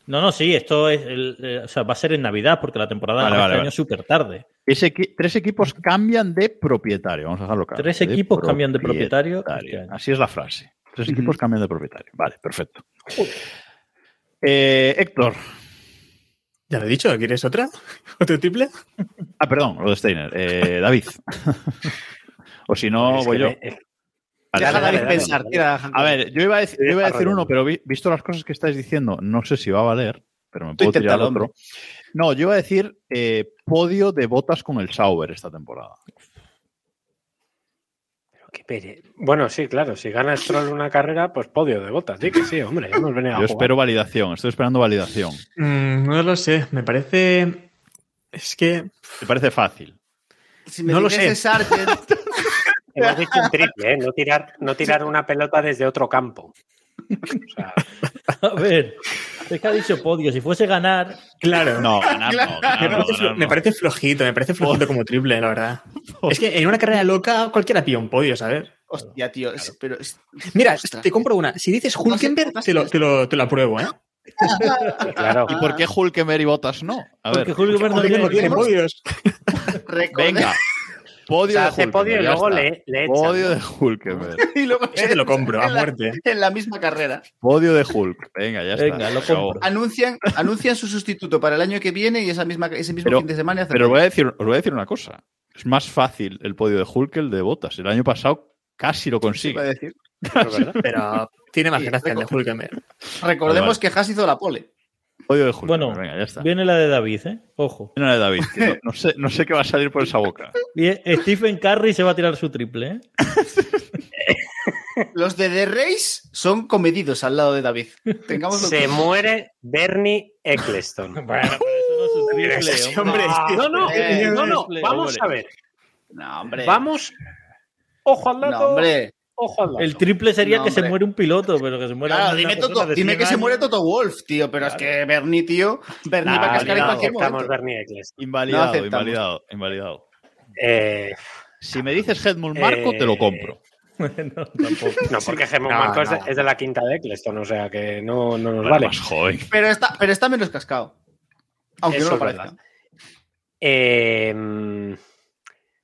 S8: No, no, sí, esto es. el- eh, o sea, va a ser en Navidad porque la temporada
S1: Vale,
S8: arranca
S1: vale,
S8: este
S1: vale.
S8: año súper tarde.
S1: Ese equi- tres equipos cambian de propietario. Vamos a dejarlo claro.
S8: Tres
S1: De
S8: equipos cambian de propietario este año.
S1: Así es la frase. Tres
S7: Ujú.
S1: equipos cambian de propietario. Vale, perfecto. Eh, Héctor.
S6: Ya lo he dicho, ¿quieres otra? ¿Otro triple?
S1: Ah, perdón, lo de Steiner. Eh, David. o si no,
S2: Es que
S1: voy yo.
S2: me- eh, es-
S1: Vale,
S7: Deja a
S1: vale, vale,
S7: David
S1: dale.
S7: pensar. tira, Hank.
S1: A ver, yo iba a decir, yo iba a decir
S2: Desarrolla.
S1: uno, pero vi- visto las cosas que estáis diciendo, no sé si va a valer, pero me
S7: Tú
S1: puedo tirar al
S7: inténtalo,
S1: otro. No, yo iba a decir eh, podio de botas con el Sauber esta temporada.
S2: qué pere- Bueno, sí, claro. Si gana Stroll una carrera, pues podio de botas. Sí, que sí, hombre. Hemos venido a
S1: Yo
S8: pues
S2: jugar.
S1: espero validación, estoy esperando validación.
S6: Mm, no lo sé, me parece. Es que.
S1: ¿Te parece fácil?
S7: si me
S6: no lo
S7: dijese
S6: sé.
S7: Sargent,
S2: Hemos dicho un triple, ¿eh? No tirar, no tirar una pelota desde otro campo. O sea,
S8: A ver, es que ha dicho podio. Si fuese ganar,
S6: Claro.
S1: No, ganar no, ganar no,
S6: Me parece, flo-
S1: ganar
S6: me
S1: no.
S6: parece flojito, me parece flojito
S8: Oh.
S6: como triple, la verdad. Es que en una carrera loca cualquiera pilla un podio, ¿sabes?
S7: Hostia, tío. es- Pero es-
S6: Mira,
S7: Ostras.
S6: te compro una. Si dices Hulkenberg,
S7: No sé,
S6: te lo, te lo- te lo apruebo, ¿eh?
S2: claro.
S1: ¿Y por qué Hulkemer y botas no? A ver,
S8: porque Julio Verne
S6: Hulkenberg no tiene
S8: tiene-
S6: podios.
S7: recordé-
S1: venga.
S2: O
S1: Podio
S2: sea,
S1: de
S2: hace
S1: Hulkenberg,
S2: podio y
S1: ya
S2: luego
S1: está.
S2: le, le echan.
S1: Podio de Hulkemer.
S7: ¿eh? Y luego
S6: Ese te lo compro, a
S7: en la-
S6: muerte.
S7: En la misma carrera.
S1: Podio de Hulk. Venga, ya está.
S8: Venga, lo
S1: se acabó.
S8: compro.
S7: Anuncian, anuncian su sustituto para el año que viene y esa misma, ese mismo
S1: Pero-
S7: fin de semana. hacen-
S1: Pero os voy, a decir, os voy a decir una cosa. Es más fácil el podio de Hulk que el de Botas. El año pasado casi lo
S7: ¿qué iba a
S1: consigue.
S7: decir?
S6: Pero tiene más
S7: Sí,
S6: gracia el de Hulkenberg.
S7: Recordemos
S1: Vale,
S7: que Haas hizo la pole.
S1: Podio de Hulk.
S8: Bueno,
S1: venga, ya está.
S8: Viene la de David, ¿eh? Ojo.
S1: No, de David. que No, no sé, no sé qué va a salir por esa boca.
S8: Y eh, Stephen Curry se va a tirar su triple, ¿eh?
S7: Los de The Race son comedidos al lado de David. Tengamos
S2: Se muere Bernie Eccleston.
S8: Bueno, pero eso no es un
S6: Ese
S8: triple, hombre.
S6: hombre, es que-
S2: No, no,
S7: Eh,
S2: no, no.
S8: triple,
S2: Vamos a
S8: hombre.
S2: ver.
S7: No, hombre.
S2: Vamos. Ojo al
S7: No,
S2: dato.
S7: hombre.
S2: Ojo al dato.
S8: El triple sería
S7: No,
S8: que se
S7: hombre.
S8: muere un piloto, pero que se muera
S7: Claro,
S8: una
S7: dime,
S8: persona
S7: Toto-
S8: de
S7: dime
S8: 100
S7: que se muere
S8: años.
S7: Toto Wolf, tío. Pero es que Bernie, tío. Bernie
S1: Nah,
S7: va a cascar en
S1: no,
S7: cualquier
S2: aceptamos
S7: momento.
S2: Bernie Eccleston.
S1: Invalidado,
S7: aceptamos.
S1: invalidado, invalidado.
S2: Eh,
S1: Si me dices Hedmund Marco, te lo compro.
S8: No, tampoco.
S2: no, porque Gemón
S6: No,
S2: Marco es,
S6: no.
S2: de, es de la quinta de Eccleston, o sea que no, no nos
S1: Vale,
S2: vale.
S1: Más joven.
S7: Pero está, pero está menos cascado. Aunque
S2: Eso
S7: no lo
S2: es
S7: parezca.
S2: verdad. Eh, mm,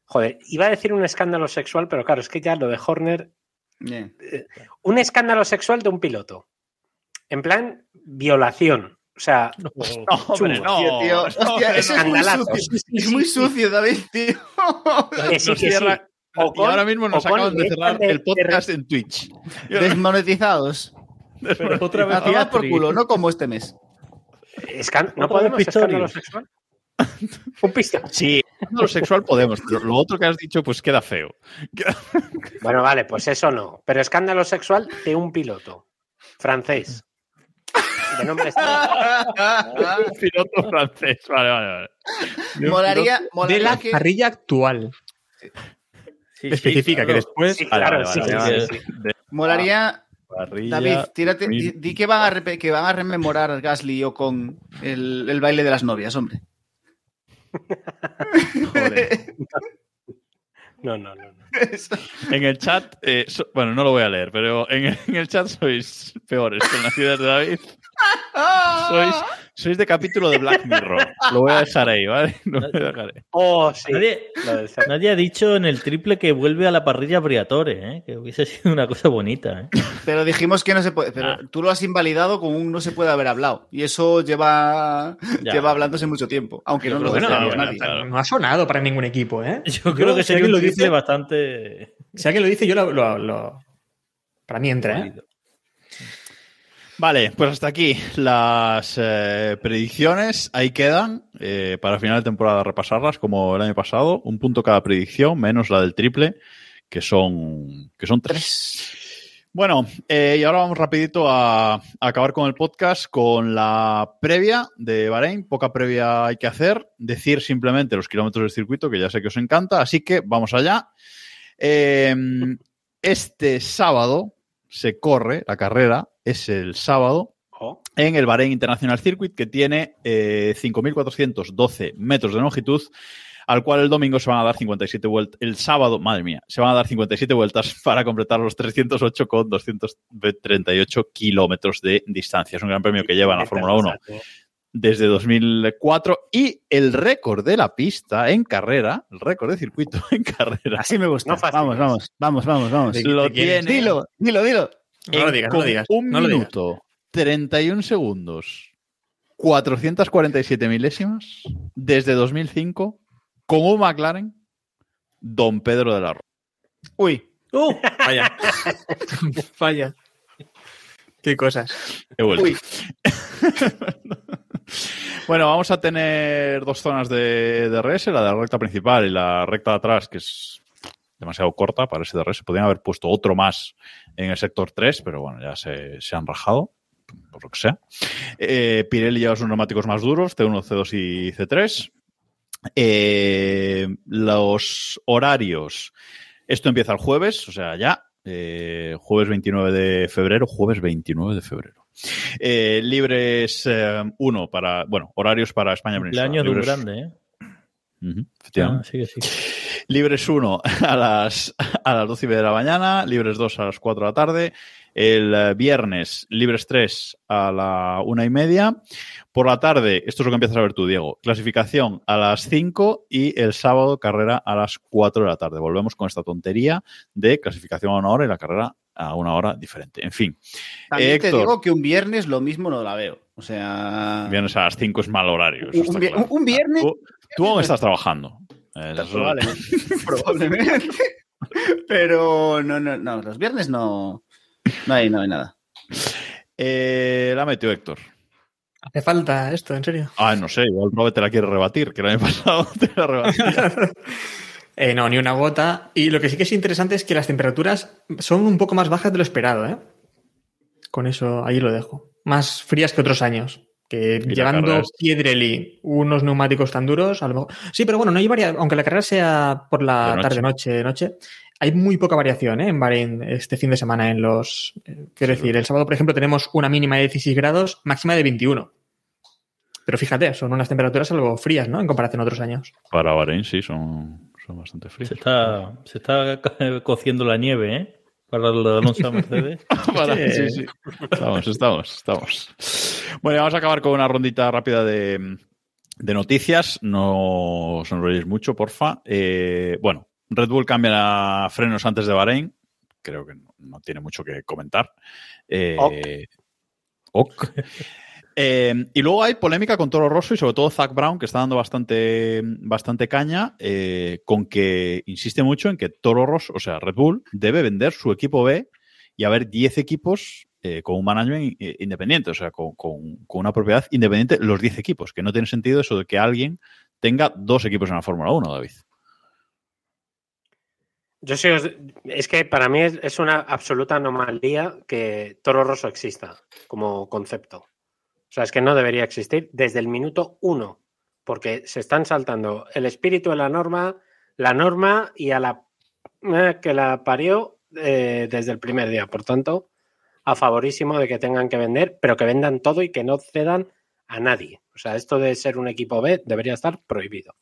S2: joder, iba a decir un escándalo sexual, pero claro, es que ya lo de Horner.
S7: Bien.
S2: Un escándalo sexual de un piloto. En plan, violación. O sea,
S1: No, hombre, no.
S7: Tío, tío, hostia,
S1: hombre,
S7: eso es
S1: no.
S7: muy
S2: Escandalazo.
S7: sucio. Es muy sucio, David, tío.
S2: que sí,
S1: Nos
S2: que sí.
S1: cierra- Y
S2: Ocon-
S1: ahora mismo nos
S2: Ocon
S1: acaban de
S2: le
S1: cerrar
S2: echan de-
S1: el podcast en Twitch.
S7: Desmonetizados.
S8: Pero otra vez
S7: A tomar por
S8: Beatriz.
S7: culo, no como este mes.
S2: Escan- ¿No
S8: Otra vez
S2: podemos escándalo
S8: Pistorius.
S2: sexual? Un pista.
S1: Sí, lo sexual podemos, pero lo otro que has dicho, pues queda feo.
S2: Bueno, vale, pues eso no. Pero escándalo sexual de un piloto francés. De nombre este- extraño.
S1: Un piloto francés. Vale, vale, vale.
S7: molaría
S6: De
S7: molaría
S6: la
S7: que.
S6: parrilla actual.
S8: Sí, sí,
S6: Especifica que
S8: claro.
S6: después.
S2: Sí,
S1: Pues, Vale,
S2: claro,
S1: vale,
S2: sí,
S1: vale,
S2: sí,
S1: vale.
S2: sí, sí.
S7: Molaría.
S1: Parrilla,
S7: David, tírate.
S1: mil-
S7: Di, di que, van a repe- que van a rememorar Gasly o con el, el baile de las novias, hombre.
S1: joder.
S2: No, no, no. no.
S1: En el chat, eh, so- bueno, no lo voy a leer, pero en el, en el chat sois peores con las ideas de David. Sois, sois de capítulo de Black Mirror. Lo voy a dejar ahí, ¿vale? Lo voy a dejar ahí.
S2: Oh, sí.
S8: Nadie,
S2: Lo del sexo.
S8: nadie ha dicho en el triple que vuelve a la parrilla Briatore, ¿eh? que hubiese sido una cosa bonita. ¿eh?
S7: Pero dijimos que no se puede. Pero
S1: Ah.
S7: tú lo has invalidado con un no se puede haber hablado. Y eso lleva,
S8: Ya.
S7: lleva hablándose mucho tiempo. Aunque no
S8: Yo
S7: lo
S8: creo que
S6: Bueno,
S8: no,
S7: decíamos
S1: bueno,
S7: nadie.
S1: claro.
S6: no ha sonado para ningún equipo, ¿eh?
S8: Yo creo que
S6: si
S8: sería
S6: alguien
S8: un
S6: lo
S8: triple ¿Eh?
S6: dice,
S8: bastante.
S6: Si alguien lo dice, yo lo. lo- lo- para mí entra, ¿eh?
S1: Vale, pues hasta aquí las eh, predicciones. Ahí quedan eh, para final de temporada repasarlas, como el año pasado. Un punto cada predicción, menos la del triple, que son, que son tres. Bueno, eh, y ahora vamos rapidito a, a acabar con el podcast con la previa de Bahrein. Poca previa hay que hacer. Decir simplemente los kilómetros del circuito, que ya sé que os encanta. Así que vamos allá. Eh, Este sábado se corre la carrera, es el sábado,
S2: Oh,
S1: en el Bahrein International Circuit, que tiene eh, 5.412 metros de longitud, al cual el domingo se van a dar 57 vueltas, el sábado, madre mía, se van a dar 57 vueltas para completar los 308 con 238 kilómetros de distancia. Es un gran premio que lleva en la
S2: esta es
S1: Fórmula 1
S2: bastante.
S1: desde 2004 y el récord de la pista en carrera, el récord de circuito en carrera,
S7: Así me gusta.
S2: No fastidies.
S7: vamos, vamos, vamos, vamos, vamos.
S6: Sí.
S1: lo
S6: ¿Te quieres?
S1: tiene
S7: Dilo, dilo, dilo.
S6: No lo digas, no lo
S1: con
S6: digas.
S1: un
S6: no lo digas.
S1: minuto, 31 segundos, 447 milésimas, desde 2005, con un McLaren, Don Pedro de la Rosa.
S7: Uy,
S6: ¡Uh! Vaya. Vaya. Qué cosas.
S1: He vuelto. bueno, vamos a tener dos zonas de DRS, la de la recta principal y la recta de atrás, que es demasiado corta para ese DRS. Podrían haber puesto otro más en el sector 3, pero bueno, ya se, se han rajado, por lo que sea. Eh, Pirelli lleva sus neumáticos más duros, C1, C2 y C3. Eh, los horarios. Esto empieza el jueves, o sea, ya. eh, jueves 29 de febrero, jueves 29 de febrero. Eh, libres eh, uno para, bueno, horarios para España
S8: El año
S1: Peninsular.
S8: de un
S1: Libres-
S8: grande, ¿eh?
S1: Ujú, efectivamente.
S8: Ah, sí, que sí.
S1: Libres 1 a las, a las 12 y media de la mañana, libres 2 a las 4 de la tarde, el eh, viernes libres 3 a la 1 y media, por la tarde, esto es lo que empiezas a ver tú, Diego, clasificación a las 5 y el sábado carrera a las 4 de la tarde. Volvemos con esta tontería de clasificación a una hora y la carrera a una hora diferente. En fin,
S7: también
S1: Eh,
S7: te
S1: Héctor.
S7: digo que un viernes lo mismo no la veo. O sea.
S1: viernes a las 5 es mal horario. eso
S7: Ah. Un
S1: está
S7: vi-
S1: claro.
S7: un viernes-
S1: Tú, tú aún estás trabajando. Eh, eso-
S7: Probablemente. probablemente. Pero no, no, no. Los viernes no. No hay, no hay nada.
S1: Eh, la metió Héctor.
S6: Hace falta esto, en serio.
S1: Ah, no sé, igual Robert te la quiere rebatir, que el año pasado te la rebatía.
S6: Eh, no, ni una gota. Y lo que sí que es interesante es que las temperaturas son un poco más bajas de lo esperado, ¿eh? Con eso ahí lo dejo. Más frías que otros años. Que
S1: la
S6: llevando
S1: carrera es-
S6: Piedreli unos neumáticos tan duros, a lo mejor. Sí, pero bueno, no hay varia- aunque la carrera sea por la
S1: De noche.
S6: tarde, noche, noche, hay muy poca variación ¿eh? en Bahrein este fin de semana en los. eh, Quiero decir, el sábado, por ejemplo, tenemos una mínima de 16 grados, máxima de 21. Pero fíjate, son unas temperaturas algo frías, ¿no? En comparación a otros años.
S1: Para Bahrein sí, son, son bastante fríos.
S8: Se está, se está co- cociendo la nieve, ¿eh? Para el Alonso Mercedes.
S1: Para-
S6: Sí.
S1: sí, sí. Estamos, estamos, estamos. Bueno, y vamos a acabar con una rondita rápida de, de noticias. No os enrolléis mucho, porfa. Eh, bueno, Red Bull cambia frenos antes de Bahrein. Creo que no, no tiene mucho que comentar. Eh,
S2: Ok.
S1: ok. Eh, y luego hay polémica con Toro Rosso y sobre todo Zach Brown, que está dando bastante, bastante caña, eh, con que insiste mucho en que Toro Rosso, o sea, Red Bull, debe vender su equipo B y haber 10 equipos eh, con un management eh, independiente, o sea, con, con- con una propiedad independiente, los 10 equipos, que no tiene sentido eso de que alguien tenga dos equipos en la Fórmula 1, David.
S2: Yo sí os- es que para mí es, es una absoluta anomalía que Toro Rosso exista como concepto. O sea, es que no debería existir desde el minuto uno, porque se están saltando el espíritu de la norma, la norma y a la eh, que la parió eh, desde el primer día. Por tanto, a favorísimo de que tengan que vender, pero que vendan todo y que no cedan a nadie. O sea, esto de ser un equipo B debería estar prohibido.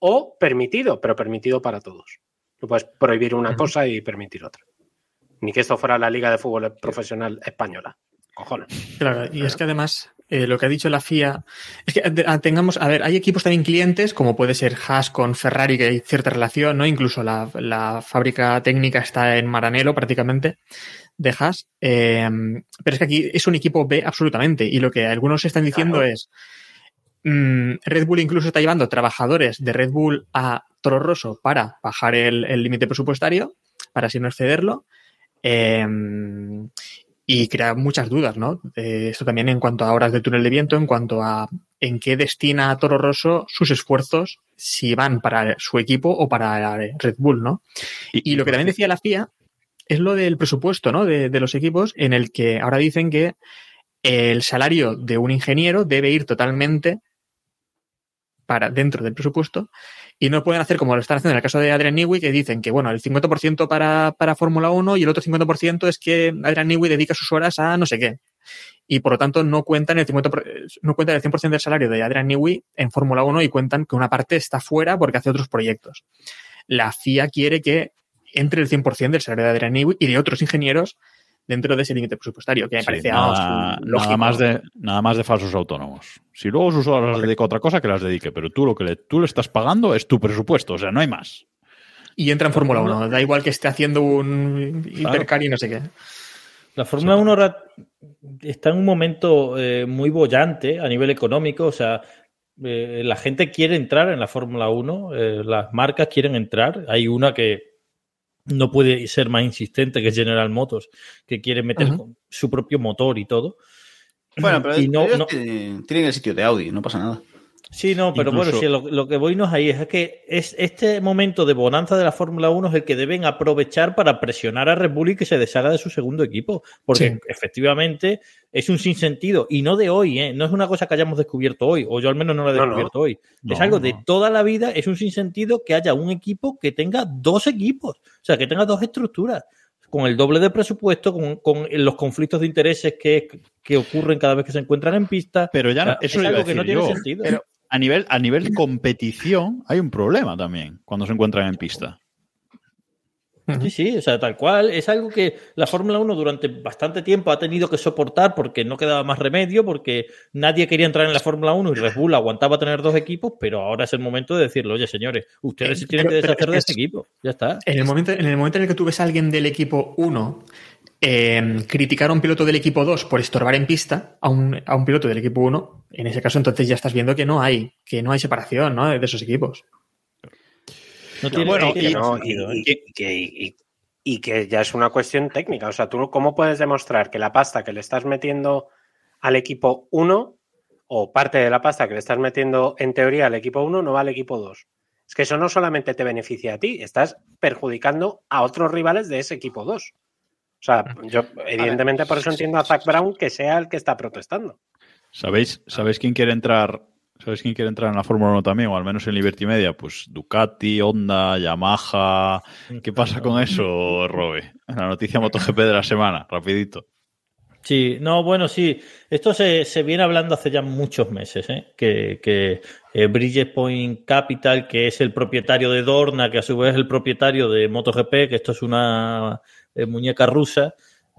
S2: O permitido, pero permitido para todos. Tú puedes prohibir una cosa y permitir otra. Ni que esto fuera la Liga de Fútbol Profesional Española. Cojones.
S6: Claro, y es que además eh, lo que ha dicho la FIA es que eh, tengamos, a ver, hay equipos también clientes, como puede ser Haas con Ferrari, que hay cierta relación, ¿no? Incluso la, la fábrica técnica está en Maranello prácticamente de Haas. eh, pero es que aquí es un equipo B absolutamente. Y lo que algunos están diciendo es, mm, Red Bull incluso está llevando trabajadores de Red Bull a Toro Rosso para bajar el el límite presupuestario, para así no excederlo. Eh, y crea muchas dudas, ¿no? Eh, esto también en cuanto a horas de túnel de viento, en cuanto a en qué destina Toro Rosso sus esfuerzos, si van para su equipo o para Red Bull, ¿no? Y lo que también decía la FIA es lo del presupuesto, ¿no? De, de los equipos, en el que ahora dicen que el salario de un ingeniero debe ir totalmente para dentro del presupuesto Y no pueden hacer como lo están haciendo en el caso de Adrian Newey, que dicen que, bueno, el 50% para, para Fórmula 1 y el otro 50% es que Adrian Newey dedica sus horas a no sé qué. Y por lo tanto no cuentan el 50%, no cuentan el 100% del salario de Adrian Newey en Fórmula 1 y cuentan que una parte está fuera porque hace otros proyectos. La FIA quiere que entre el 100% del salario de Adrian Newey y de otros ingenieros dentro de ese límite presupuestario, que me
S1: Sí,
S6: parece
S1: nada,
S6: vamos,
S1: nada
S6: lógico.
S1: más de nada más de falsos autónomos. Si luego sus horas las dedica a otra cosa, que las dedique, pero tú lo que le, tú le estás pagando es tu presupuesto, o sea, no hay más.
S6: Y entra en Fórmula 1. Da igual que esté haciendo un
S1: Claro.
S6: hipercar y no sé qué.
S8: La Fórmula 1 ahora está en un momento eh, muy bollante a nivel económico, o sea, eh, la gente quiere entrar en la Fórmula 1, eh, las marcas quieren entrar, hay una que no puede ser más insistente que es General Motors, que quiere meter
S6: Ajá.
S8: con- su propio motor y todo.
S7: Bueno, pero
S8: Y no-
S7: ellos
S8: no-
S7: tienen tienen el sitio de Audi, no pasa nada.
S8: Sí, no, pero
S1: Incluso-
S8: bueno, sí, lo, lo que voy no es ahí, es que es, este momento de bonanza de la Fórmula 1 es el que deben aprovechar para presionar a Red Bull y que se deshaga de su segundo equipo, porque
S6: Sí.
S8: efectivamente es un sinsentido, y no de hoy, ¿eh? no es una cosa que hayamos descubierto hoy, o yo al menos no la he
S2: No, no.
S8: descubierto hoy, es
S1: No,
S8: algo de
S1: no.
S8: toda la vida, es un sinsentido que haya un equipo que tenga dos equipos, o sea, que tenga dos estructuras, con el doble de presupuesto, con, con los conflictos de intereses que, que ocurren cada vez que se encuentran en pista.
S1: Pero ya
S8: O sea,
S1: no- eso
S8: es
S1: iba a
S8: algo que no
S1: decir
S8: tiene
S1: yo.
S8: sentido.
S1: Pero a nivel a nivel competición hay un problema también cuando se encuentran en pista.
S8: Sí, sí, o sea, tal cual. Es algo que la Fórmula 1 durante bastante tiempo ha tenido que soportar porque no quedaba más remedio, porque nadie quería entrar en la Fórmula 1 y Red Bull aguantaba tener dos equipos, pero ahora es el momento de decirle, oye, señores, ustedes se tienen
S6: Pero-
S8: que
S6: pero
S8: deshacer de
S6: es-
S8: este equipo. Ya está.
S6: En el momento en el, momento en el que tú ves a alguien del equipo 1 eh, criticar a un piloto del equipo 2 por estorbar en pista a un, a un piloto del equipo 1, en ese caso entonces ya estás viendo que no hay, que no hay separación ¿no? de esos equipos.
S8: No tiene,
S1: bueno,
S8: no tiene
S1: y-
S8: más
S2: No, y,
S8: sentido, ¿eh?
S2: y- y que, y- y que ya es una cuestión técnica. O sea, tú cómo puedes demostrar que la pasta que le estás metiendo al equipo 1 o parte de la pasta que le estás metiendo en teoría al equipo 1 no va al equipo 2. Es que eso no solamente te beneficia a ti, estás perjudicando a otros rivales de ese equipo 2. O sea, yo evidentemente por eso entiendo a Zach Brown que sea el que está protestando.
S1: ¿Sabéis, ¿Sabéis quién quiere entrar? ¿Sabéis quién quiere entrar en la Fórmula 1 también? O al menos en Liberty Media, pues Ducati, Honda, Yamaha. ¿Qué pasa con eso, Robe? La noticia MotoGP de la semana, rapidito.
S8: Sí, no, bueno, sí. Esto se, se viene hablando hace ya muchos meses, ¿eh? que, que eh, Bridgepoint Capital, que es el propietario de Dorna, que a su vez es el propietario de MotoGP, que esto es una eh, muñeca rusa,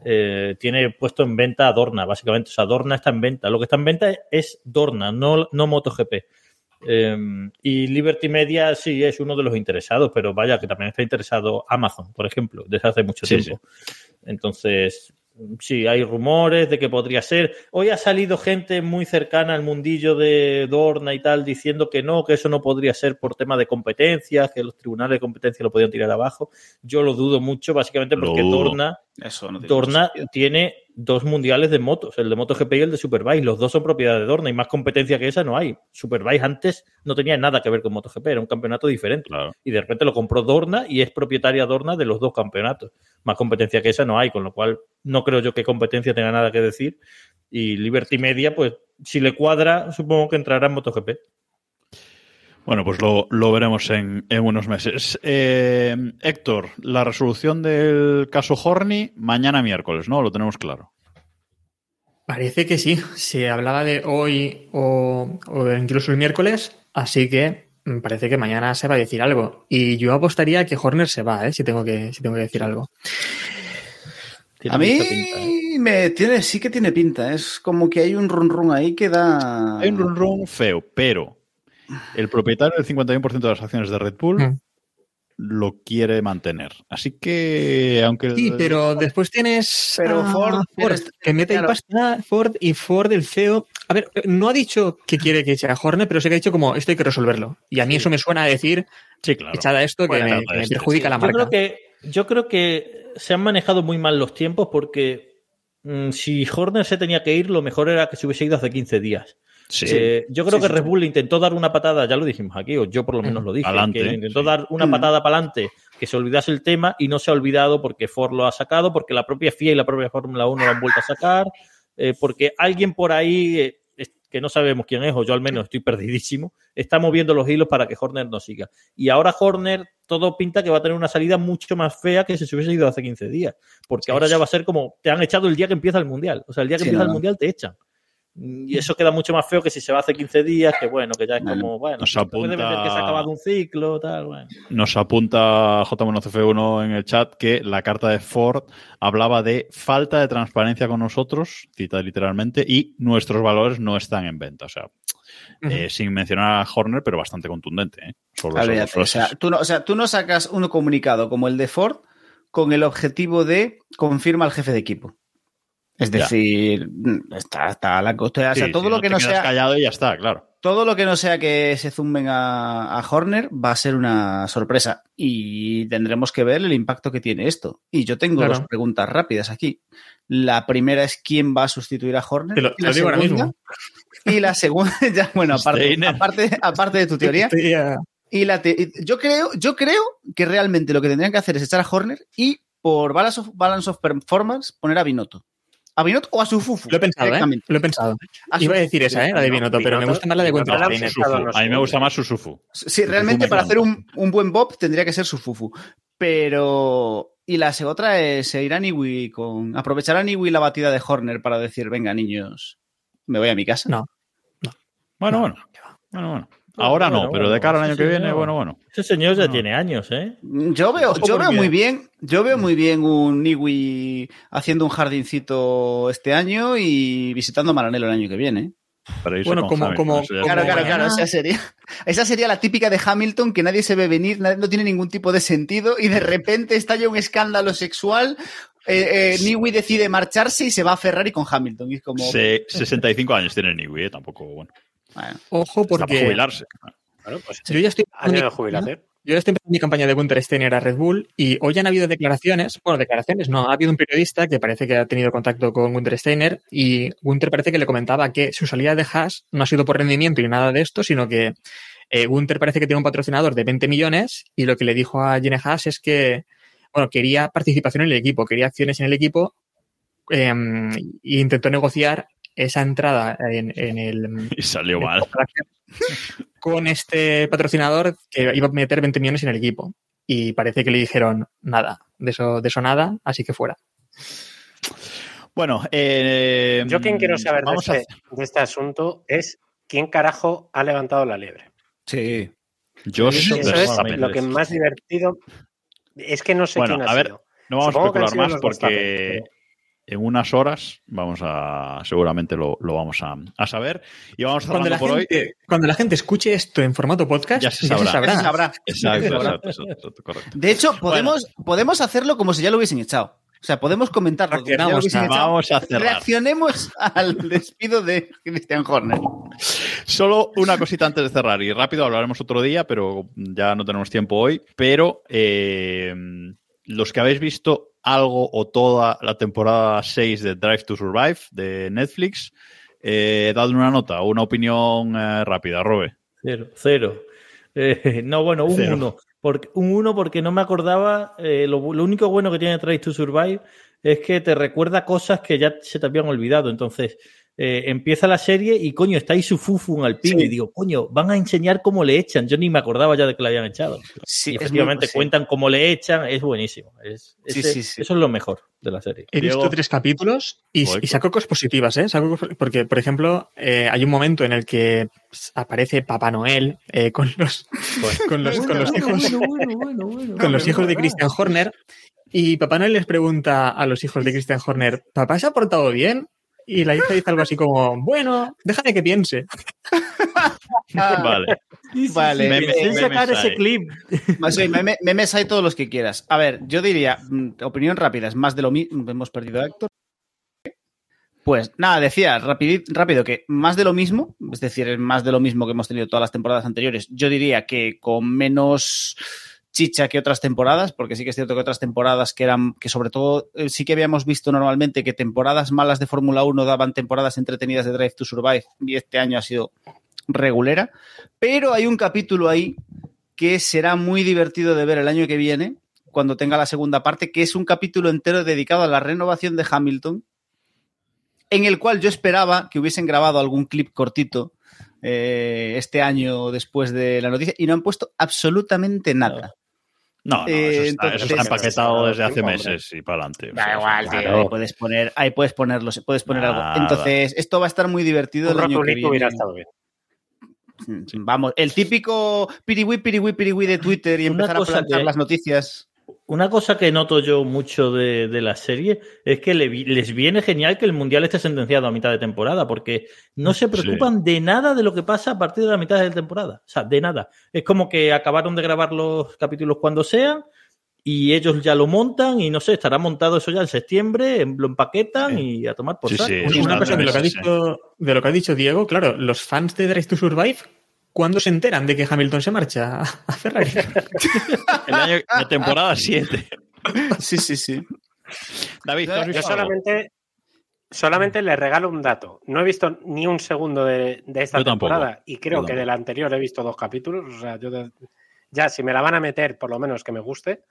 S8: eh, tiene puesto en venta a Dorna, básicamente. O sea, Dorna está en venta. Lo que está en venta es Dorna, no, no MotoGP. Eh, y Liberty Media sí es uno de los interesados, pero vaya que también está interesado Amazon, por ejemplo, desde hace mucho
S1: Sí,
S8: tiempo. Entonces, sí, hay rumores de que podría ser. Hoy ha salido gente muy cercana al mundillo de Dorna y tal diciendo que no, que eso no podría ser por tema de competencias, que los tribunales de competencia lo podían tirar abajo. Yo lo dudo mucho, básicamente
S1: Lo
S8: porque
S1: dudo.
S8: Dorna
S7: Eso no tiene
S8: Dorna
S7: sentido.
S8: tiene dos mundiales de motos, el de MotoGP y el de Superbike. Los dos son propiedad de Dorna y más competencia que esa no hay. Superbike antes no tenía nada que ver con MotoGP, era un campeonato diferente.
S1: Claro.
S8: Y de repente lo compró Dorna y es propietaria Dorna de los dos campeonatos. Más competencia que esa no hay, con lo cual no creo yo que competencia tenga nada que decir. Y Liberty Media, pues si le cuadra, supongo que entrará en MotoGP.
S1: Bueno, pues lo, lo veremos en, en unos meses. Eh, Héctor, la resolución del caso Horny mañana miércoles, ¿no? Lo tenemos claro.
S6: Parece que sí, se hablaba de hoy o, o incluso el miércoles, así que mm, parece que mañana se va a decir algo. Y yo apostaría que Horner se va, ¿eh? si, tengo que, si tengo que decir algo.
S8: Tiene
S7: A mí
S8: mucha pinta, ¿eh?
S7: me tiene, sí que tiene pinta. Es como que hay un run run ahí que da.
S1: Hay un run run feo, pero el propietario del 51% de las acciones de Red Bull
S6: Mm.
S1: lo quiere mantener. Así que, aunque... el-
S6: Sí, pero después tienes
S7: Pero
S6: a
S7: Ford- pero está-
S6: que mete ahí
S7: claro.
S6: pasta, Ford y Ford el CEO. A ver, no ha dicho que quiere que sea Horner, pero sí que ha dicho como esto hay que resolverlo. Y a mí eso me suena a decir
S1: Sí, claro.
S6: echada esto que
S1: Bueno,
S6: me,
S1: claro,
S6: que me
S1: este,
S6: perjudica la
S8: yo
S6: marca.
S8: Creo que, yo creo que se han manejado muy mal los tiempos porque mm, si Horner se tenía que ir, lo mejor era que se hubiese ido hace 15 días.
S1: Sí.
S8: Eh, yo creo
S7: Sí,
S8: que
S7: sí,
S8: Red Bull le intentó dar una patada, ya lo dijimos aquí, o yo por lo menos lo dije,
S1: Pa'lante,
S8: que le intentó
S1: sí.
S8: dar una
S7: Mm.
S8: patada para adelante, que se olvidase el tema y no se ha olvidado porque Ford lo ha sacado, porque la propia FIA y la propia Fórmula 1 lo han vuelto a sacar, eh, porque alguien por ahí eh, es- que no sabemos quién es, o yo al menos estoy perdidísimo, está moviendo los hilos para que Horner no siga. Y ahora Horner, todo pinta que va a tener una salida mucho más fea que si se hubiese ido hace 15 días, porque ahora ya va a ser como, te han echado el día que empieza el Mundial, o sea, el día que
S7: Sí,
S8: empieza
S7: no,
S8: el
S7: no.
S8: Mundial te echan. Mm, Y eso queda mucho más feo que si se va hace 15 días, que bueno, que ya es
S7: No, no.
S8: como, bueno,
S1: Nos
S8: se puede
S1: apunta-
S8: vender que se ha acabado un ciclo, tal, bueno.
S1: Nos apunta JMNCF1 en el chat que la carta de Ford hablaba de falta de transparencia con nosotros, cita literalmente, y nuestros valores no están en venta. O sea, eh, sin mencionar a Horner, pero bastante contundente. ¿eh? Solo esas dos
S7: Olvídate, o,
S1: frases.
S7: sea, tú no, o sea, tú no sacas un comunicado como el de Ford con el objetivo de confirma al jefe de equipo. Es
S1: Ya.
S7: decir, mm, está, está la costa. O sea,
S1: Sí,
S7: todo
S1: sí,
S7: lo que
S1: te
S7: no
S1: quedas
S7: sea.
S1: callado y ya está, claro.
S7: Todo lo que no sea que se zumben a, a Horner va a ser una sorpresa y tendremos que ver el impacto que tiene esto. Y yo tengo
S6: Claro.
S7: dos preguntas rápidas aquí. La primera es quién va a sustituir a Horner.
S6: Te lo-
S7: Y
S6: lo
S7: la
S6: digo ahora
S7: segunda-
S6: mismo.
S7: Y la segunda, ya, bueno, aparte,
S1: Steiner.
S7: aparte, aparte de tu teoría,
S6: Estoy eh, a-
S7: y la te- yo, creo, yo creo que realmente lo que tendrían que hacer es echar a Horner y por balance of, balance of performance poner a Binotto. A Binotto o a su Fufu.
S6: Lo he pensado, ¿eh?
S7: directamente. Ah,
S6: Lo he pensado.
S7: A
S6: Iba a
S7: Sufufu.
S6: decir esa, ¿eh? La de
S2: No,
S6: Binotto, pero me
S2: Binotto-
S6: gusta más la de
S2: Binotto- la
S6: Gunther
S1: Su-
S2: Steiner.
S6: Steiner.
S1: Sufu.
S2: Claro, no
S1: A mí me
S2: sé.
S1: gusta más Susufu.
S7: Sí, realmente
S1: Sufufu
S7: para
S1: me
S7: hacer un, un buen Bob tendría que ser su Fufu. Pero... Y la se- otra es ir a Niwi con... Aprovechar a Niwi la batida de Horner para decir, venga, niños, me voy a mi casa.
S6: No.
S1: Bueno,
S6: No,
S1: bueno. Bueno, bueno. Ahora
S8: Bueno,
S1: no,
S8: bueno,
S1: pero de cara al
S8: sí,
S1: año que
S8: sí,
S1: viene,
S8: no.
S1: bueno, bueno.
S8: Ese Este señor ya
S1: No.
S8: tiene años, ¿eh?
S7: Yo veo,
S6: Ojo,
S7: yo veo
S6: porque-
S7: muy bien, yo veo muy bien un Niwi haciendo un jardincito este año y visitando Maranelo el año que viene. ¿eh?
S1: Para irse
S6: Bueno,
S1: con
S6: como-
S1: Javi,
S6: como-
S1: con eso ya
S7: Claro,
S1: está.
S7: claro, claro.
S6: Ah.
S7: Esa sería, esa sería la típica de Hamilton que nadie se ve venir, na- no tiene ningún tipo de sentido y de repente estalla un escándalo sexual. eh, eh, Newey decide marcharse y se va a Ferrari con Hamilton. Y es como.
S1: Se- 65 años tiene Niwi, eh, tampoco, bueno.
S7: bueno,
S6: Ojo,
S1: Está para
S6: porque
S1: jubilarse.
S2: Bueno, pues
S6: yo ya estoy...
S2: año de jubilación.
S6: Yo estoy empezando mi campaña de Gunter Steiner a Red Bull y hoy han habido declaraciones, bueno, declaraciones no, ha habido un periodista que parece que ha tenido contacto con Gunter Steiner y Gunter parece que le comentaba que su salida de Haas no ha sido por rendimiento ni nada de esto, sino que eh, Gunter parece que tiene un patrocinador de 20 millones y lo que le dijo a Gene Haas es que, bueno, quería participación en el equipo, quería acciones en el equipo eh, e intentó negociar esa entrada en- en el
S1: Y salió mal.
S6: con este patrocinador que iba a meter 20 millones en el equipo. Y parece que le dijeron nada, de eso, de eso nada, así que fuera.
S1: Bueno, eh,
S2: Yo quien quiero saber de
S1: vamos a
S2: este, de este asunto es quién carajo ha levantado la liebre.
S7: sí.
S1: Yo
S2: Eso
S1: soy
S2: es
S1: Verstappen.
S2: lo que más divertido es que no sé
S1: Bueno,
S2: quién ha
S1: a ver,
S2: sido.
S1: No vamos
S2: Supongo que
S1: a
S2: han
S1: especular
S2: sido
S1: más
S2: los
S1: porque
S2: Verstappen,
S1: en unas horas vamos a seguramente lo, lo vamos a, a saber y vamos
S6: Cuando
S1: cerrando
S6: la,
S1: por hoy.
S6: gente, cuando la gente escuche esto en formato podcast,
S1: Ya
S6: ya
S1: se
S6: se
S1: sabrá.
S6: sabrá.
S7: Eso sabrá.
S1: Exacto,
S7: Eso sabrá.
S1: exacto, exacto, exacto, correcto.
S7: De hecho, podemos, podemos hacerlo como si ya lo hubiesen echado. O sea, podemos comentarlo. como si ya lo
S8: Pues
S6: Reaccionamos,
S7: hubiesen
S6: ah,
S7: echado.
S1: Vamos a cerrar.
S7: Reaccionemos al despido de Christian Horner.
S1: Solo una cosita antes de cerrar y rápido hablaremos otro día, pero ya no tenemos tiempo hoy. Pero eh, los que habéis visto algo o toda la temporada 6 de Drive to Survive de Netflix, eh, dadle una nota, una opinión eh, rápida, Robe.
S8: Cero, cero. Eh, no, bueno, un
S1: Cero.
S8: uno. Porque, un uno porque no me acordaba. eh, lo, bu- lo único bueno que tiene Trace to Survive es que te recuerda cosas que ya se te habían olvidado. Entonces, eh, empieza la serie y coño, está ahí su fufu al pibe.
S7: Sí.
S8: Y digo, coño, van a enseñar cómo le echan. Yo ni me acordaba ya de que le habían echado.
S7: Sí,
S8: y
S7: es muy
S8: efectivamente
S7: posible.
S8: cuentan cómo le echan. Es buenísimo. Es-
S7: Sí,
S8: ese-
S7: sí, sí.
S8: Eso es lo mejor de la serie.
S6: He visto
S1: Diego.
S6: tres capítulos y,
S1: Joder,
S6: y saco cosas positivas, ¿eh? Saco cosas- porque, por ejemplo, eh, hay un momento en el que aparece Papá Noel eh, con, los, con, los, con los hijos. con los hijos de Christian Horner. Y Papá Noel les pregunta a los hijos de Christian Horner, ¿papá se ha portado bien? Y la hija dice algo así como, bueno, déjame que piense.
S7: Ah.
S1: Vale.
S7: Vale,
S1: sí,
S7: memes,
S1: sí,
S8: Sin sacar
S1: memes
S8: ese
S1: ahí.
S8: clip.
S7: Más hay meme- memes hay todos los que quieras. A ver, yo diría, mm, opinión rápida, es más de lo mismo. Hemos perdido a Héctor. Pues nada, decía rapidi- rápido que más de lo mismo, es decir, es más de lo mismo que hemos tenido todas las temporadas anteriores. Yo diría que con menos chicha que otras temporadas, porque sí que es cierto que otras temporadas que eran, que sobre todo eh, sí que habíamos visto normalmente que temporadas malas de Fórmula 1 daban temporadas entretenidas de Drive to Survive y este año ha sido regulera. Pero hay un capítulo ahí que será muy divertido de ver el año que viene, cuando tenga la segunda parte, que es un capítulo entero dedicado a la renovación de Hamilton en el cual yo esperaba que hubiesen grabado algún clip cortito eh, este año después de la noticia y no han puesto absolutamente nada.
S1: No, no, eso
S7: Eh,
S1: está, eso está
S7: entonces-
S1: empaquetado desde hace
S2: Hombre.
S1: meses y para adelante.
S7: Da igual, tío,
S2: claro.
S7: ahí puedes poner, ahí puedes ponerlos, puedes poner
S1: Nada.
S7: algo. Entonces, esto va a estar muy divertido
S2: Un
S7: el año que
S2: rotulito hubiera
S7: viene.
S2: estado bien.
S7: Mm, Vamos, el típico piriwi, piriwi, piriwi de Twitter y
S8: Una
S7: empezar a
S8: cosa
S7: plantar
S8: que-
S7: las noticias.
S8: Una cosa que noto yo mucho de, de la serie es que le vi- les viene genial que el Mundial esté sentenciado a mitad de temporada, porque no se preocupan de nada de lo que pasa a partir de la mitad de la temporada. O sea, de nada. Es como que acabaron de grabar los capítulos cuando sean y ellos ya lo montan y no sé, estará montado eso ya en septiembre, en- lo empaquetan y a tomar por
S1: Sí,
S8: saco.
S1: sí,
S6: Una-
S1: es
S6: una
S1: una
S6: cosa de lo, que ha
S1: empresa,
S6: dicho, de lo que ha dicho Diego, claro, los fans de Drive to Survive, ¿cuándo se enteran de que Hamilton se marcha a Ferrari?
S1: El año- la temporada 7.
S7: Sí, sí, sí.
S1: David, ¿tú has
S2: Yo
S1: visto algo?
S2: solamente, solamente le regalo un dato. No he visto ni un segundo de, de esta
S1: Yo tampoco.
S2: temporada y creo
S1: Yo
S2: que
S1: tampoco.
S2: de la anterior he visto dos capítulos. O sea, yo de- ya, si me la van a meter, por lo menos que me guste.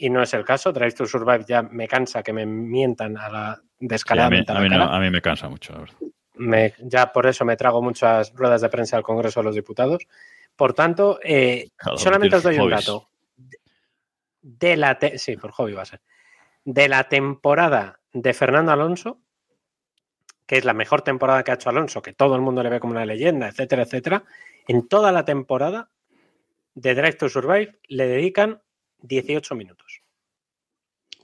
S2: Y no es el caso. Drive to Survive ya me cansa que me mientan a la
S1: Sí, a, mí,
S2: descaradamente.
S1: a mí no- a mí me cansa mucho, la verdad.
S2: me- ya por eso me trago muchas ruedas de prensa al Congreso de los Diputados. Por tanto, eh,
S1: Joder,
S2: solamente os
S1: tienes
S2: doy un
S1: hobbies.
S2: dato. De la te- sí, por hobby va a ser. De la temporada de Fernando Alonso, que es la mejor temporada que ha hecho Alonso, que todo el mundo le ve como una leyenda, etcétera, etcétera, en toda la temporada de Drive to Survive le dedican 18 minutos.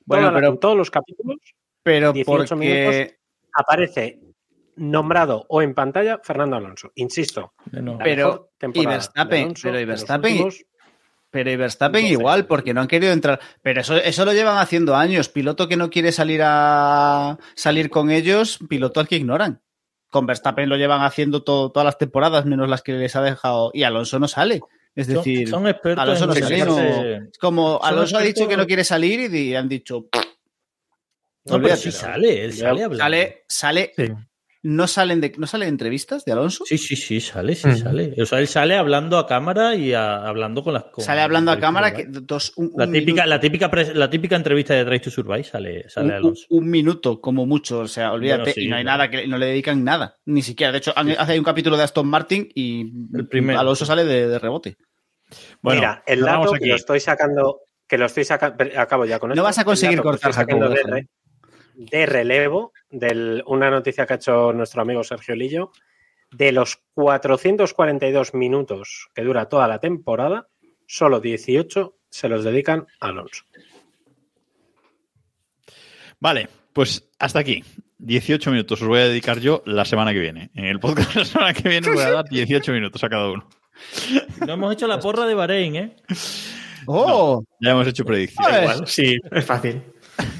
S7: Bueno,
S2: Toda la-
S7: pero,
S2: en todos los capítulos
S7: pero
S2: 18
S7: porque.
S2: aparece nombrado o en pantalla Fernando Alonso. Insisto.
S8: No.
S2: la
S7: Pero,
S2: mejor temporada
S7: y Verstappen,
S2: de Alonso
S7: pero y
S2: de los
S7: Verstappen-
S2: últimos-
S7: Pero y Verstappen
S2: Entonces-
S8: eh,
S7: igual, porque no han querido entrar. Pero eso, eso lo llevan haciendo años. Piloto que no quiere salir a salir con ellos, piloto al que ignoran. Con Verstappen lo llevan haciendo to- todas las temporadas, menos las que les ha dejado. Y Alonso no sale. Es
S8: Son-
S7: decir,
S8: son, expertos
S7: Alonso
S8: en
S7: no salió.
S8: dedicarse-
S7: es como
S8: son
S7: Alonso ha dicho
S8: expertos-
S7: que no quiere salir y, di- han dicho.
S8: No, pero
S7: olvídate.
S8: sí sale, él sale hablando.
S7: Sale, sale.
S6: Sí.
S7: No salen de, no salen entrevistas de Alonso.
S8: Sí, sí, sí, sale, sí,
S6: Ujú.
S8: sale. O sea, él sale hablando a cámara y a- hablando con las con-
S7: sale hablando a
S8: con-
S7: cámara que dos, un-
S8: ¿eh? La
S7: un
S8: típica,
S7: minuto.
S8: la, típica pres- la típica entrevista de Drive to Survive sale,
S7: un,
S8: sale Alonso.
S7: un- un minuto, como mucho, o sea, olvídate,
S8: Bueno, sí,
S7: y no hay
S8: claro.
S7: nada, que no le dedican nada, ni siquiera. De hecho, han- hace un capítulo de Aston Martin y
S8: El primero.
S7: Alonso sale de, de rebote.
S1: Bueno,
S2: Mira, el
S1: nos
S2: dato
S1: vamos
S2: que
S1: aquí.
S2: lo estoy sacando, que lo estoy sacando, acabo ya con
S7: No
S2: esto.
S7: vas a
S2: El
S7: conseguir
S2: dato que
S7: cortar,
S2: estoy sacando
S7: Jacobo,
S2: de,
S7: déjalo.
S2: re- de relevo, de una noticia que ha hecho nuestro amigo Sergio Lillo, de los 442 minutos que dura toda la temporada, solo 18 se los dedican a Alonso.
S1: Vale, pues hasta aquí. 18 minutos os voy a dedicar yo la semana que viene. En el podcast de la semana que viene os voy a dar 18 minutos a cada uno.
S8: No hemos hecho la porra de Bahrein, ¿eh?
S7: ¡Oh!
S1: Ya hemos hecho predicción.
S7: Pues,
S6: Igual, sí, es fácil.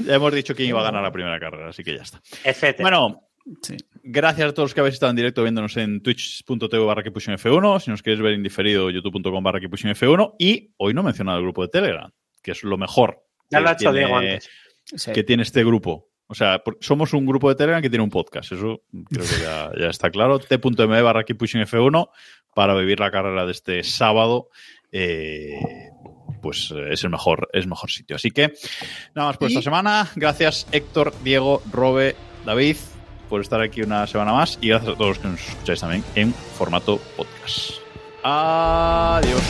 S1: Ya hemos dicho quién iba a ganar la primera carrera, así que ya está.
S2: Etcétera.
S1: Bueno,
S7: Sí.
S1: gracias a todos los que habéis estado en directo viéndonos en twitch.tv barra que pusieron F1. Si nos queréis ver en diferido, youtube.com barra que pusieron F1. Y hoy no he mencionado el grupo de Telegram, que es lo mejor.
S2: ya lo ha
S1: que
S2: hecho
S1: pues tiene-
S2: Diego antes.
S7: Sí.
S1: que tiene este grupo. O sea, por- somos un grupo de Telegram que tiene un podcast. Eso creo que ya, ya está claro. T.me barra aquí pushing F1 para vivir la carrera de este sábado. Eh, pues eh, es el mejor, es el mejor sitio. Así que nada más por esta
S7: Y-
S1: semana. Gracias Héctor, Diego, Robe, David por estar aquí una semana más y gracias a todos los que nos escucháis también en formato podcast. Adiós.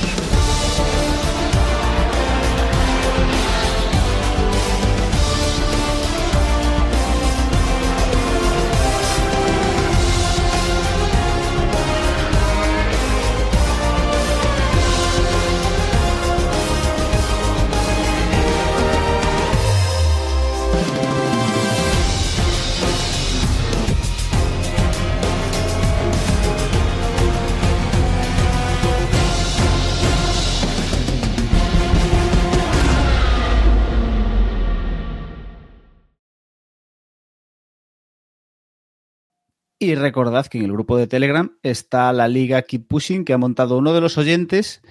S7: Y recordad que en el grupo de Telegram está la liga Keep Pushing que ha montado uno de los oyentes,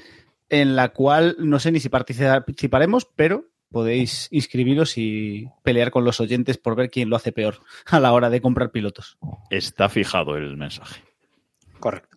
S7: en la cual no sé ni si participa- participaremos, pero podéis inscribiros y pelear con los oyentes por ver quién lo hace peor a la hora de comprar pilotos.
S1: Está fijado el mensaje.
S2: Correcto.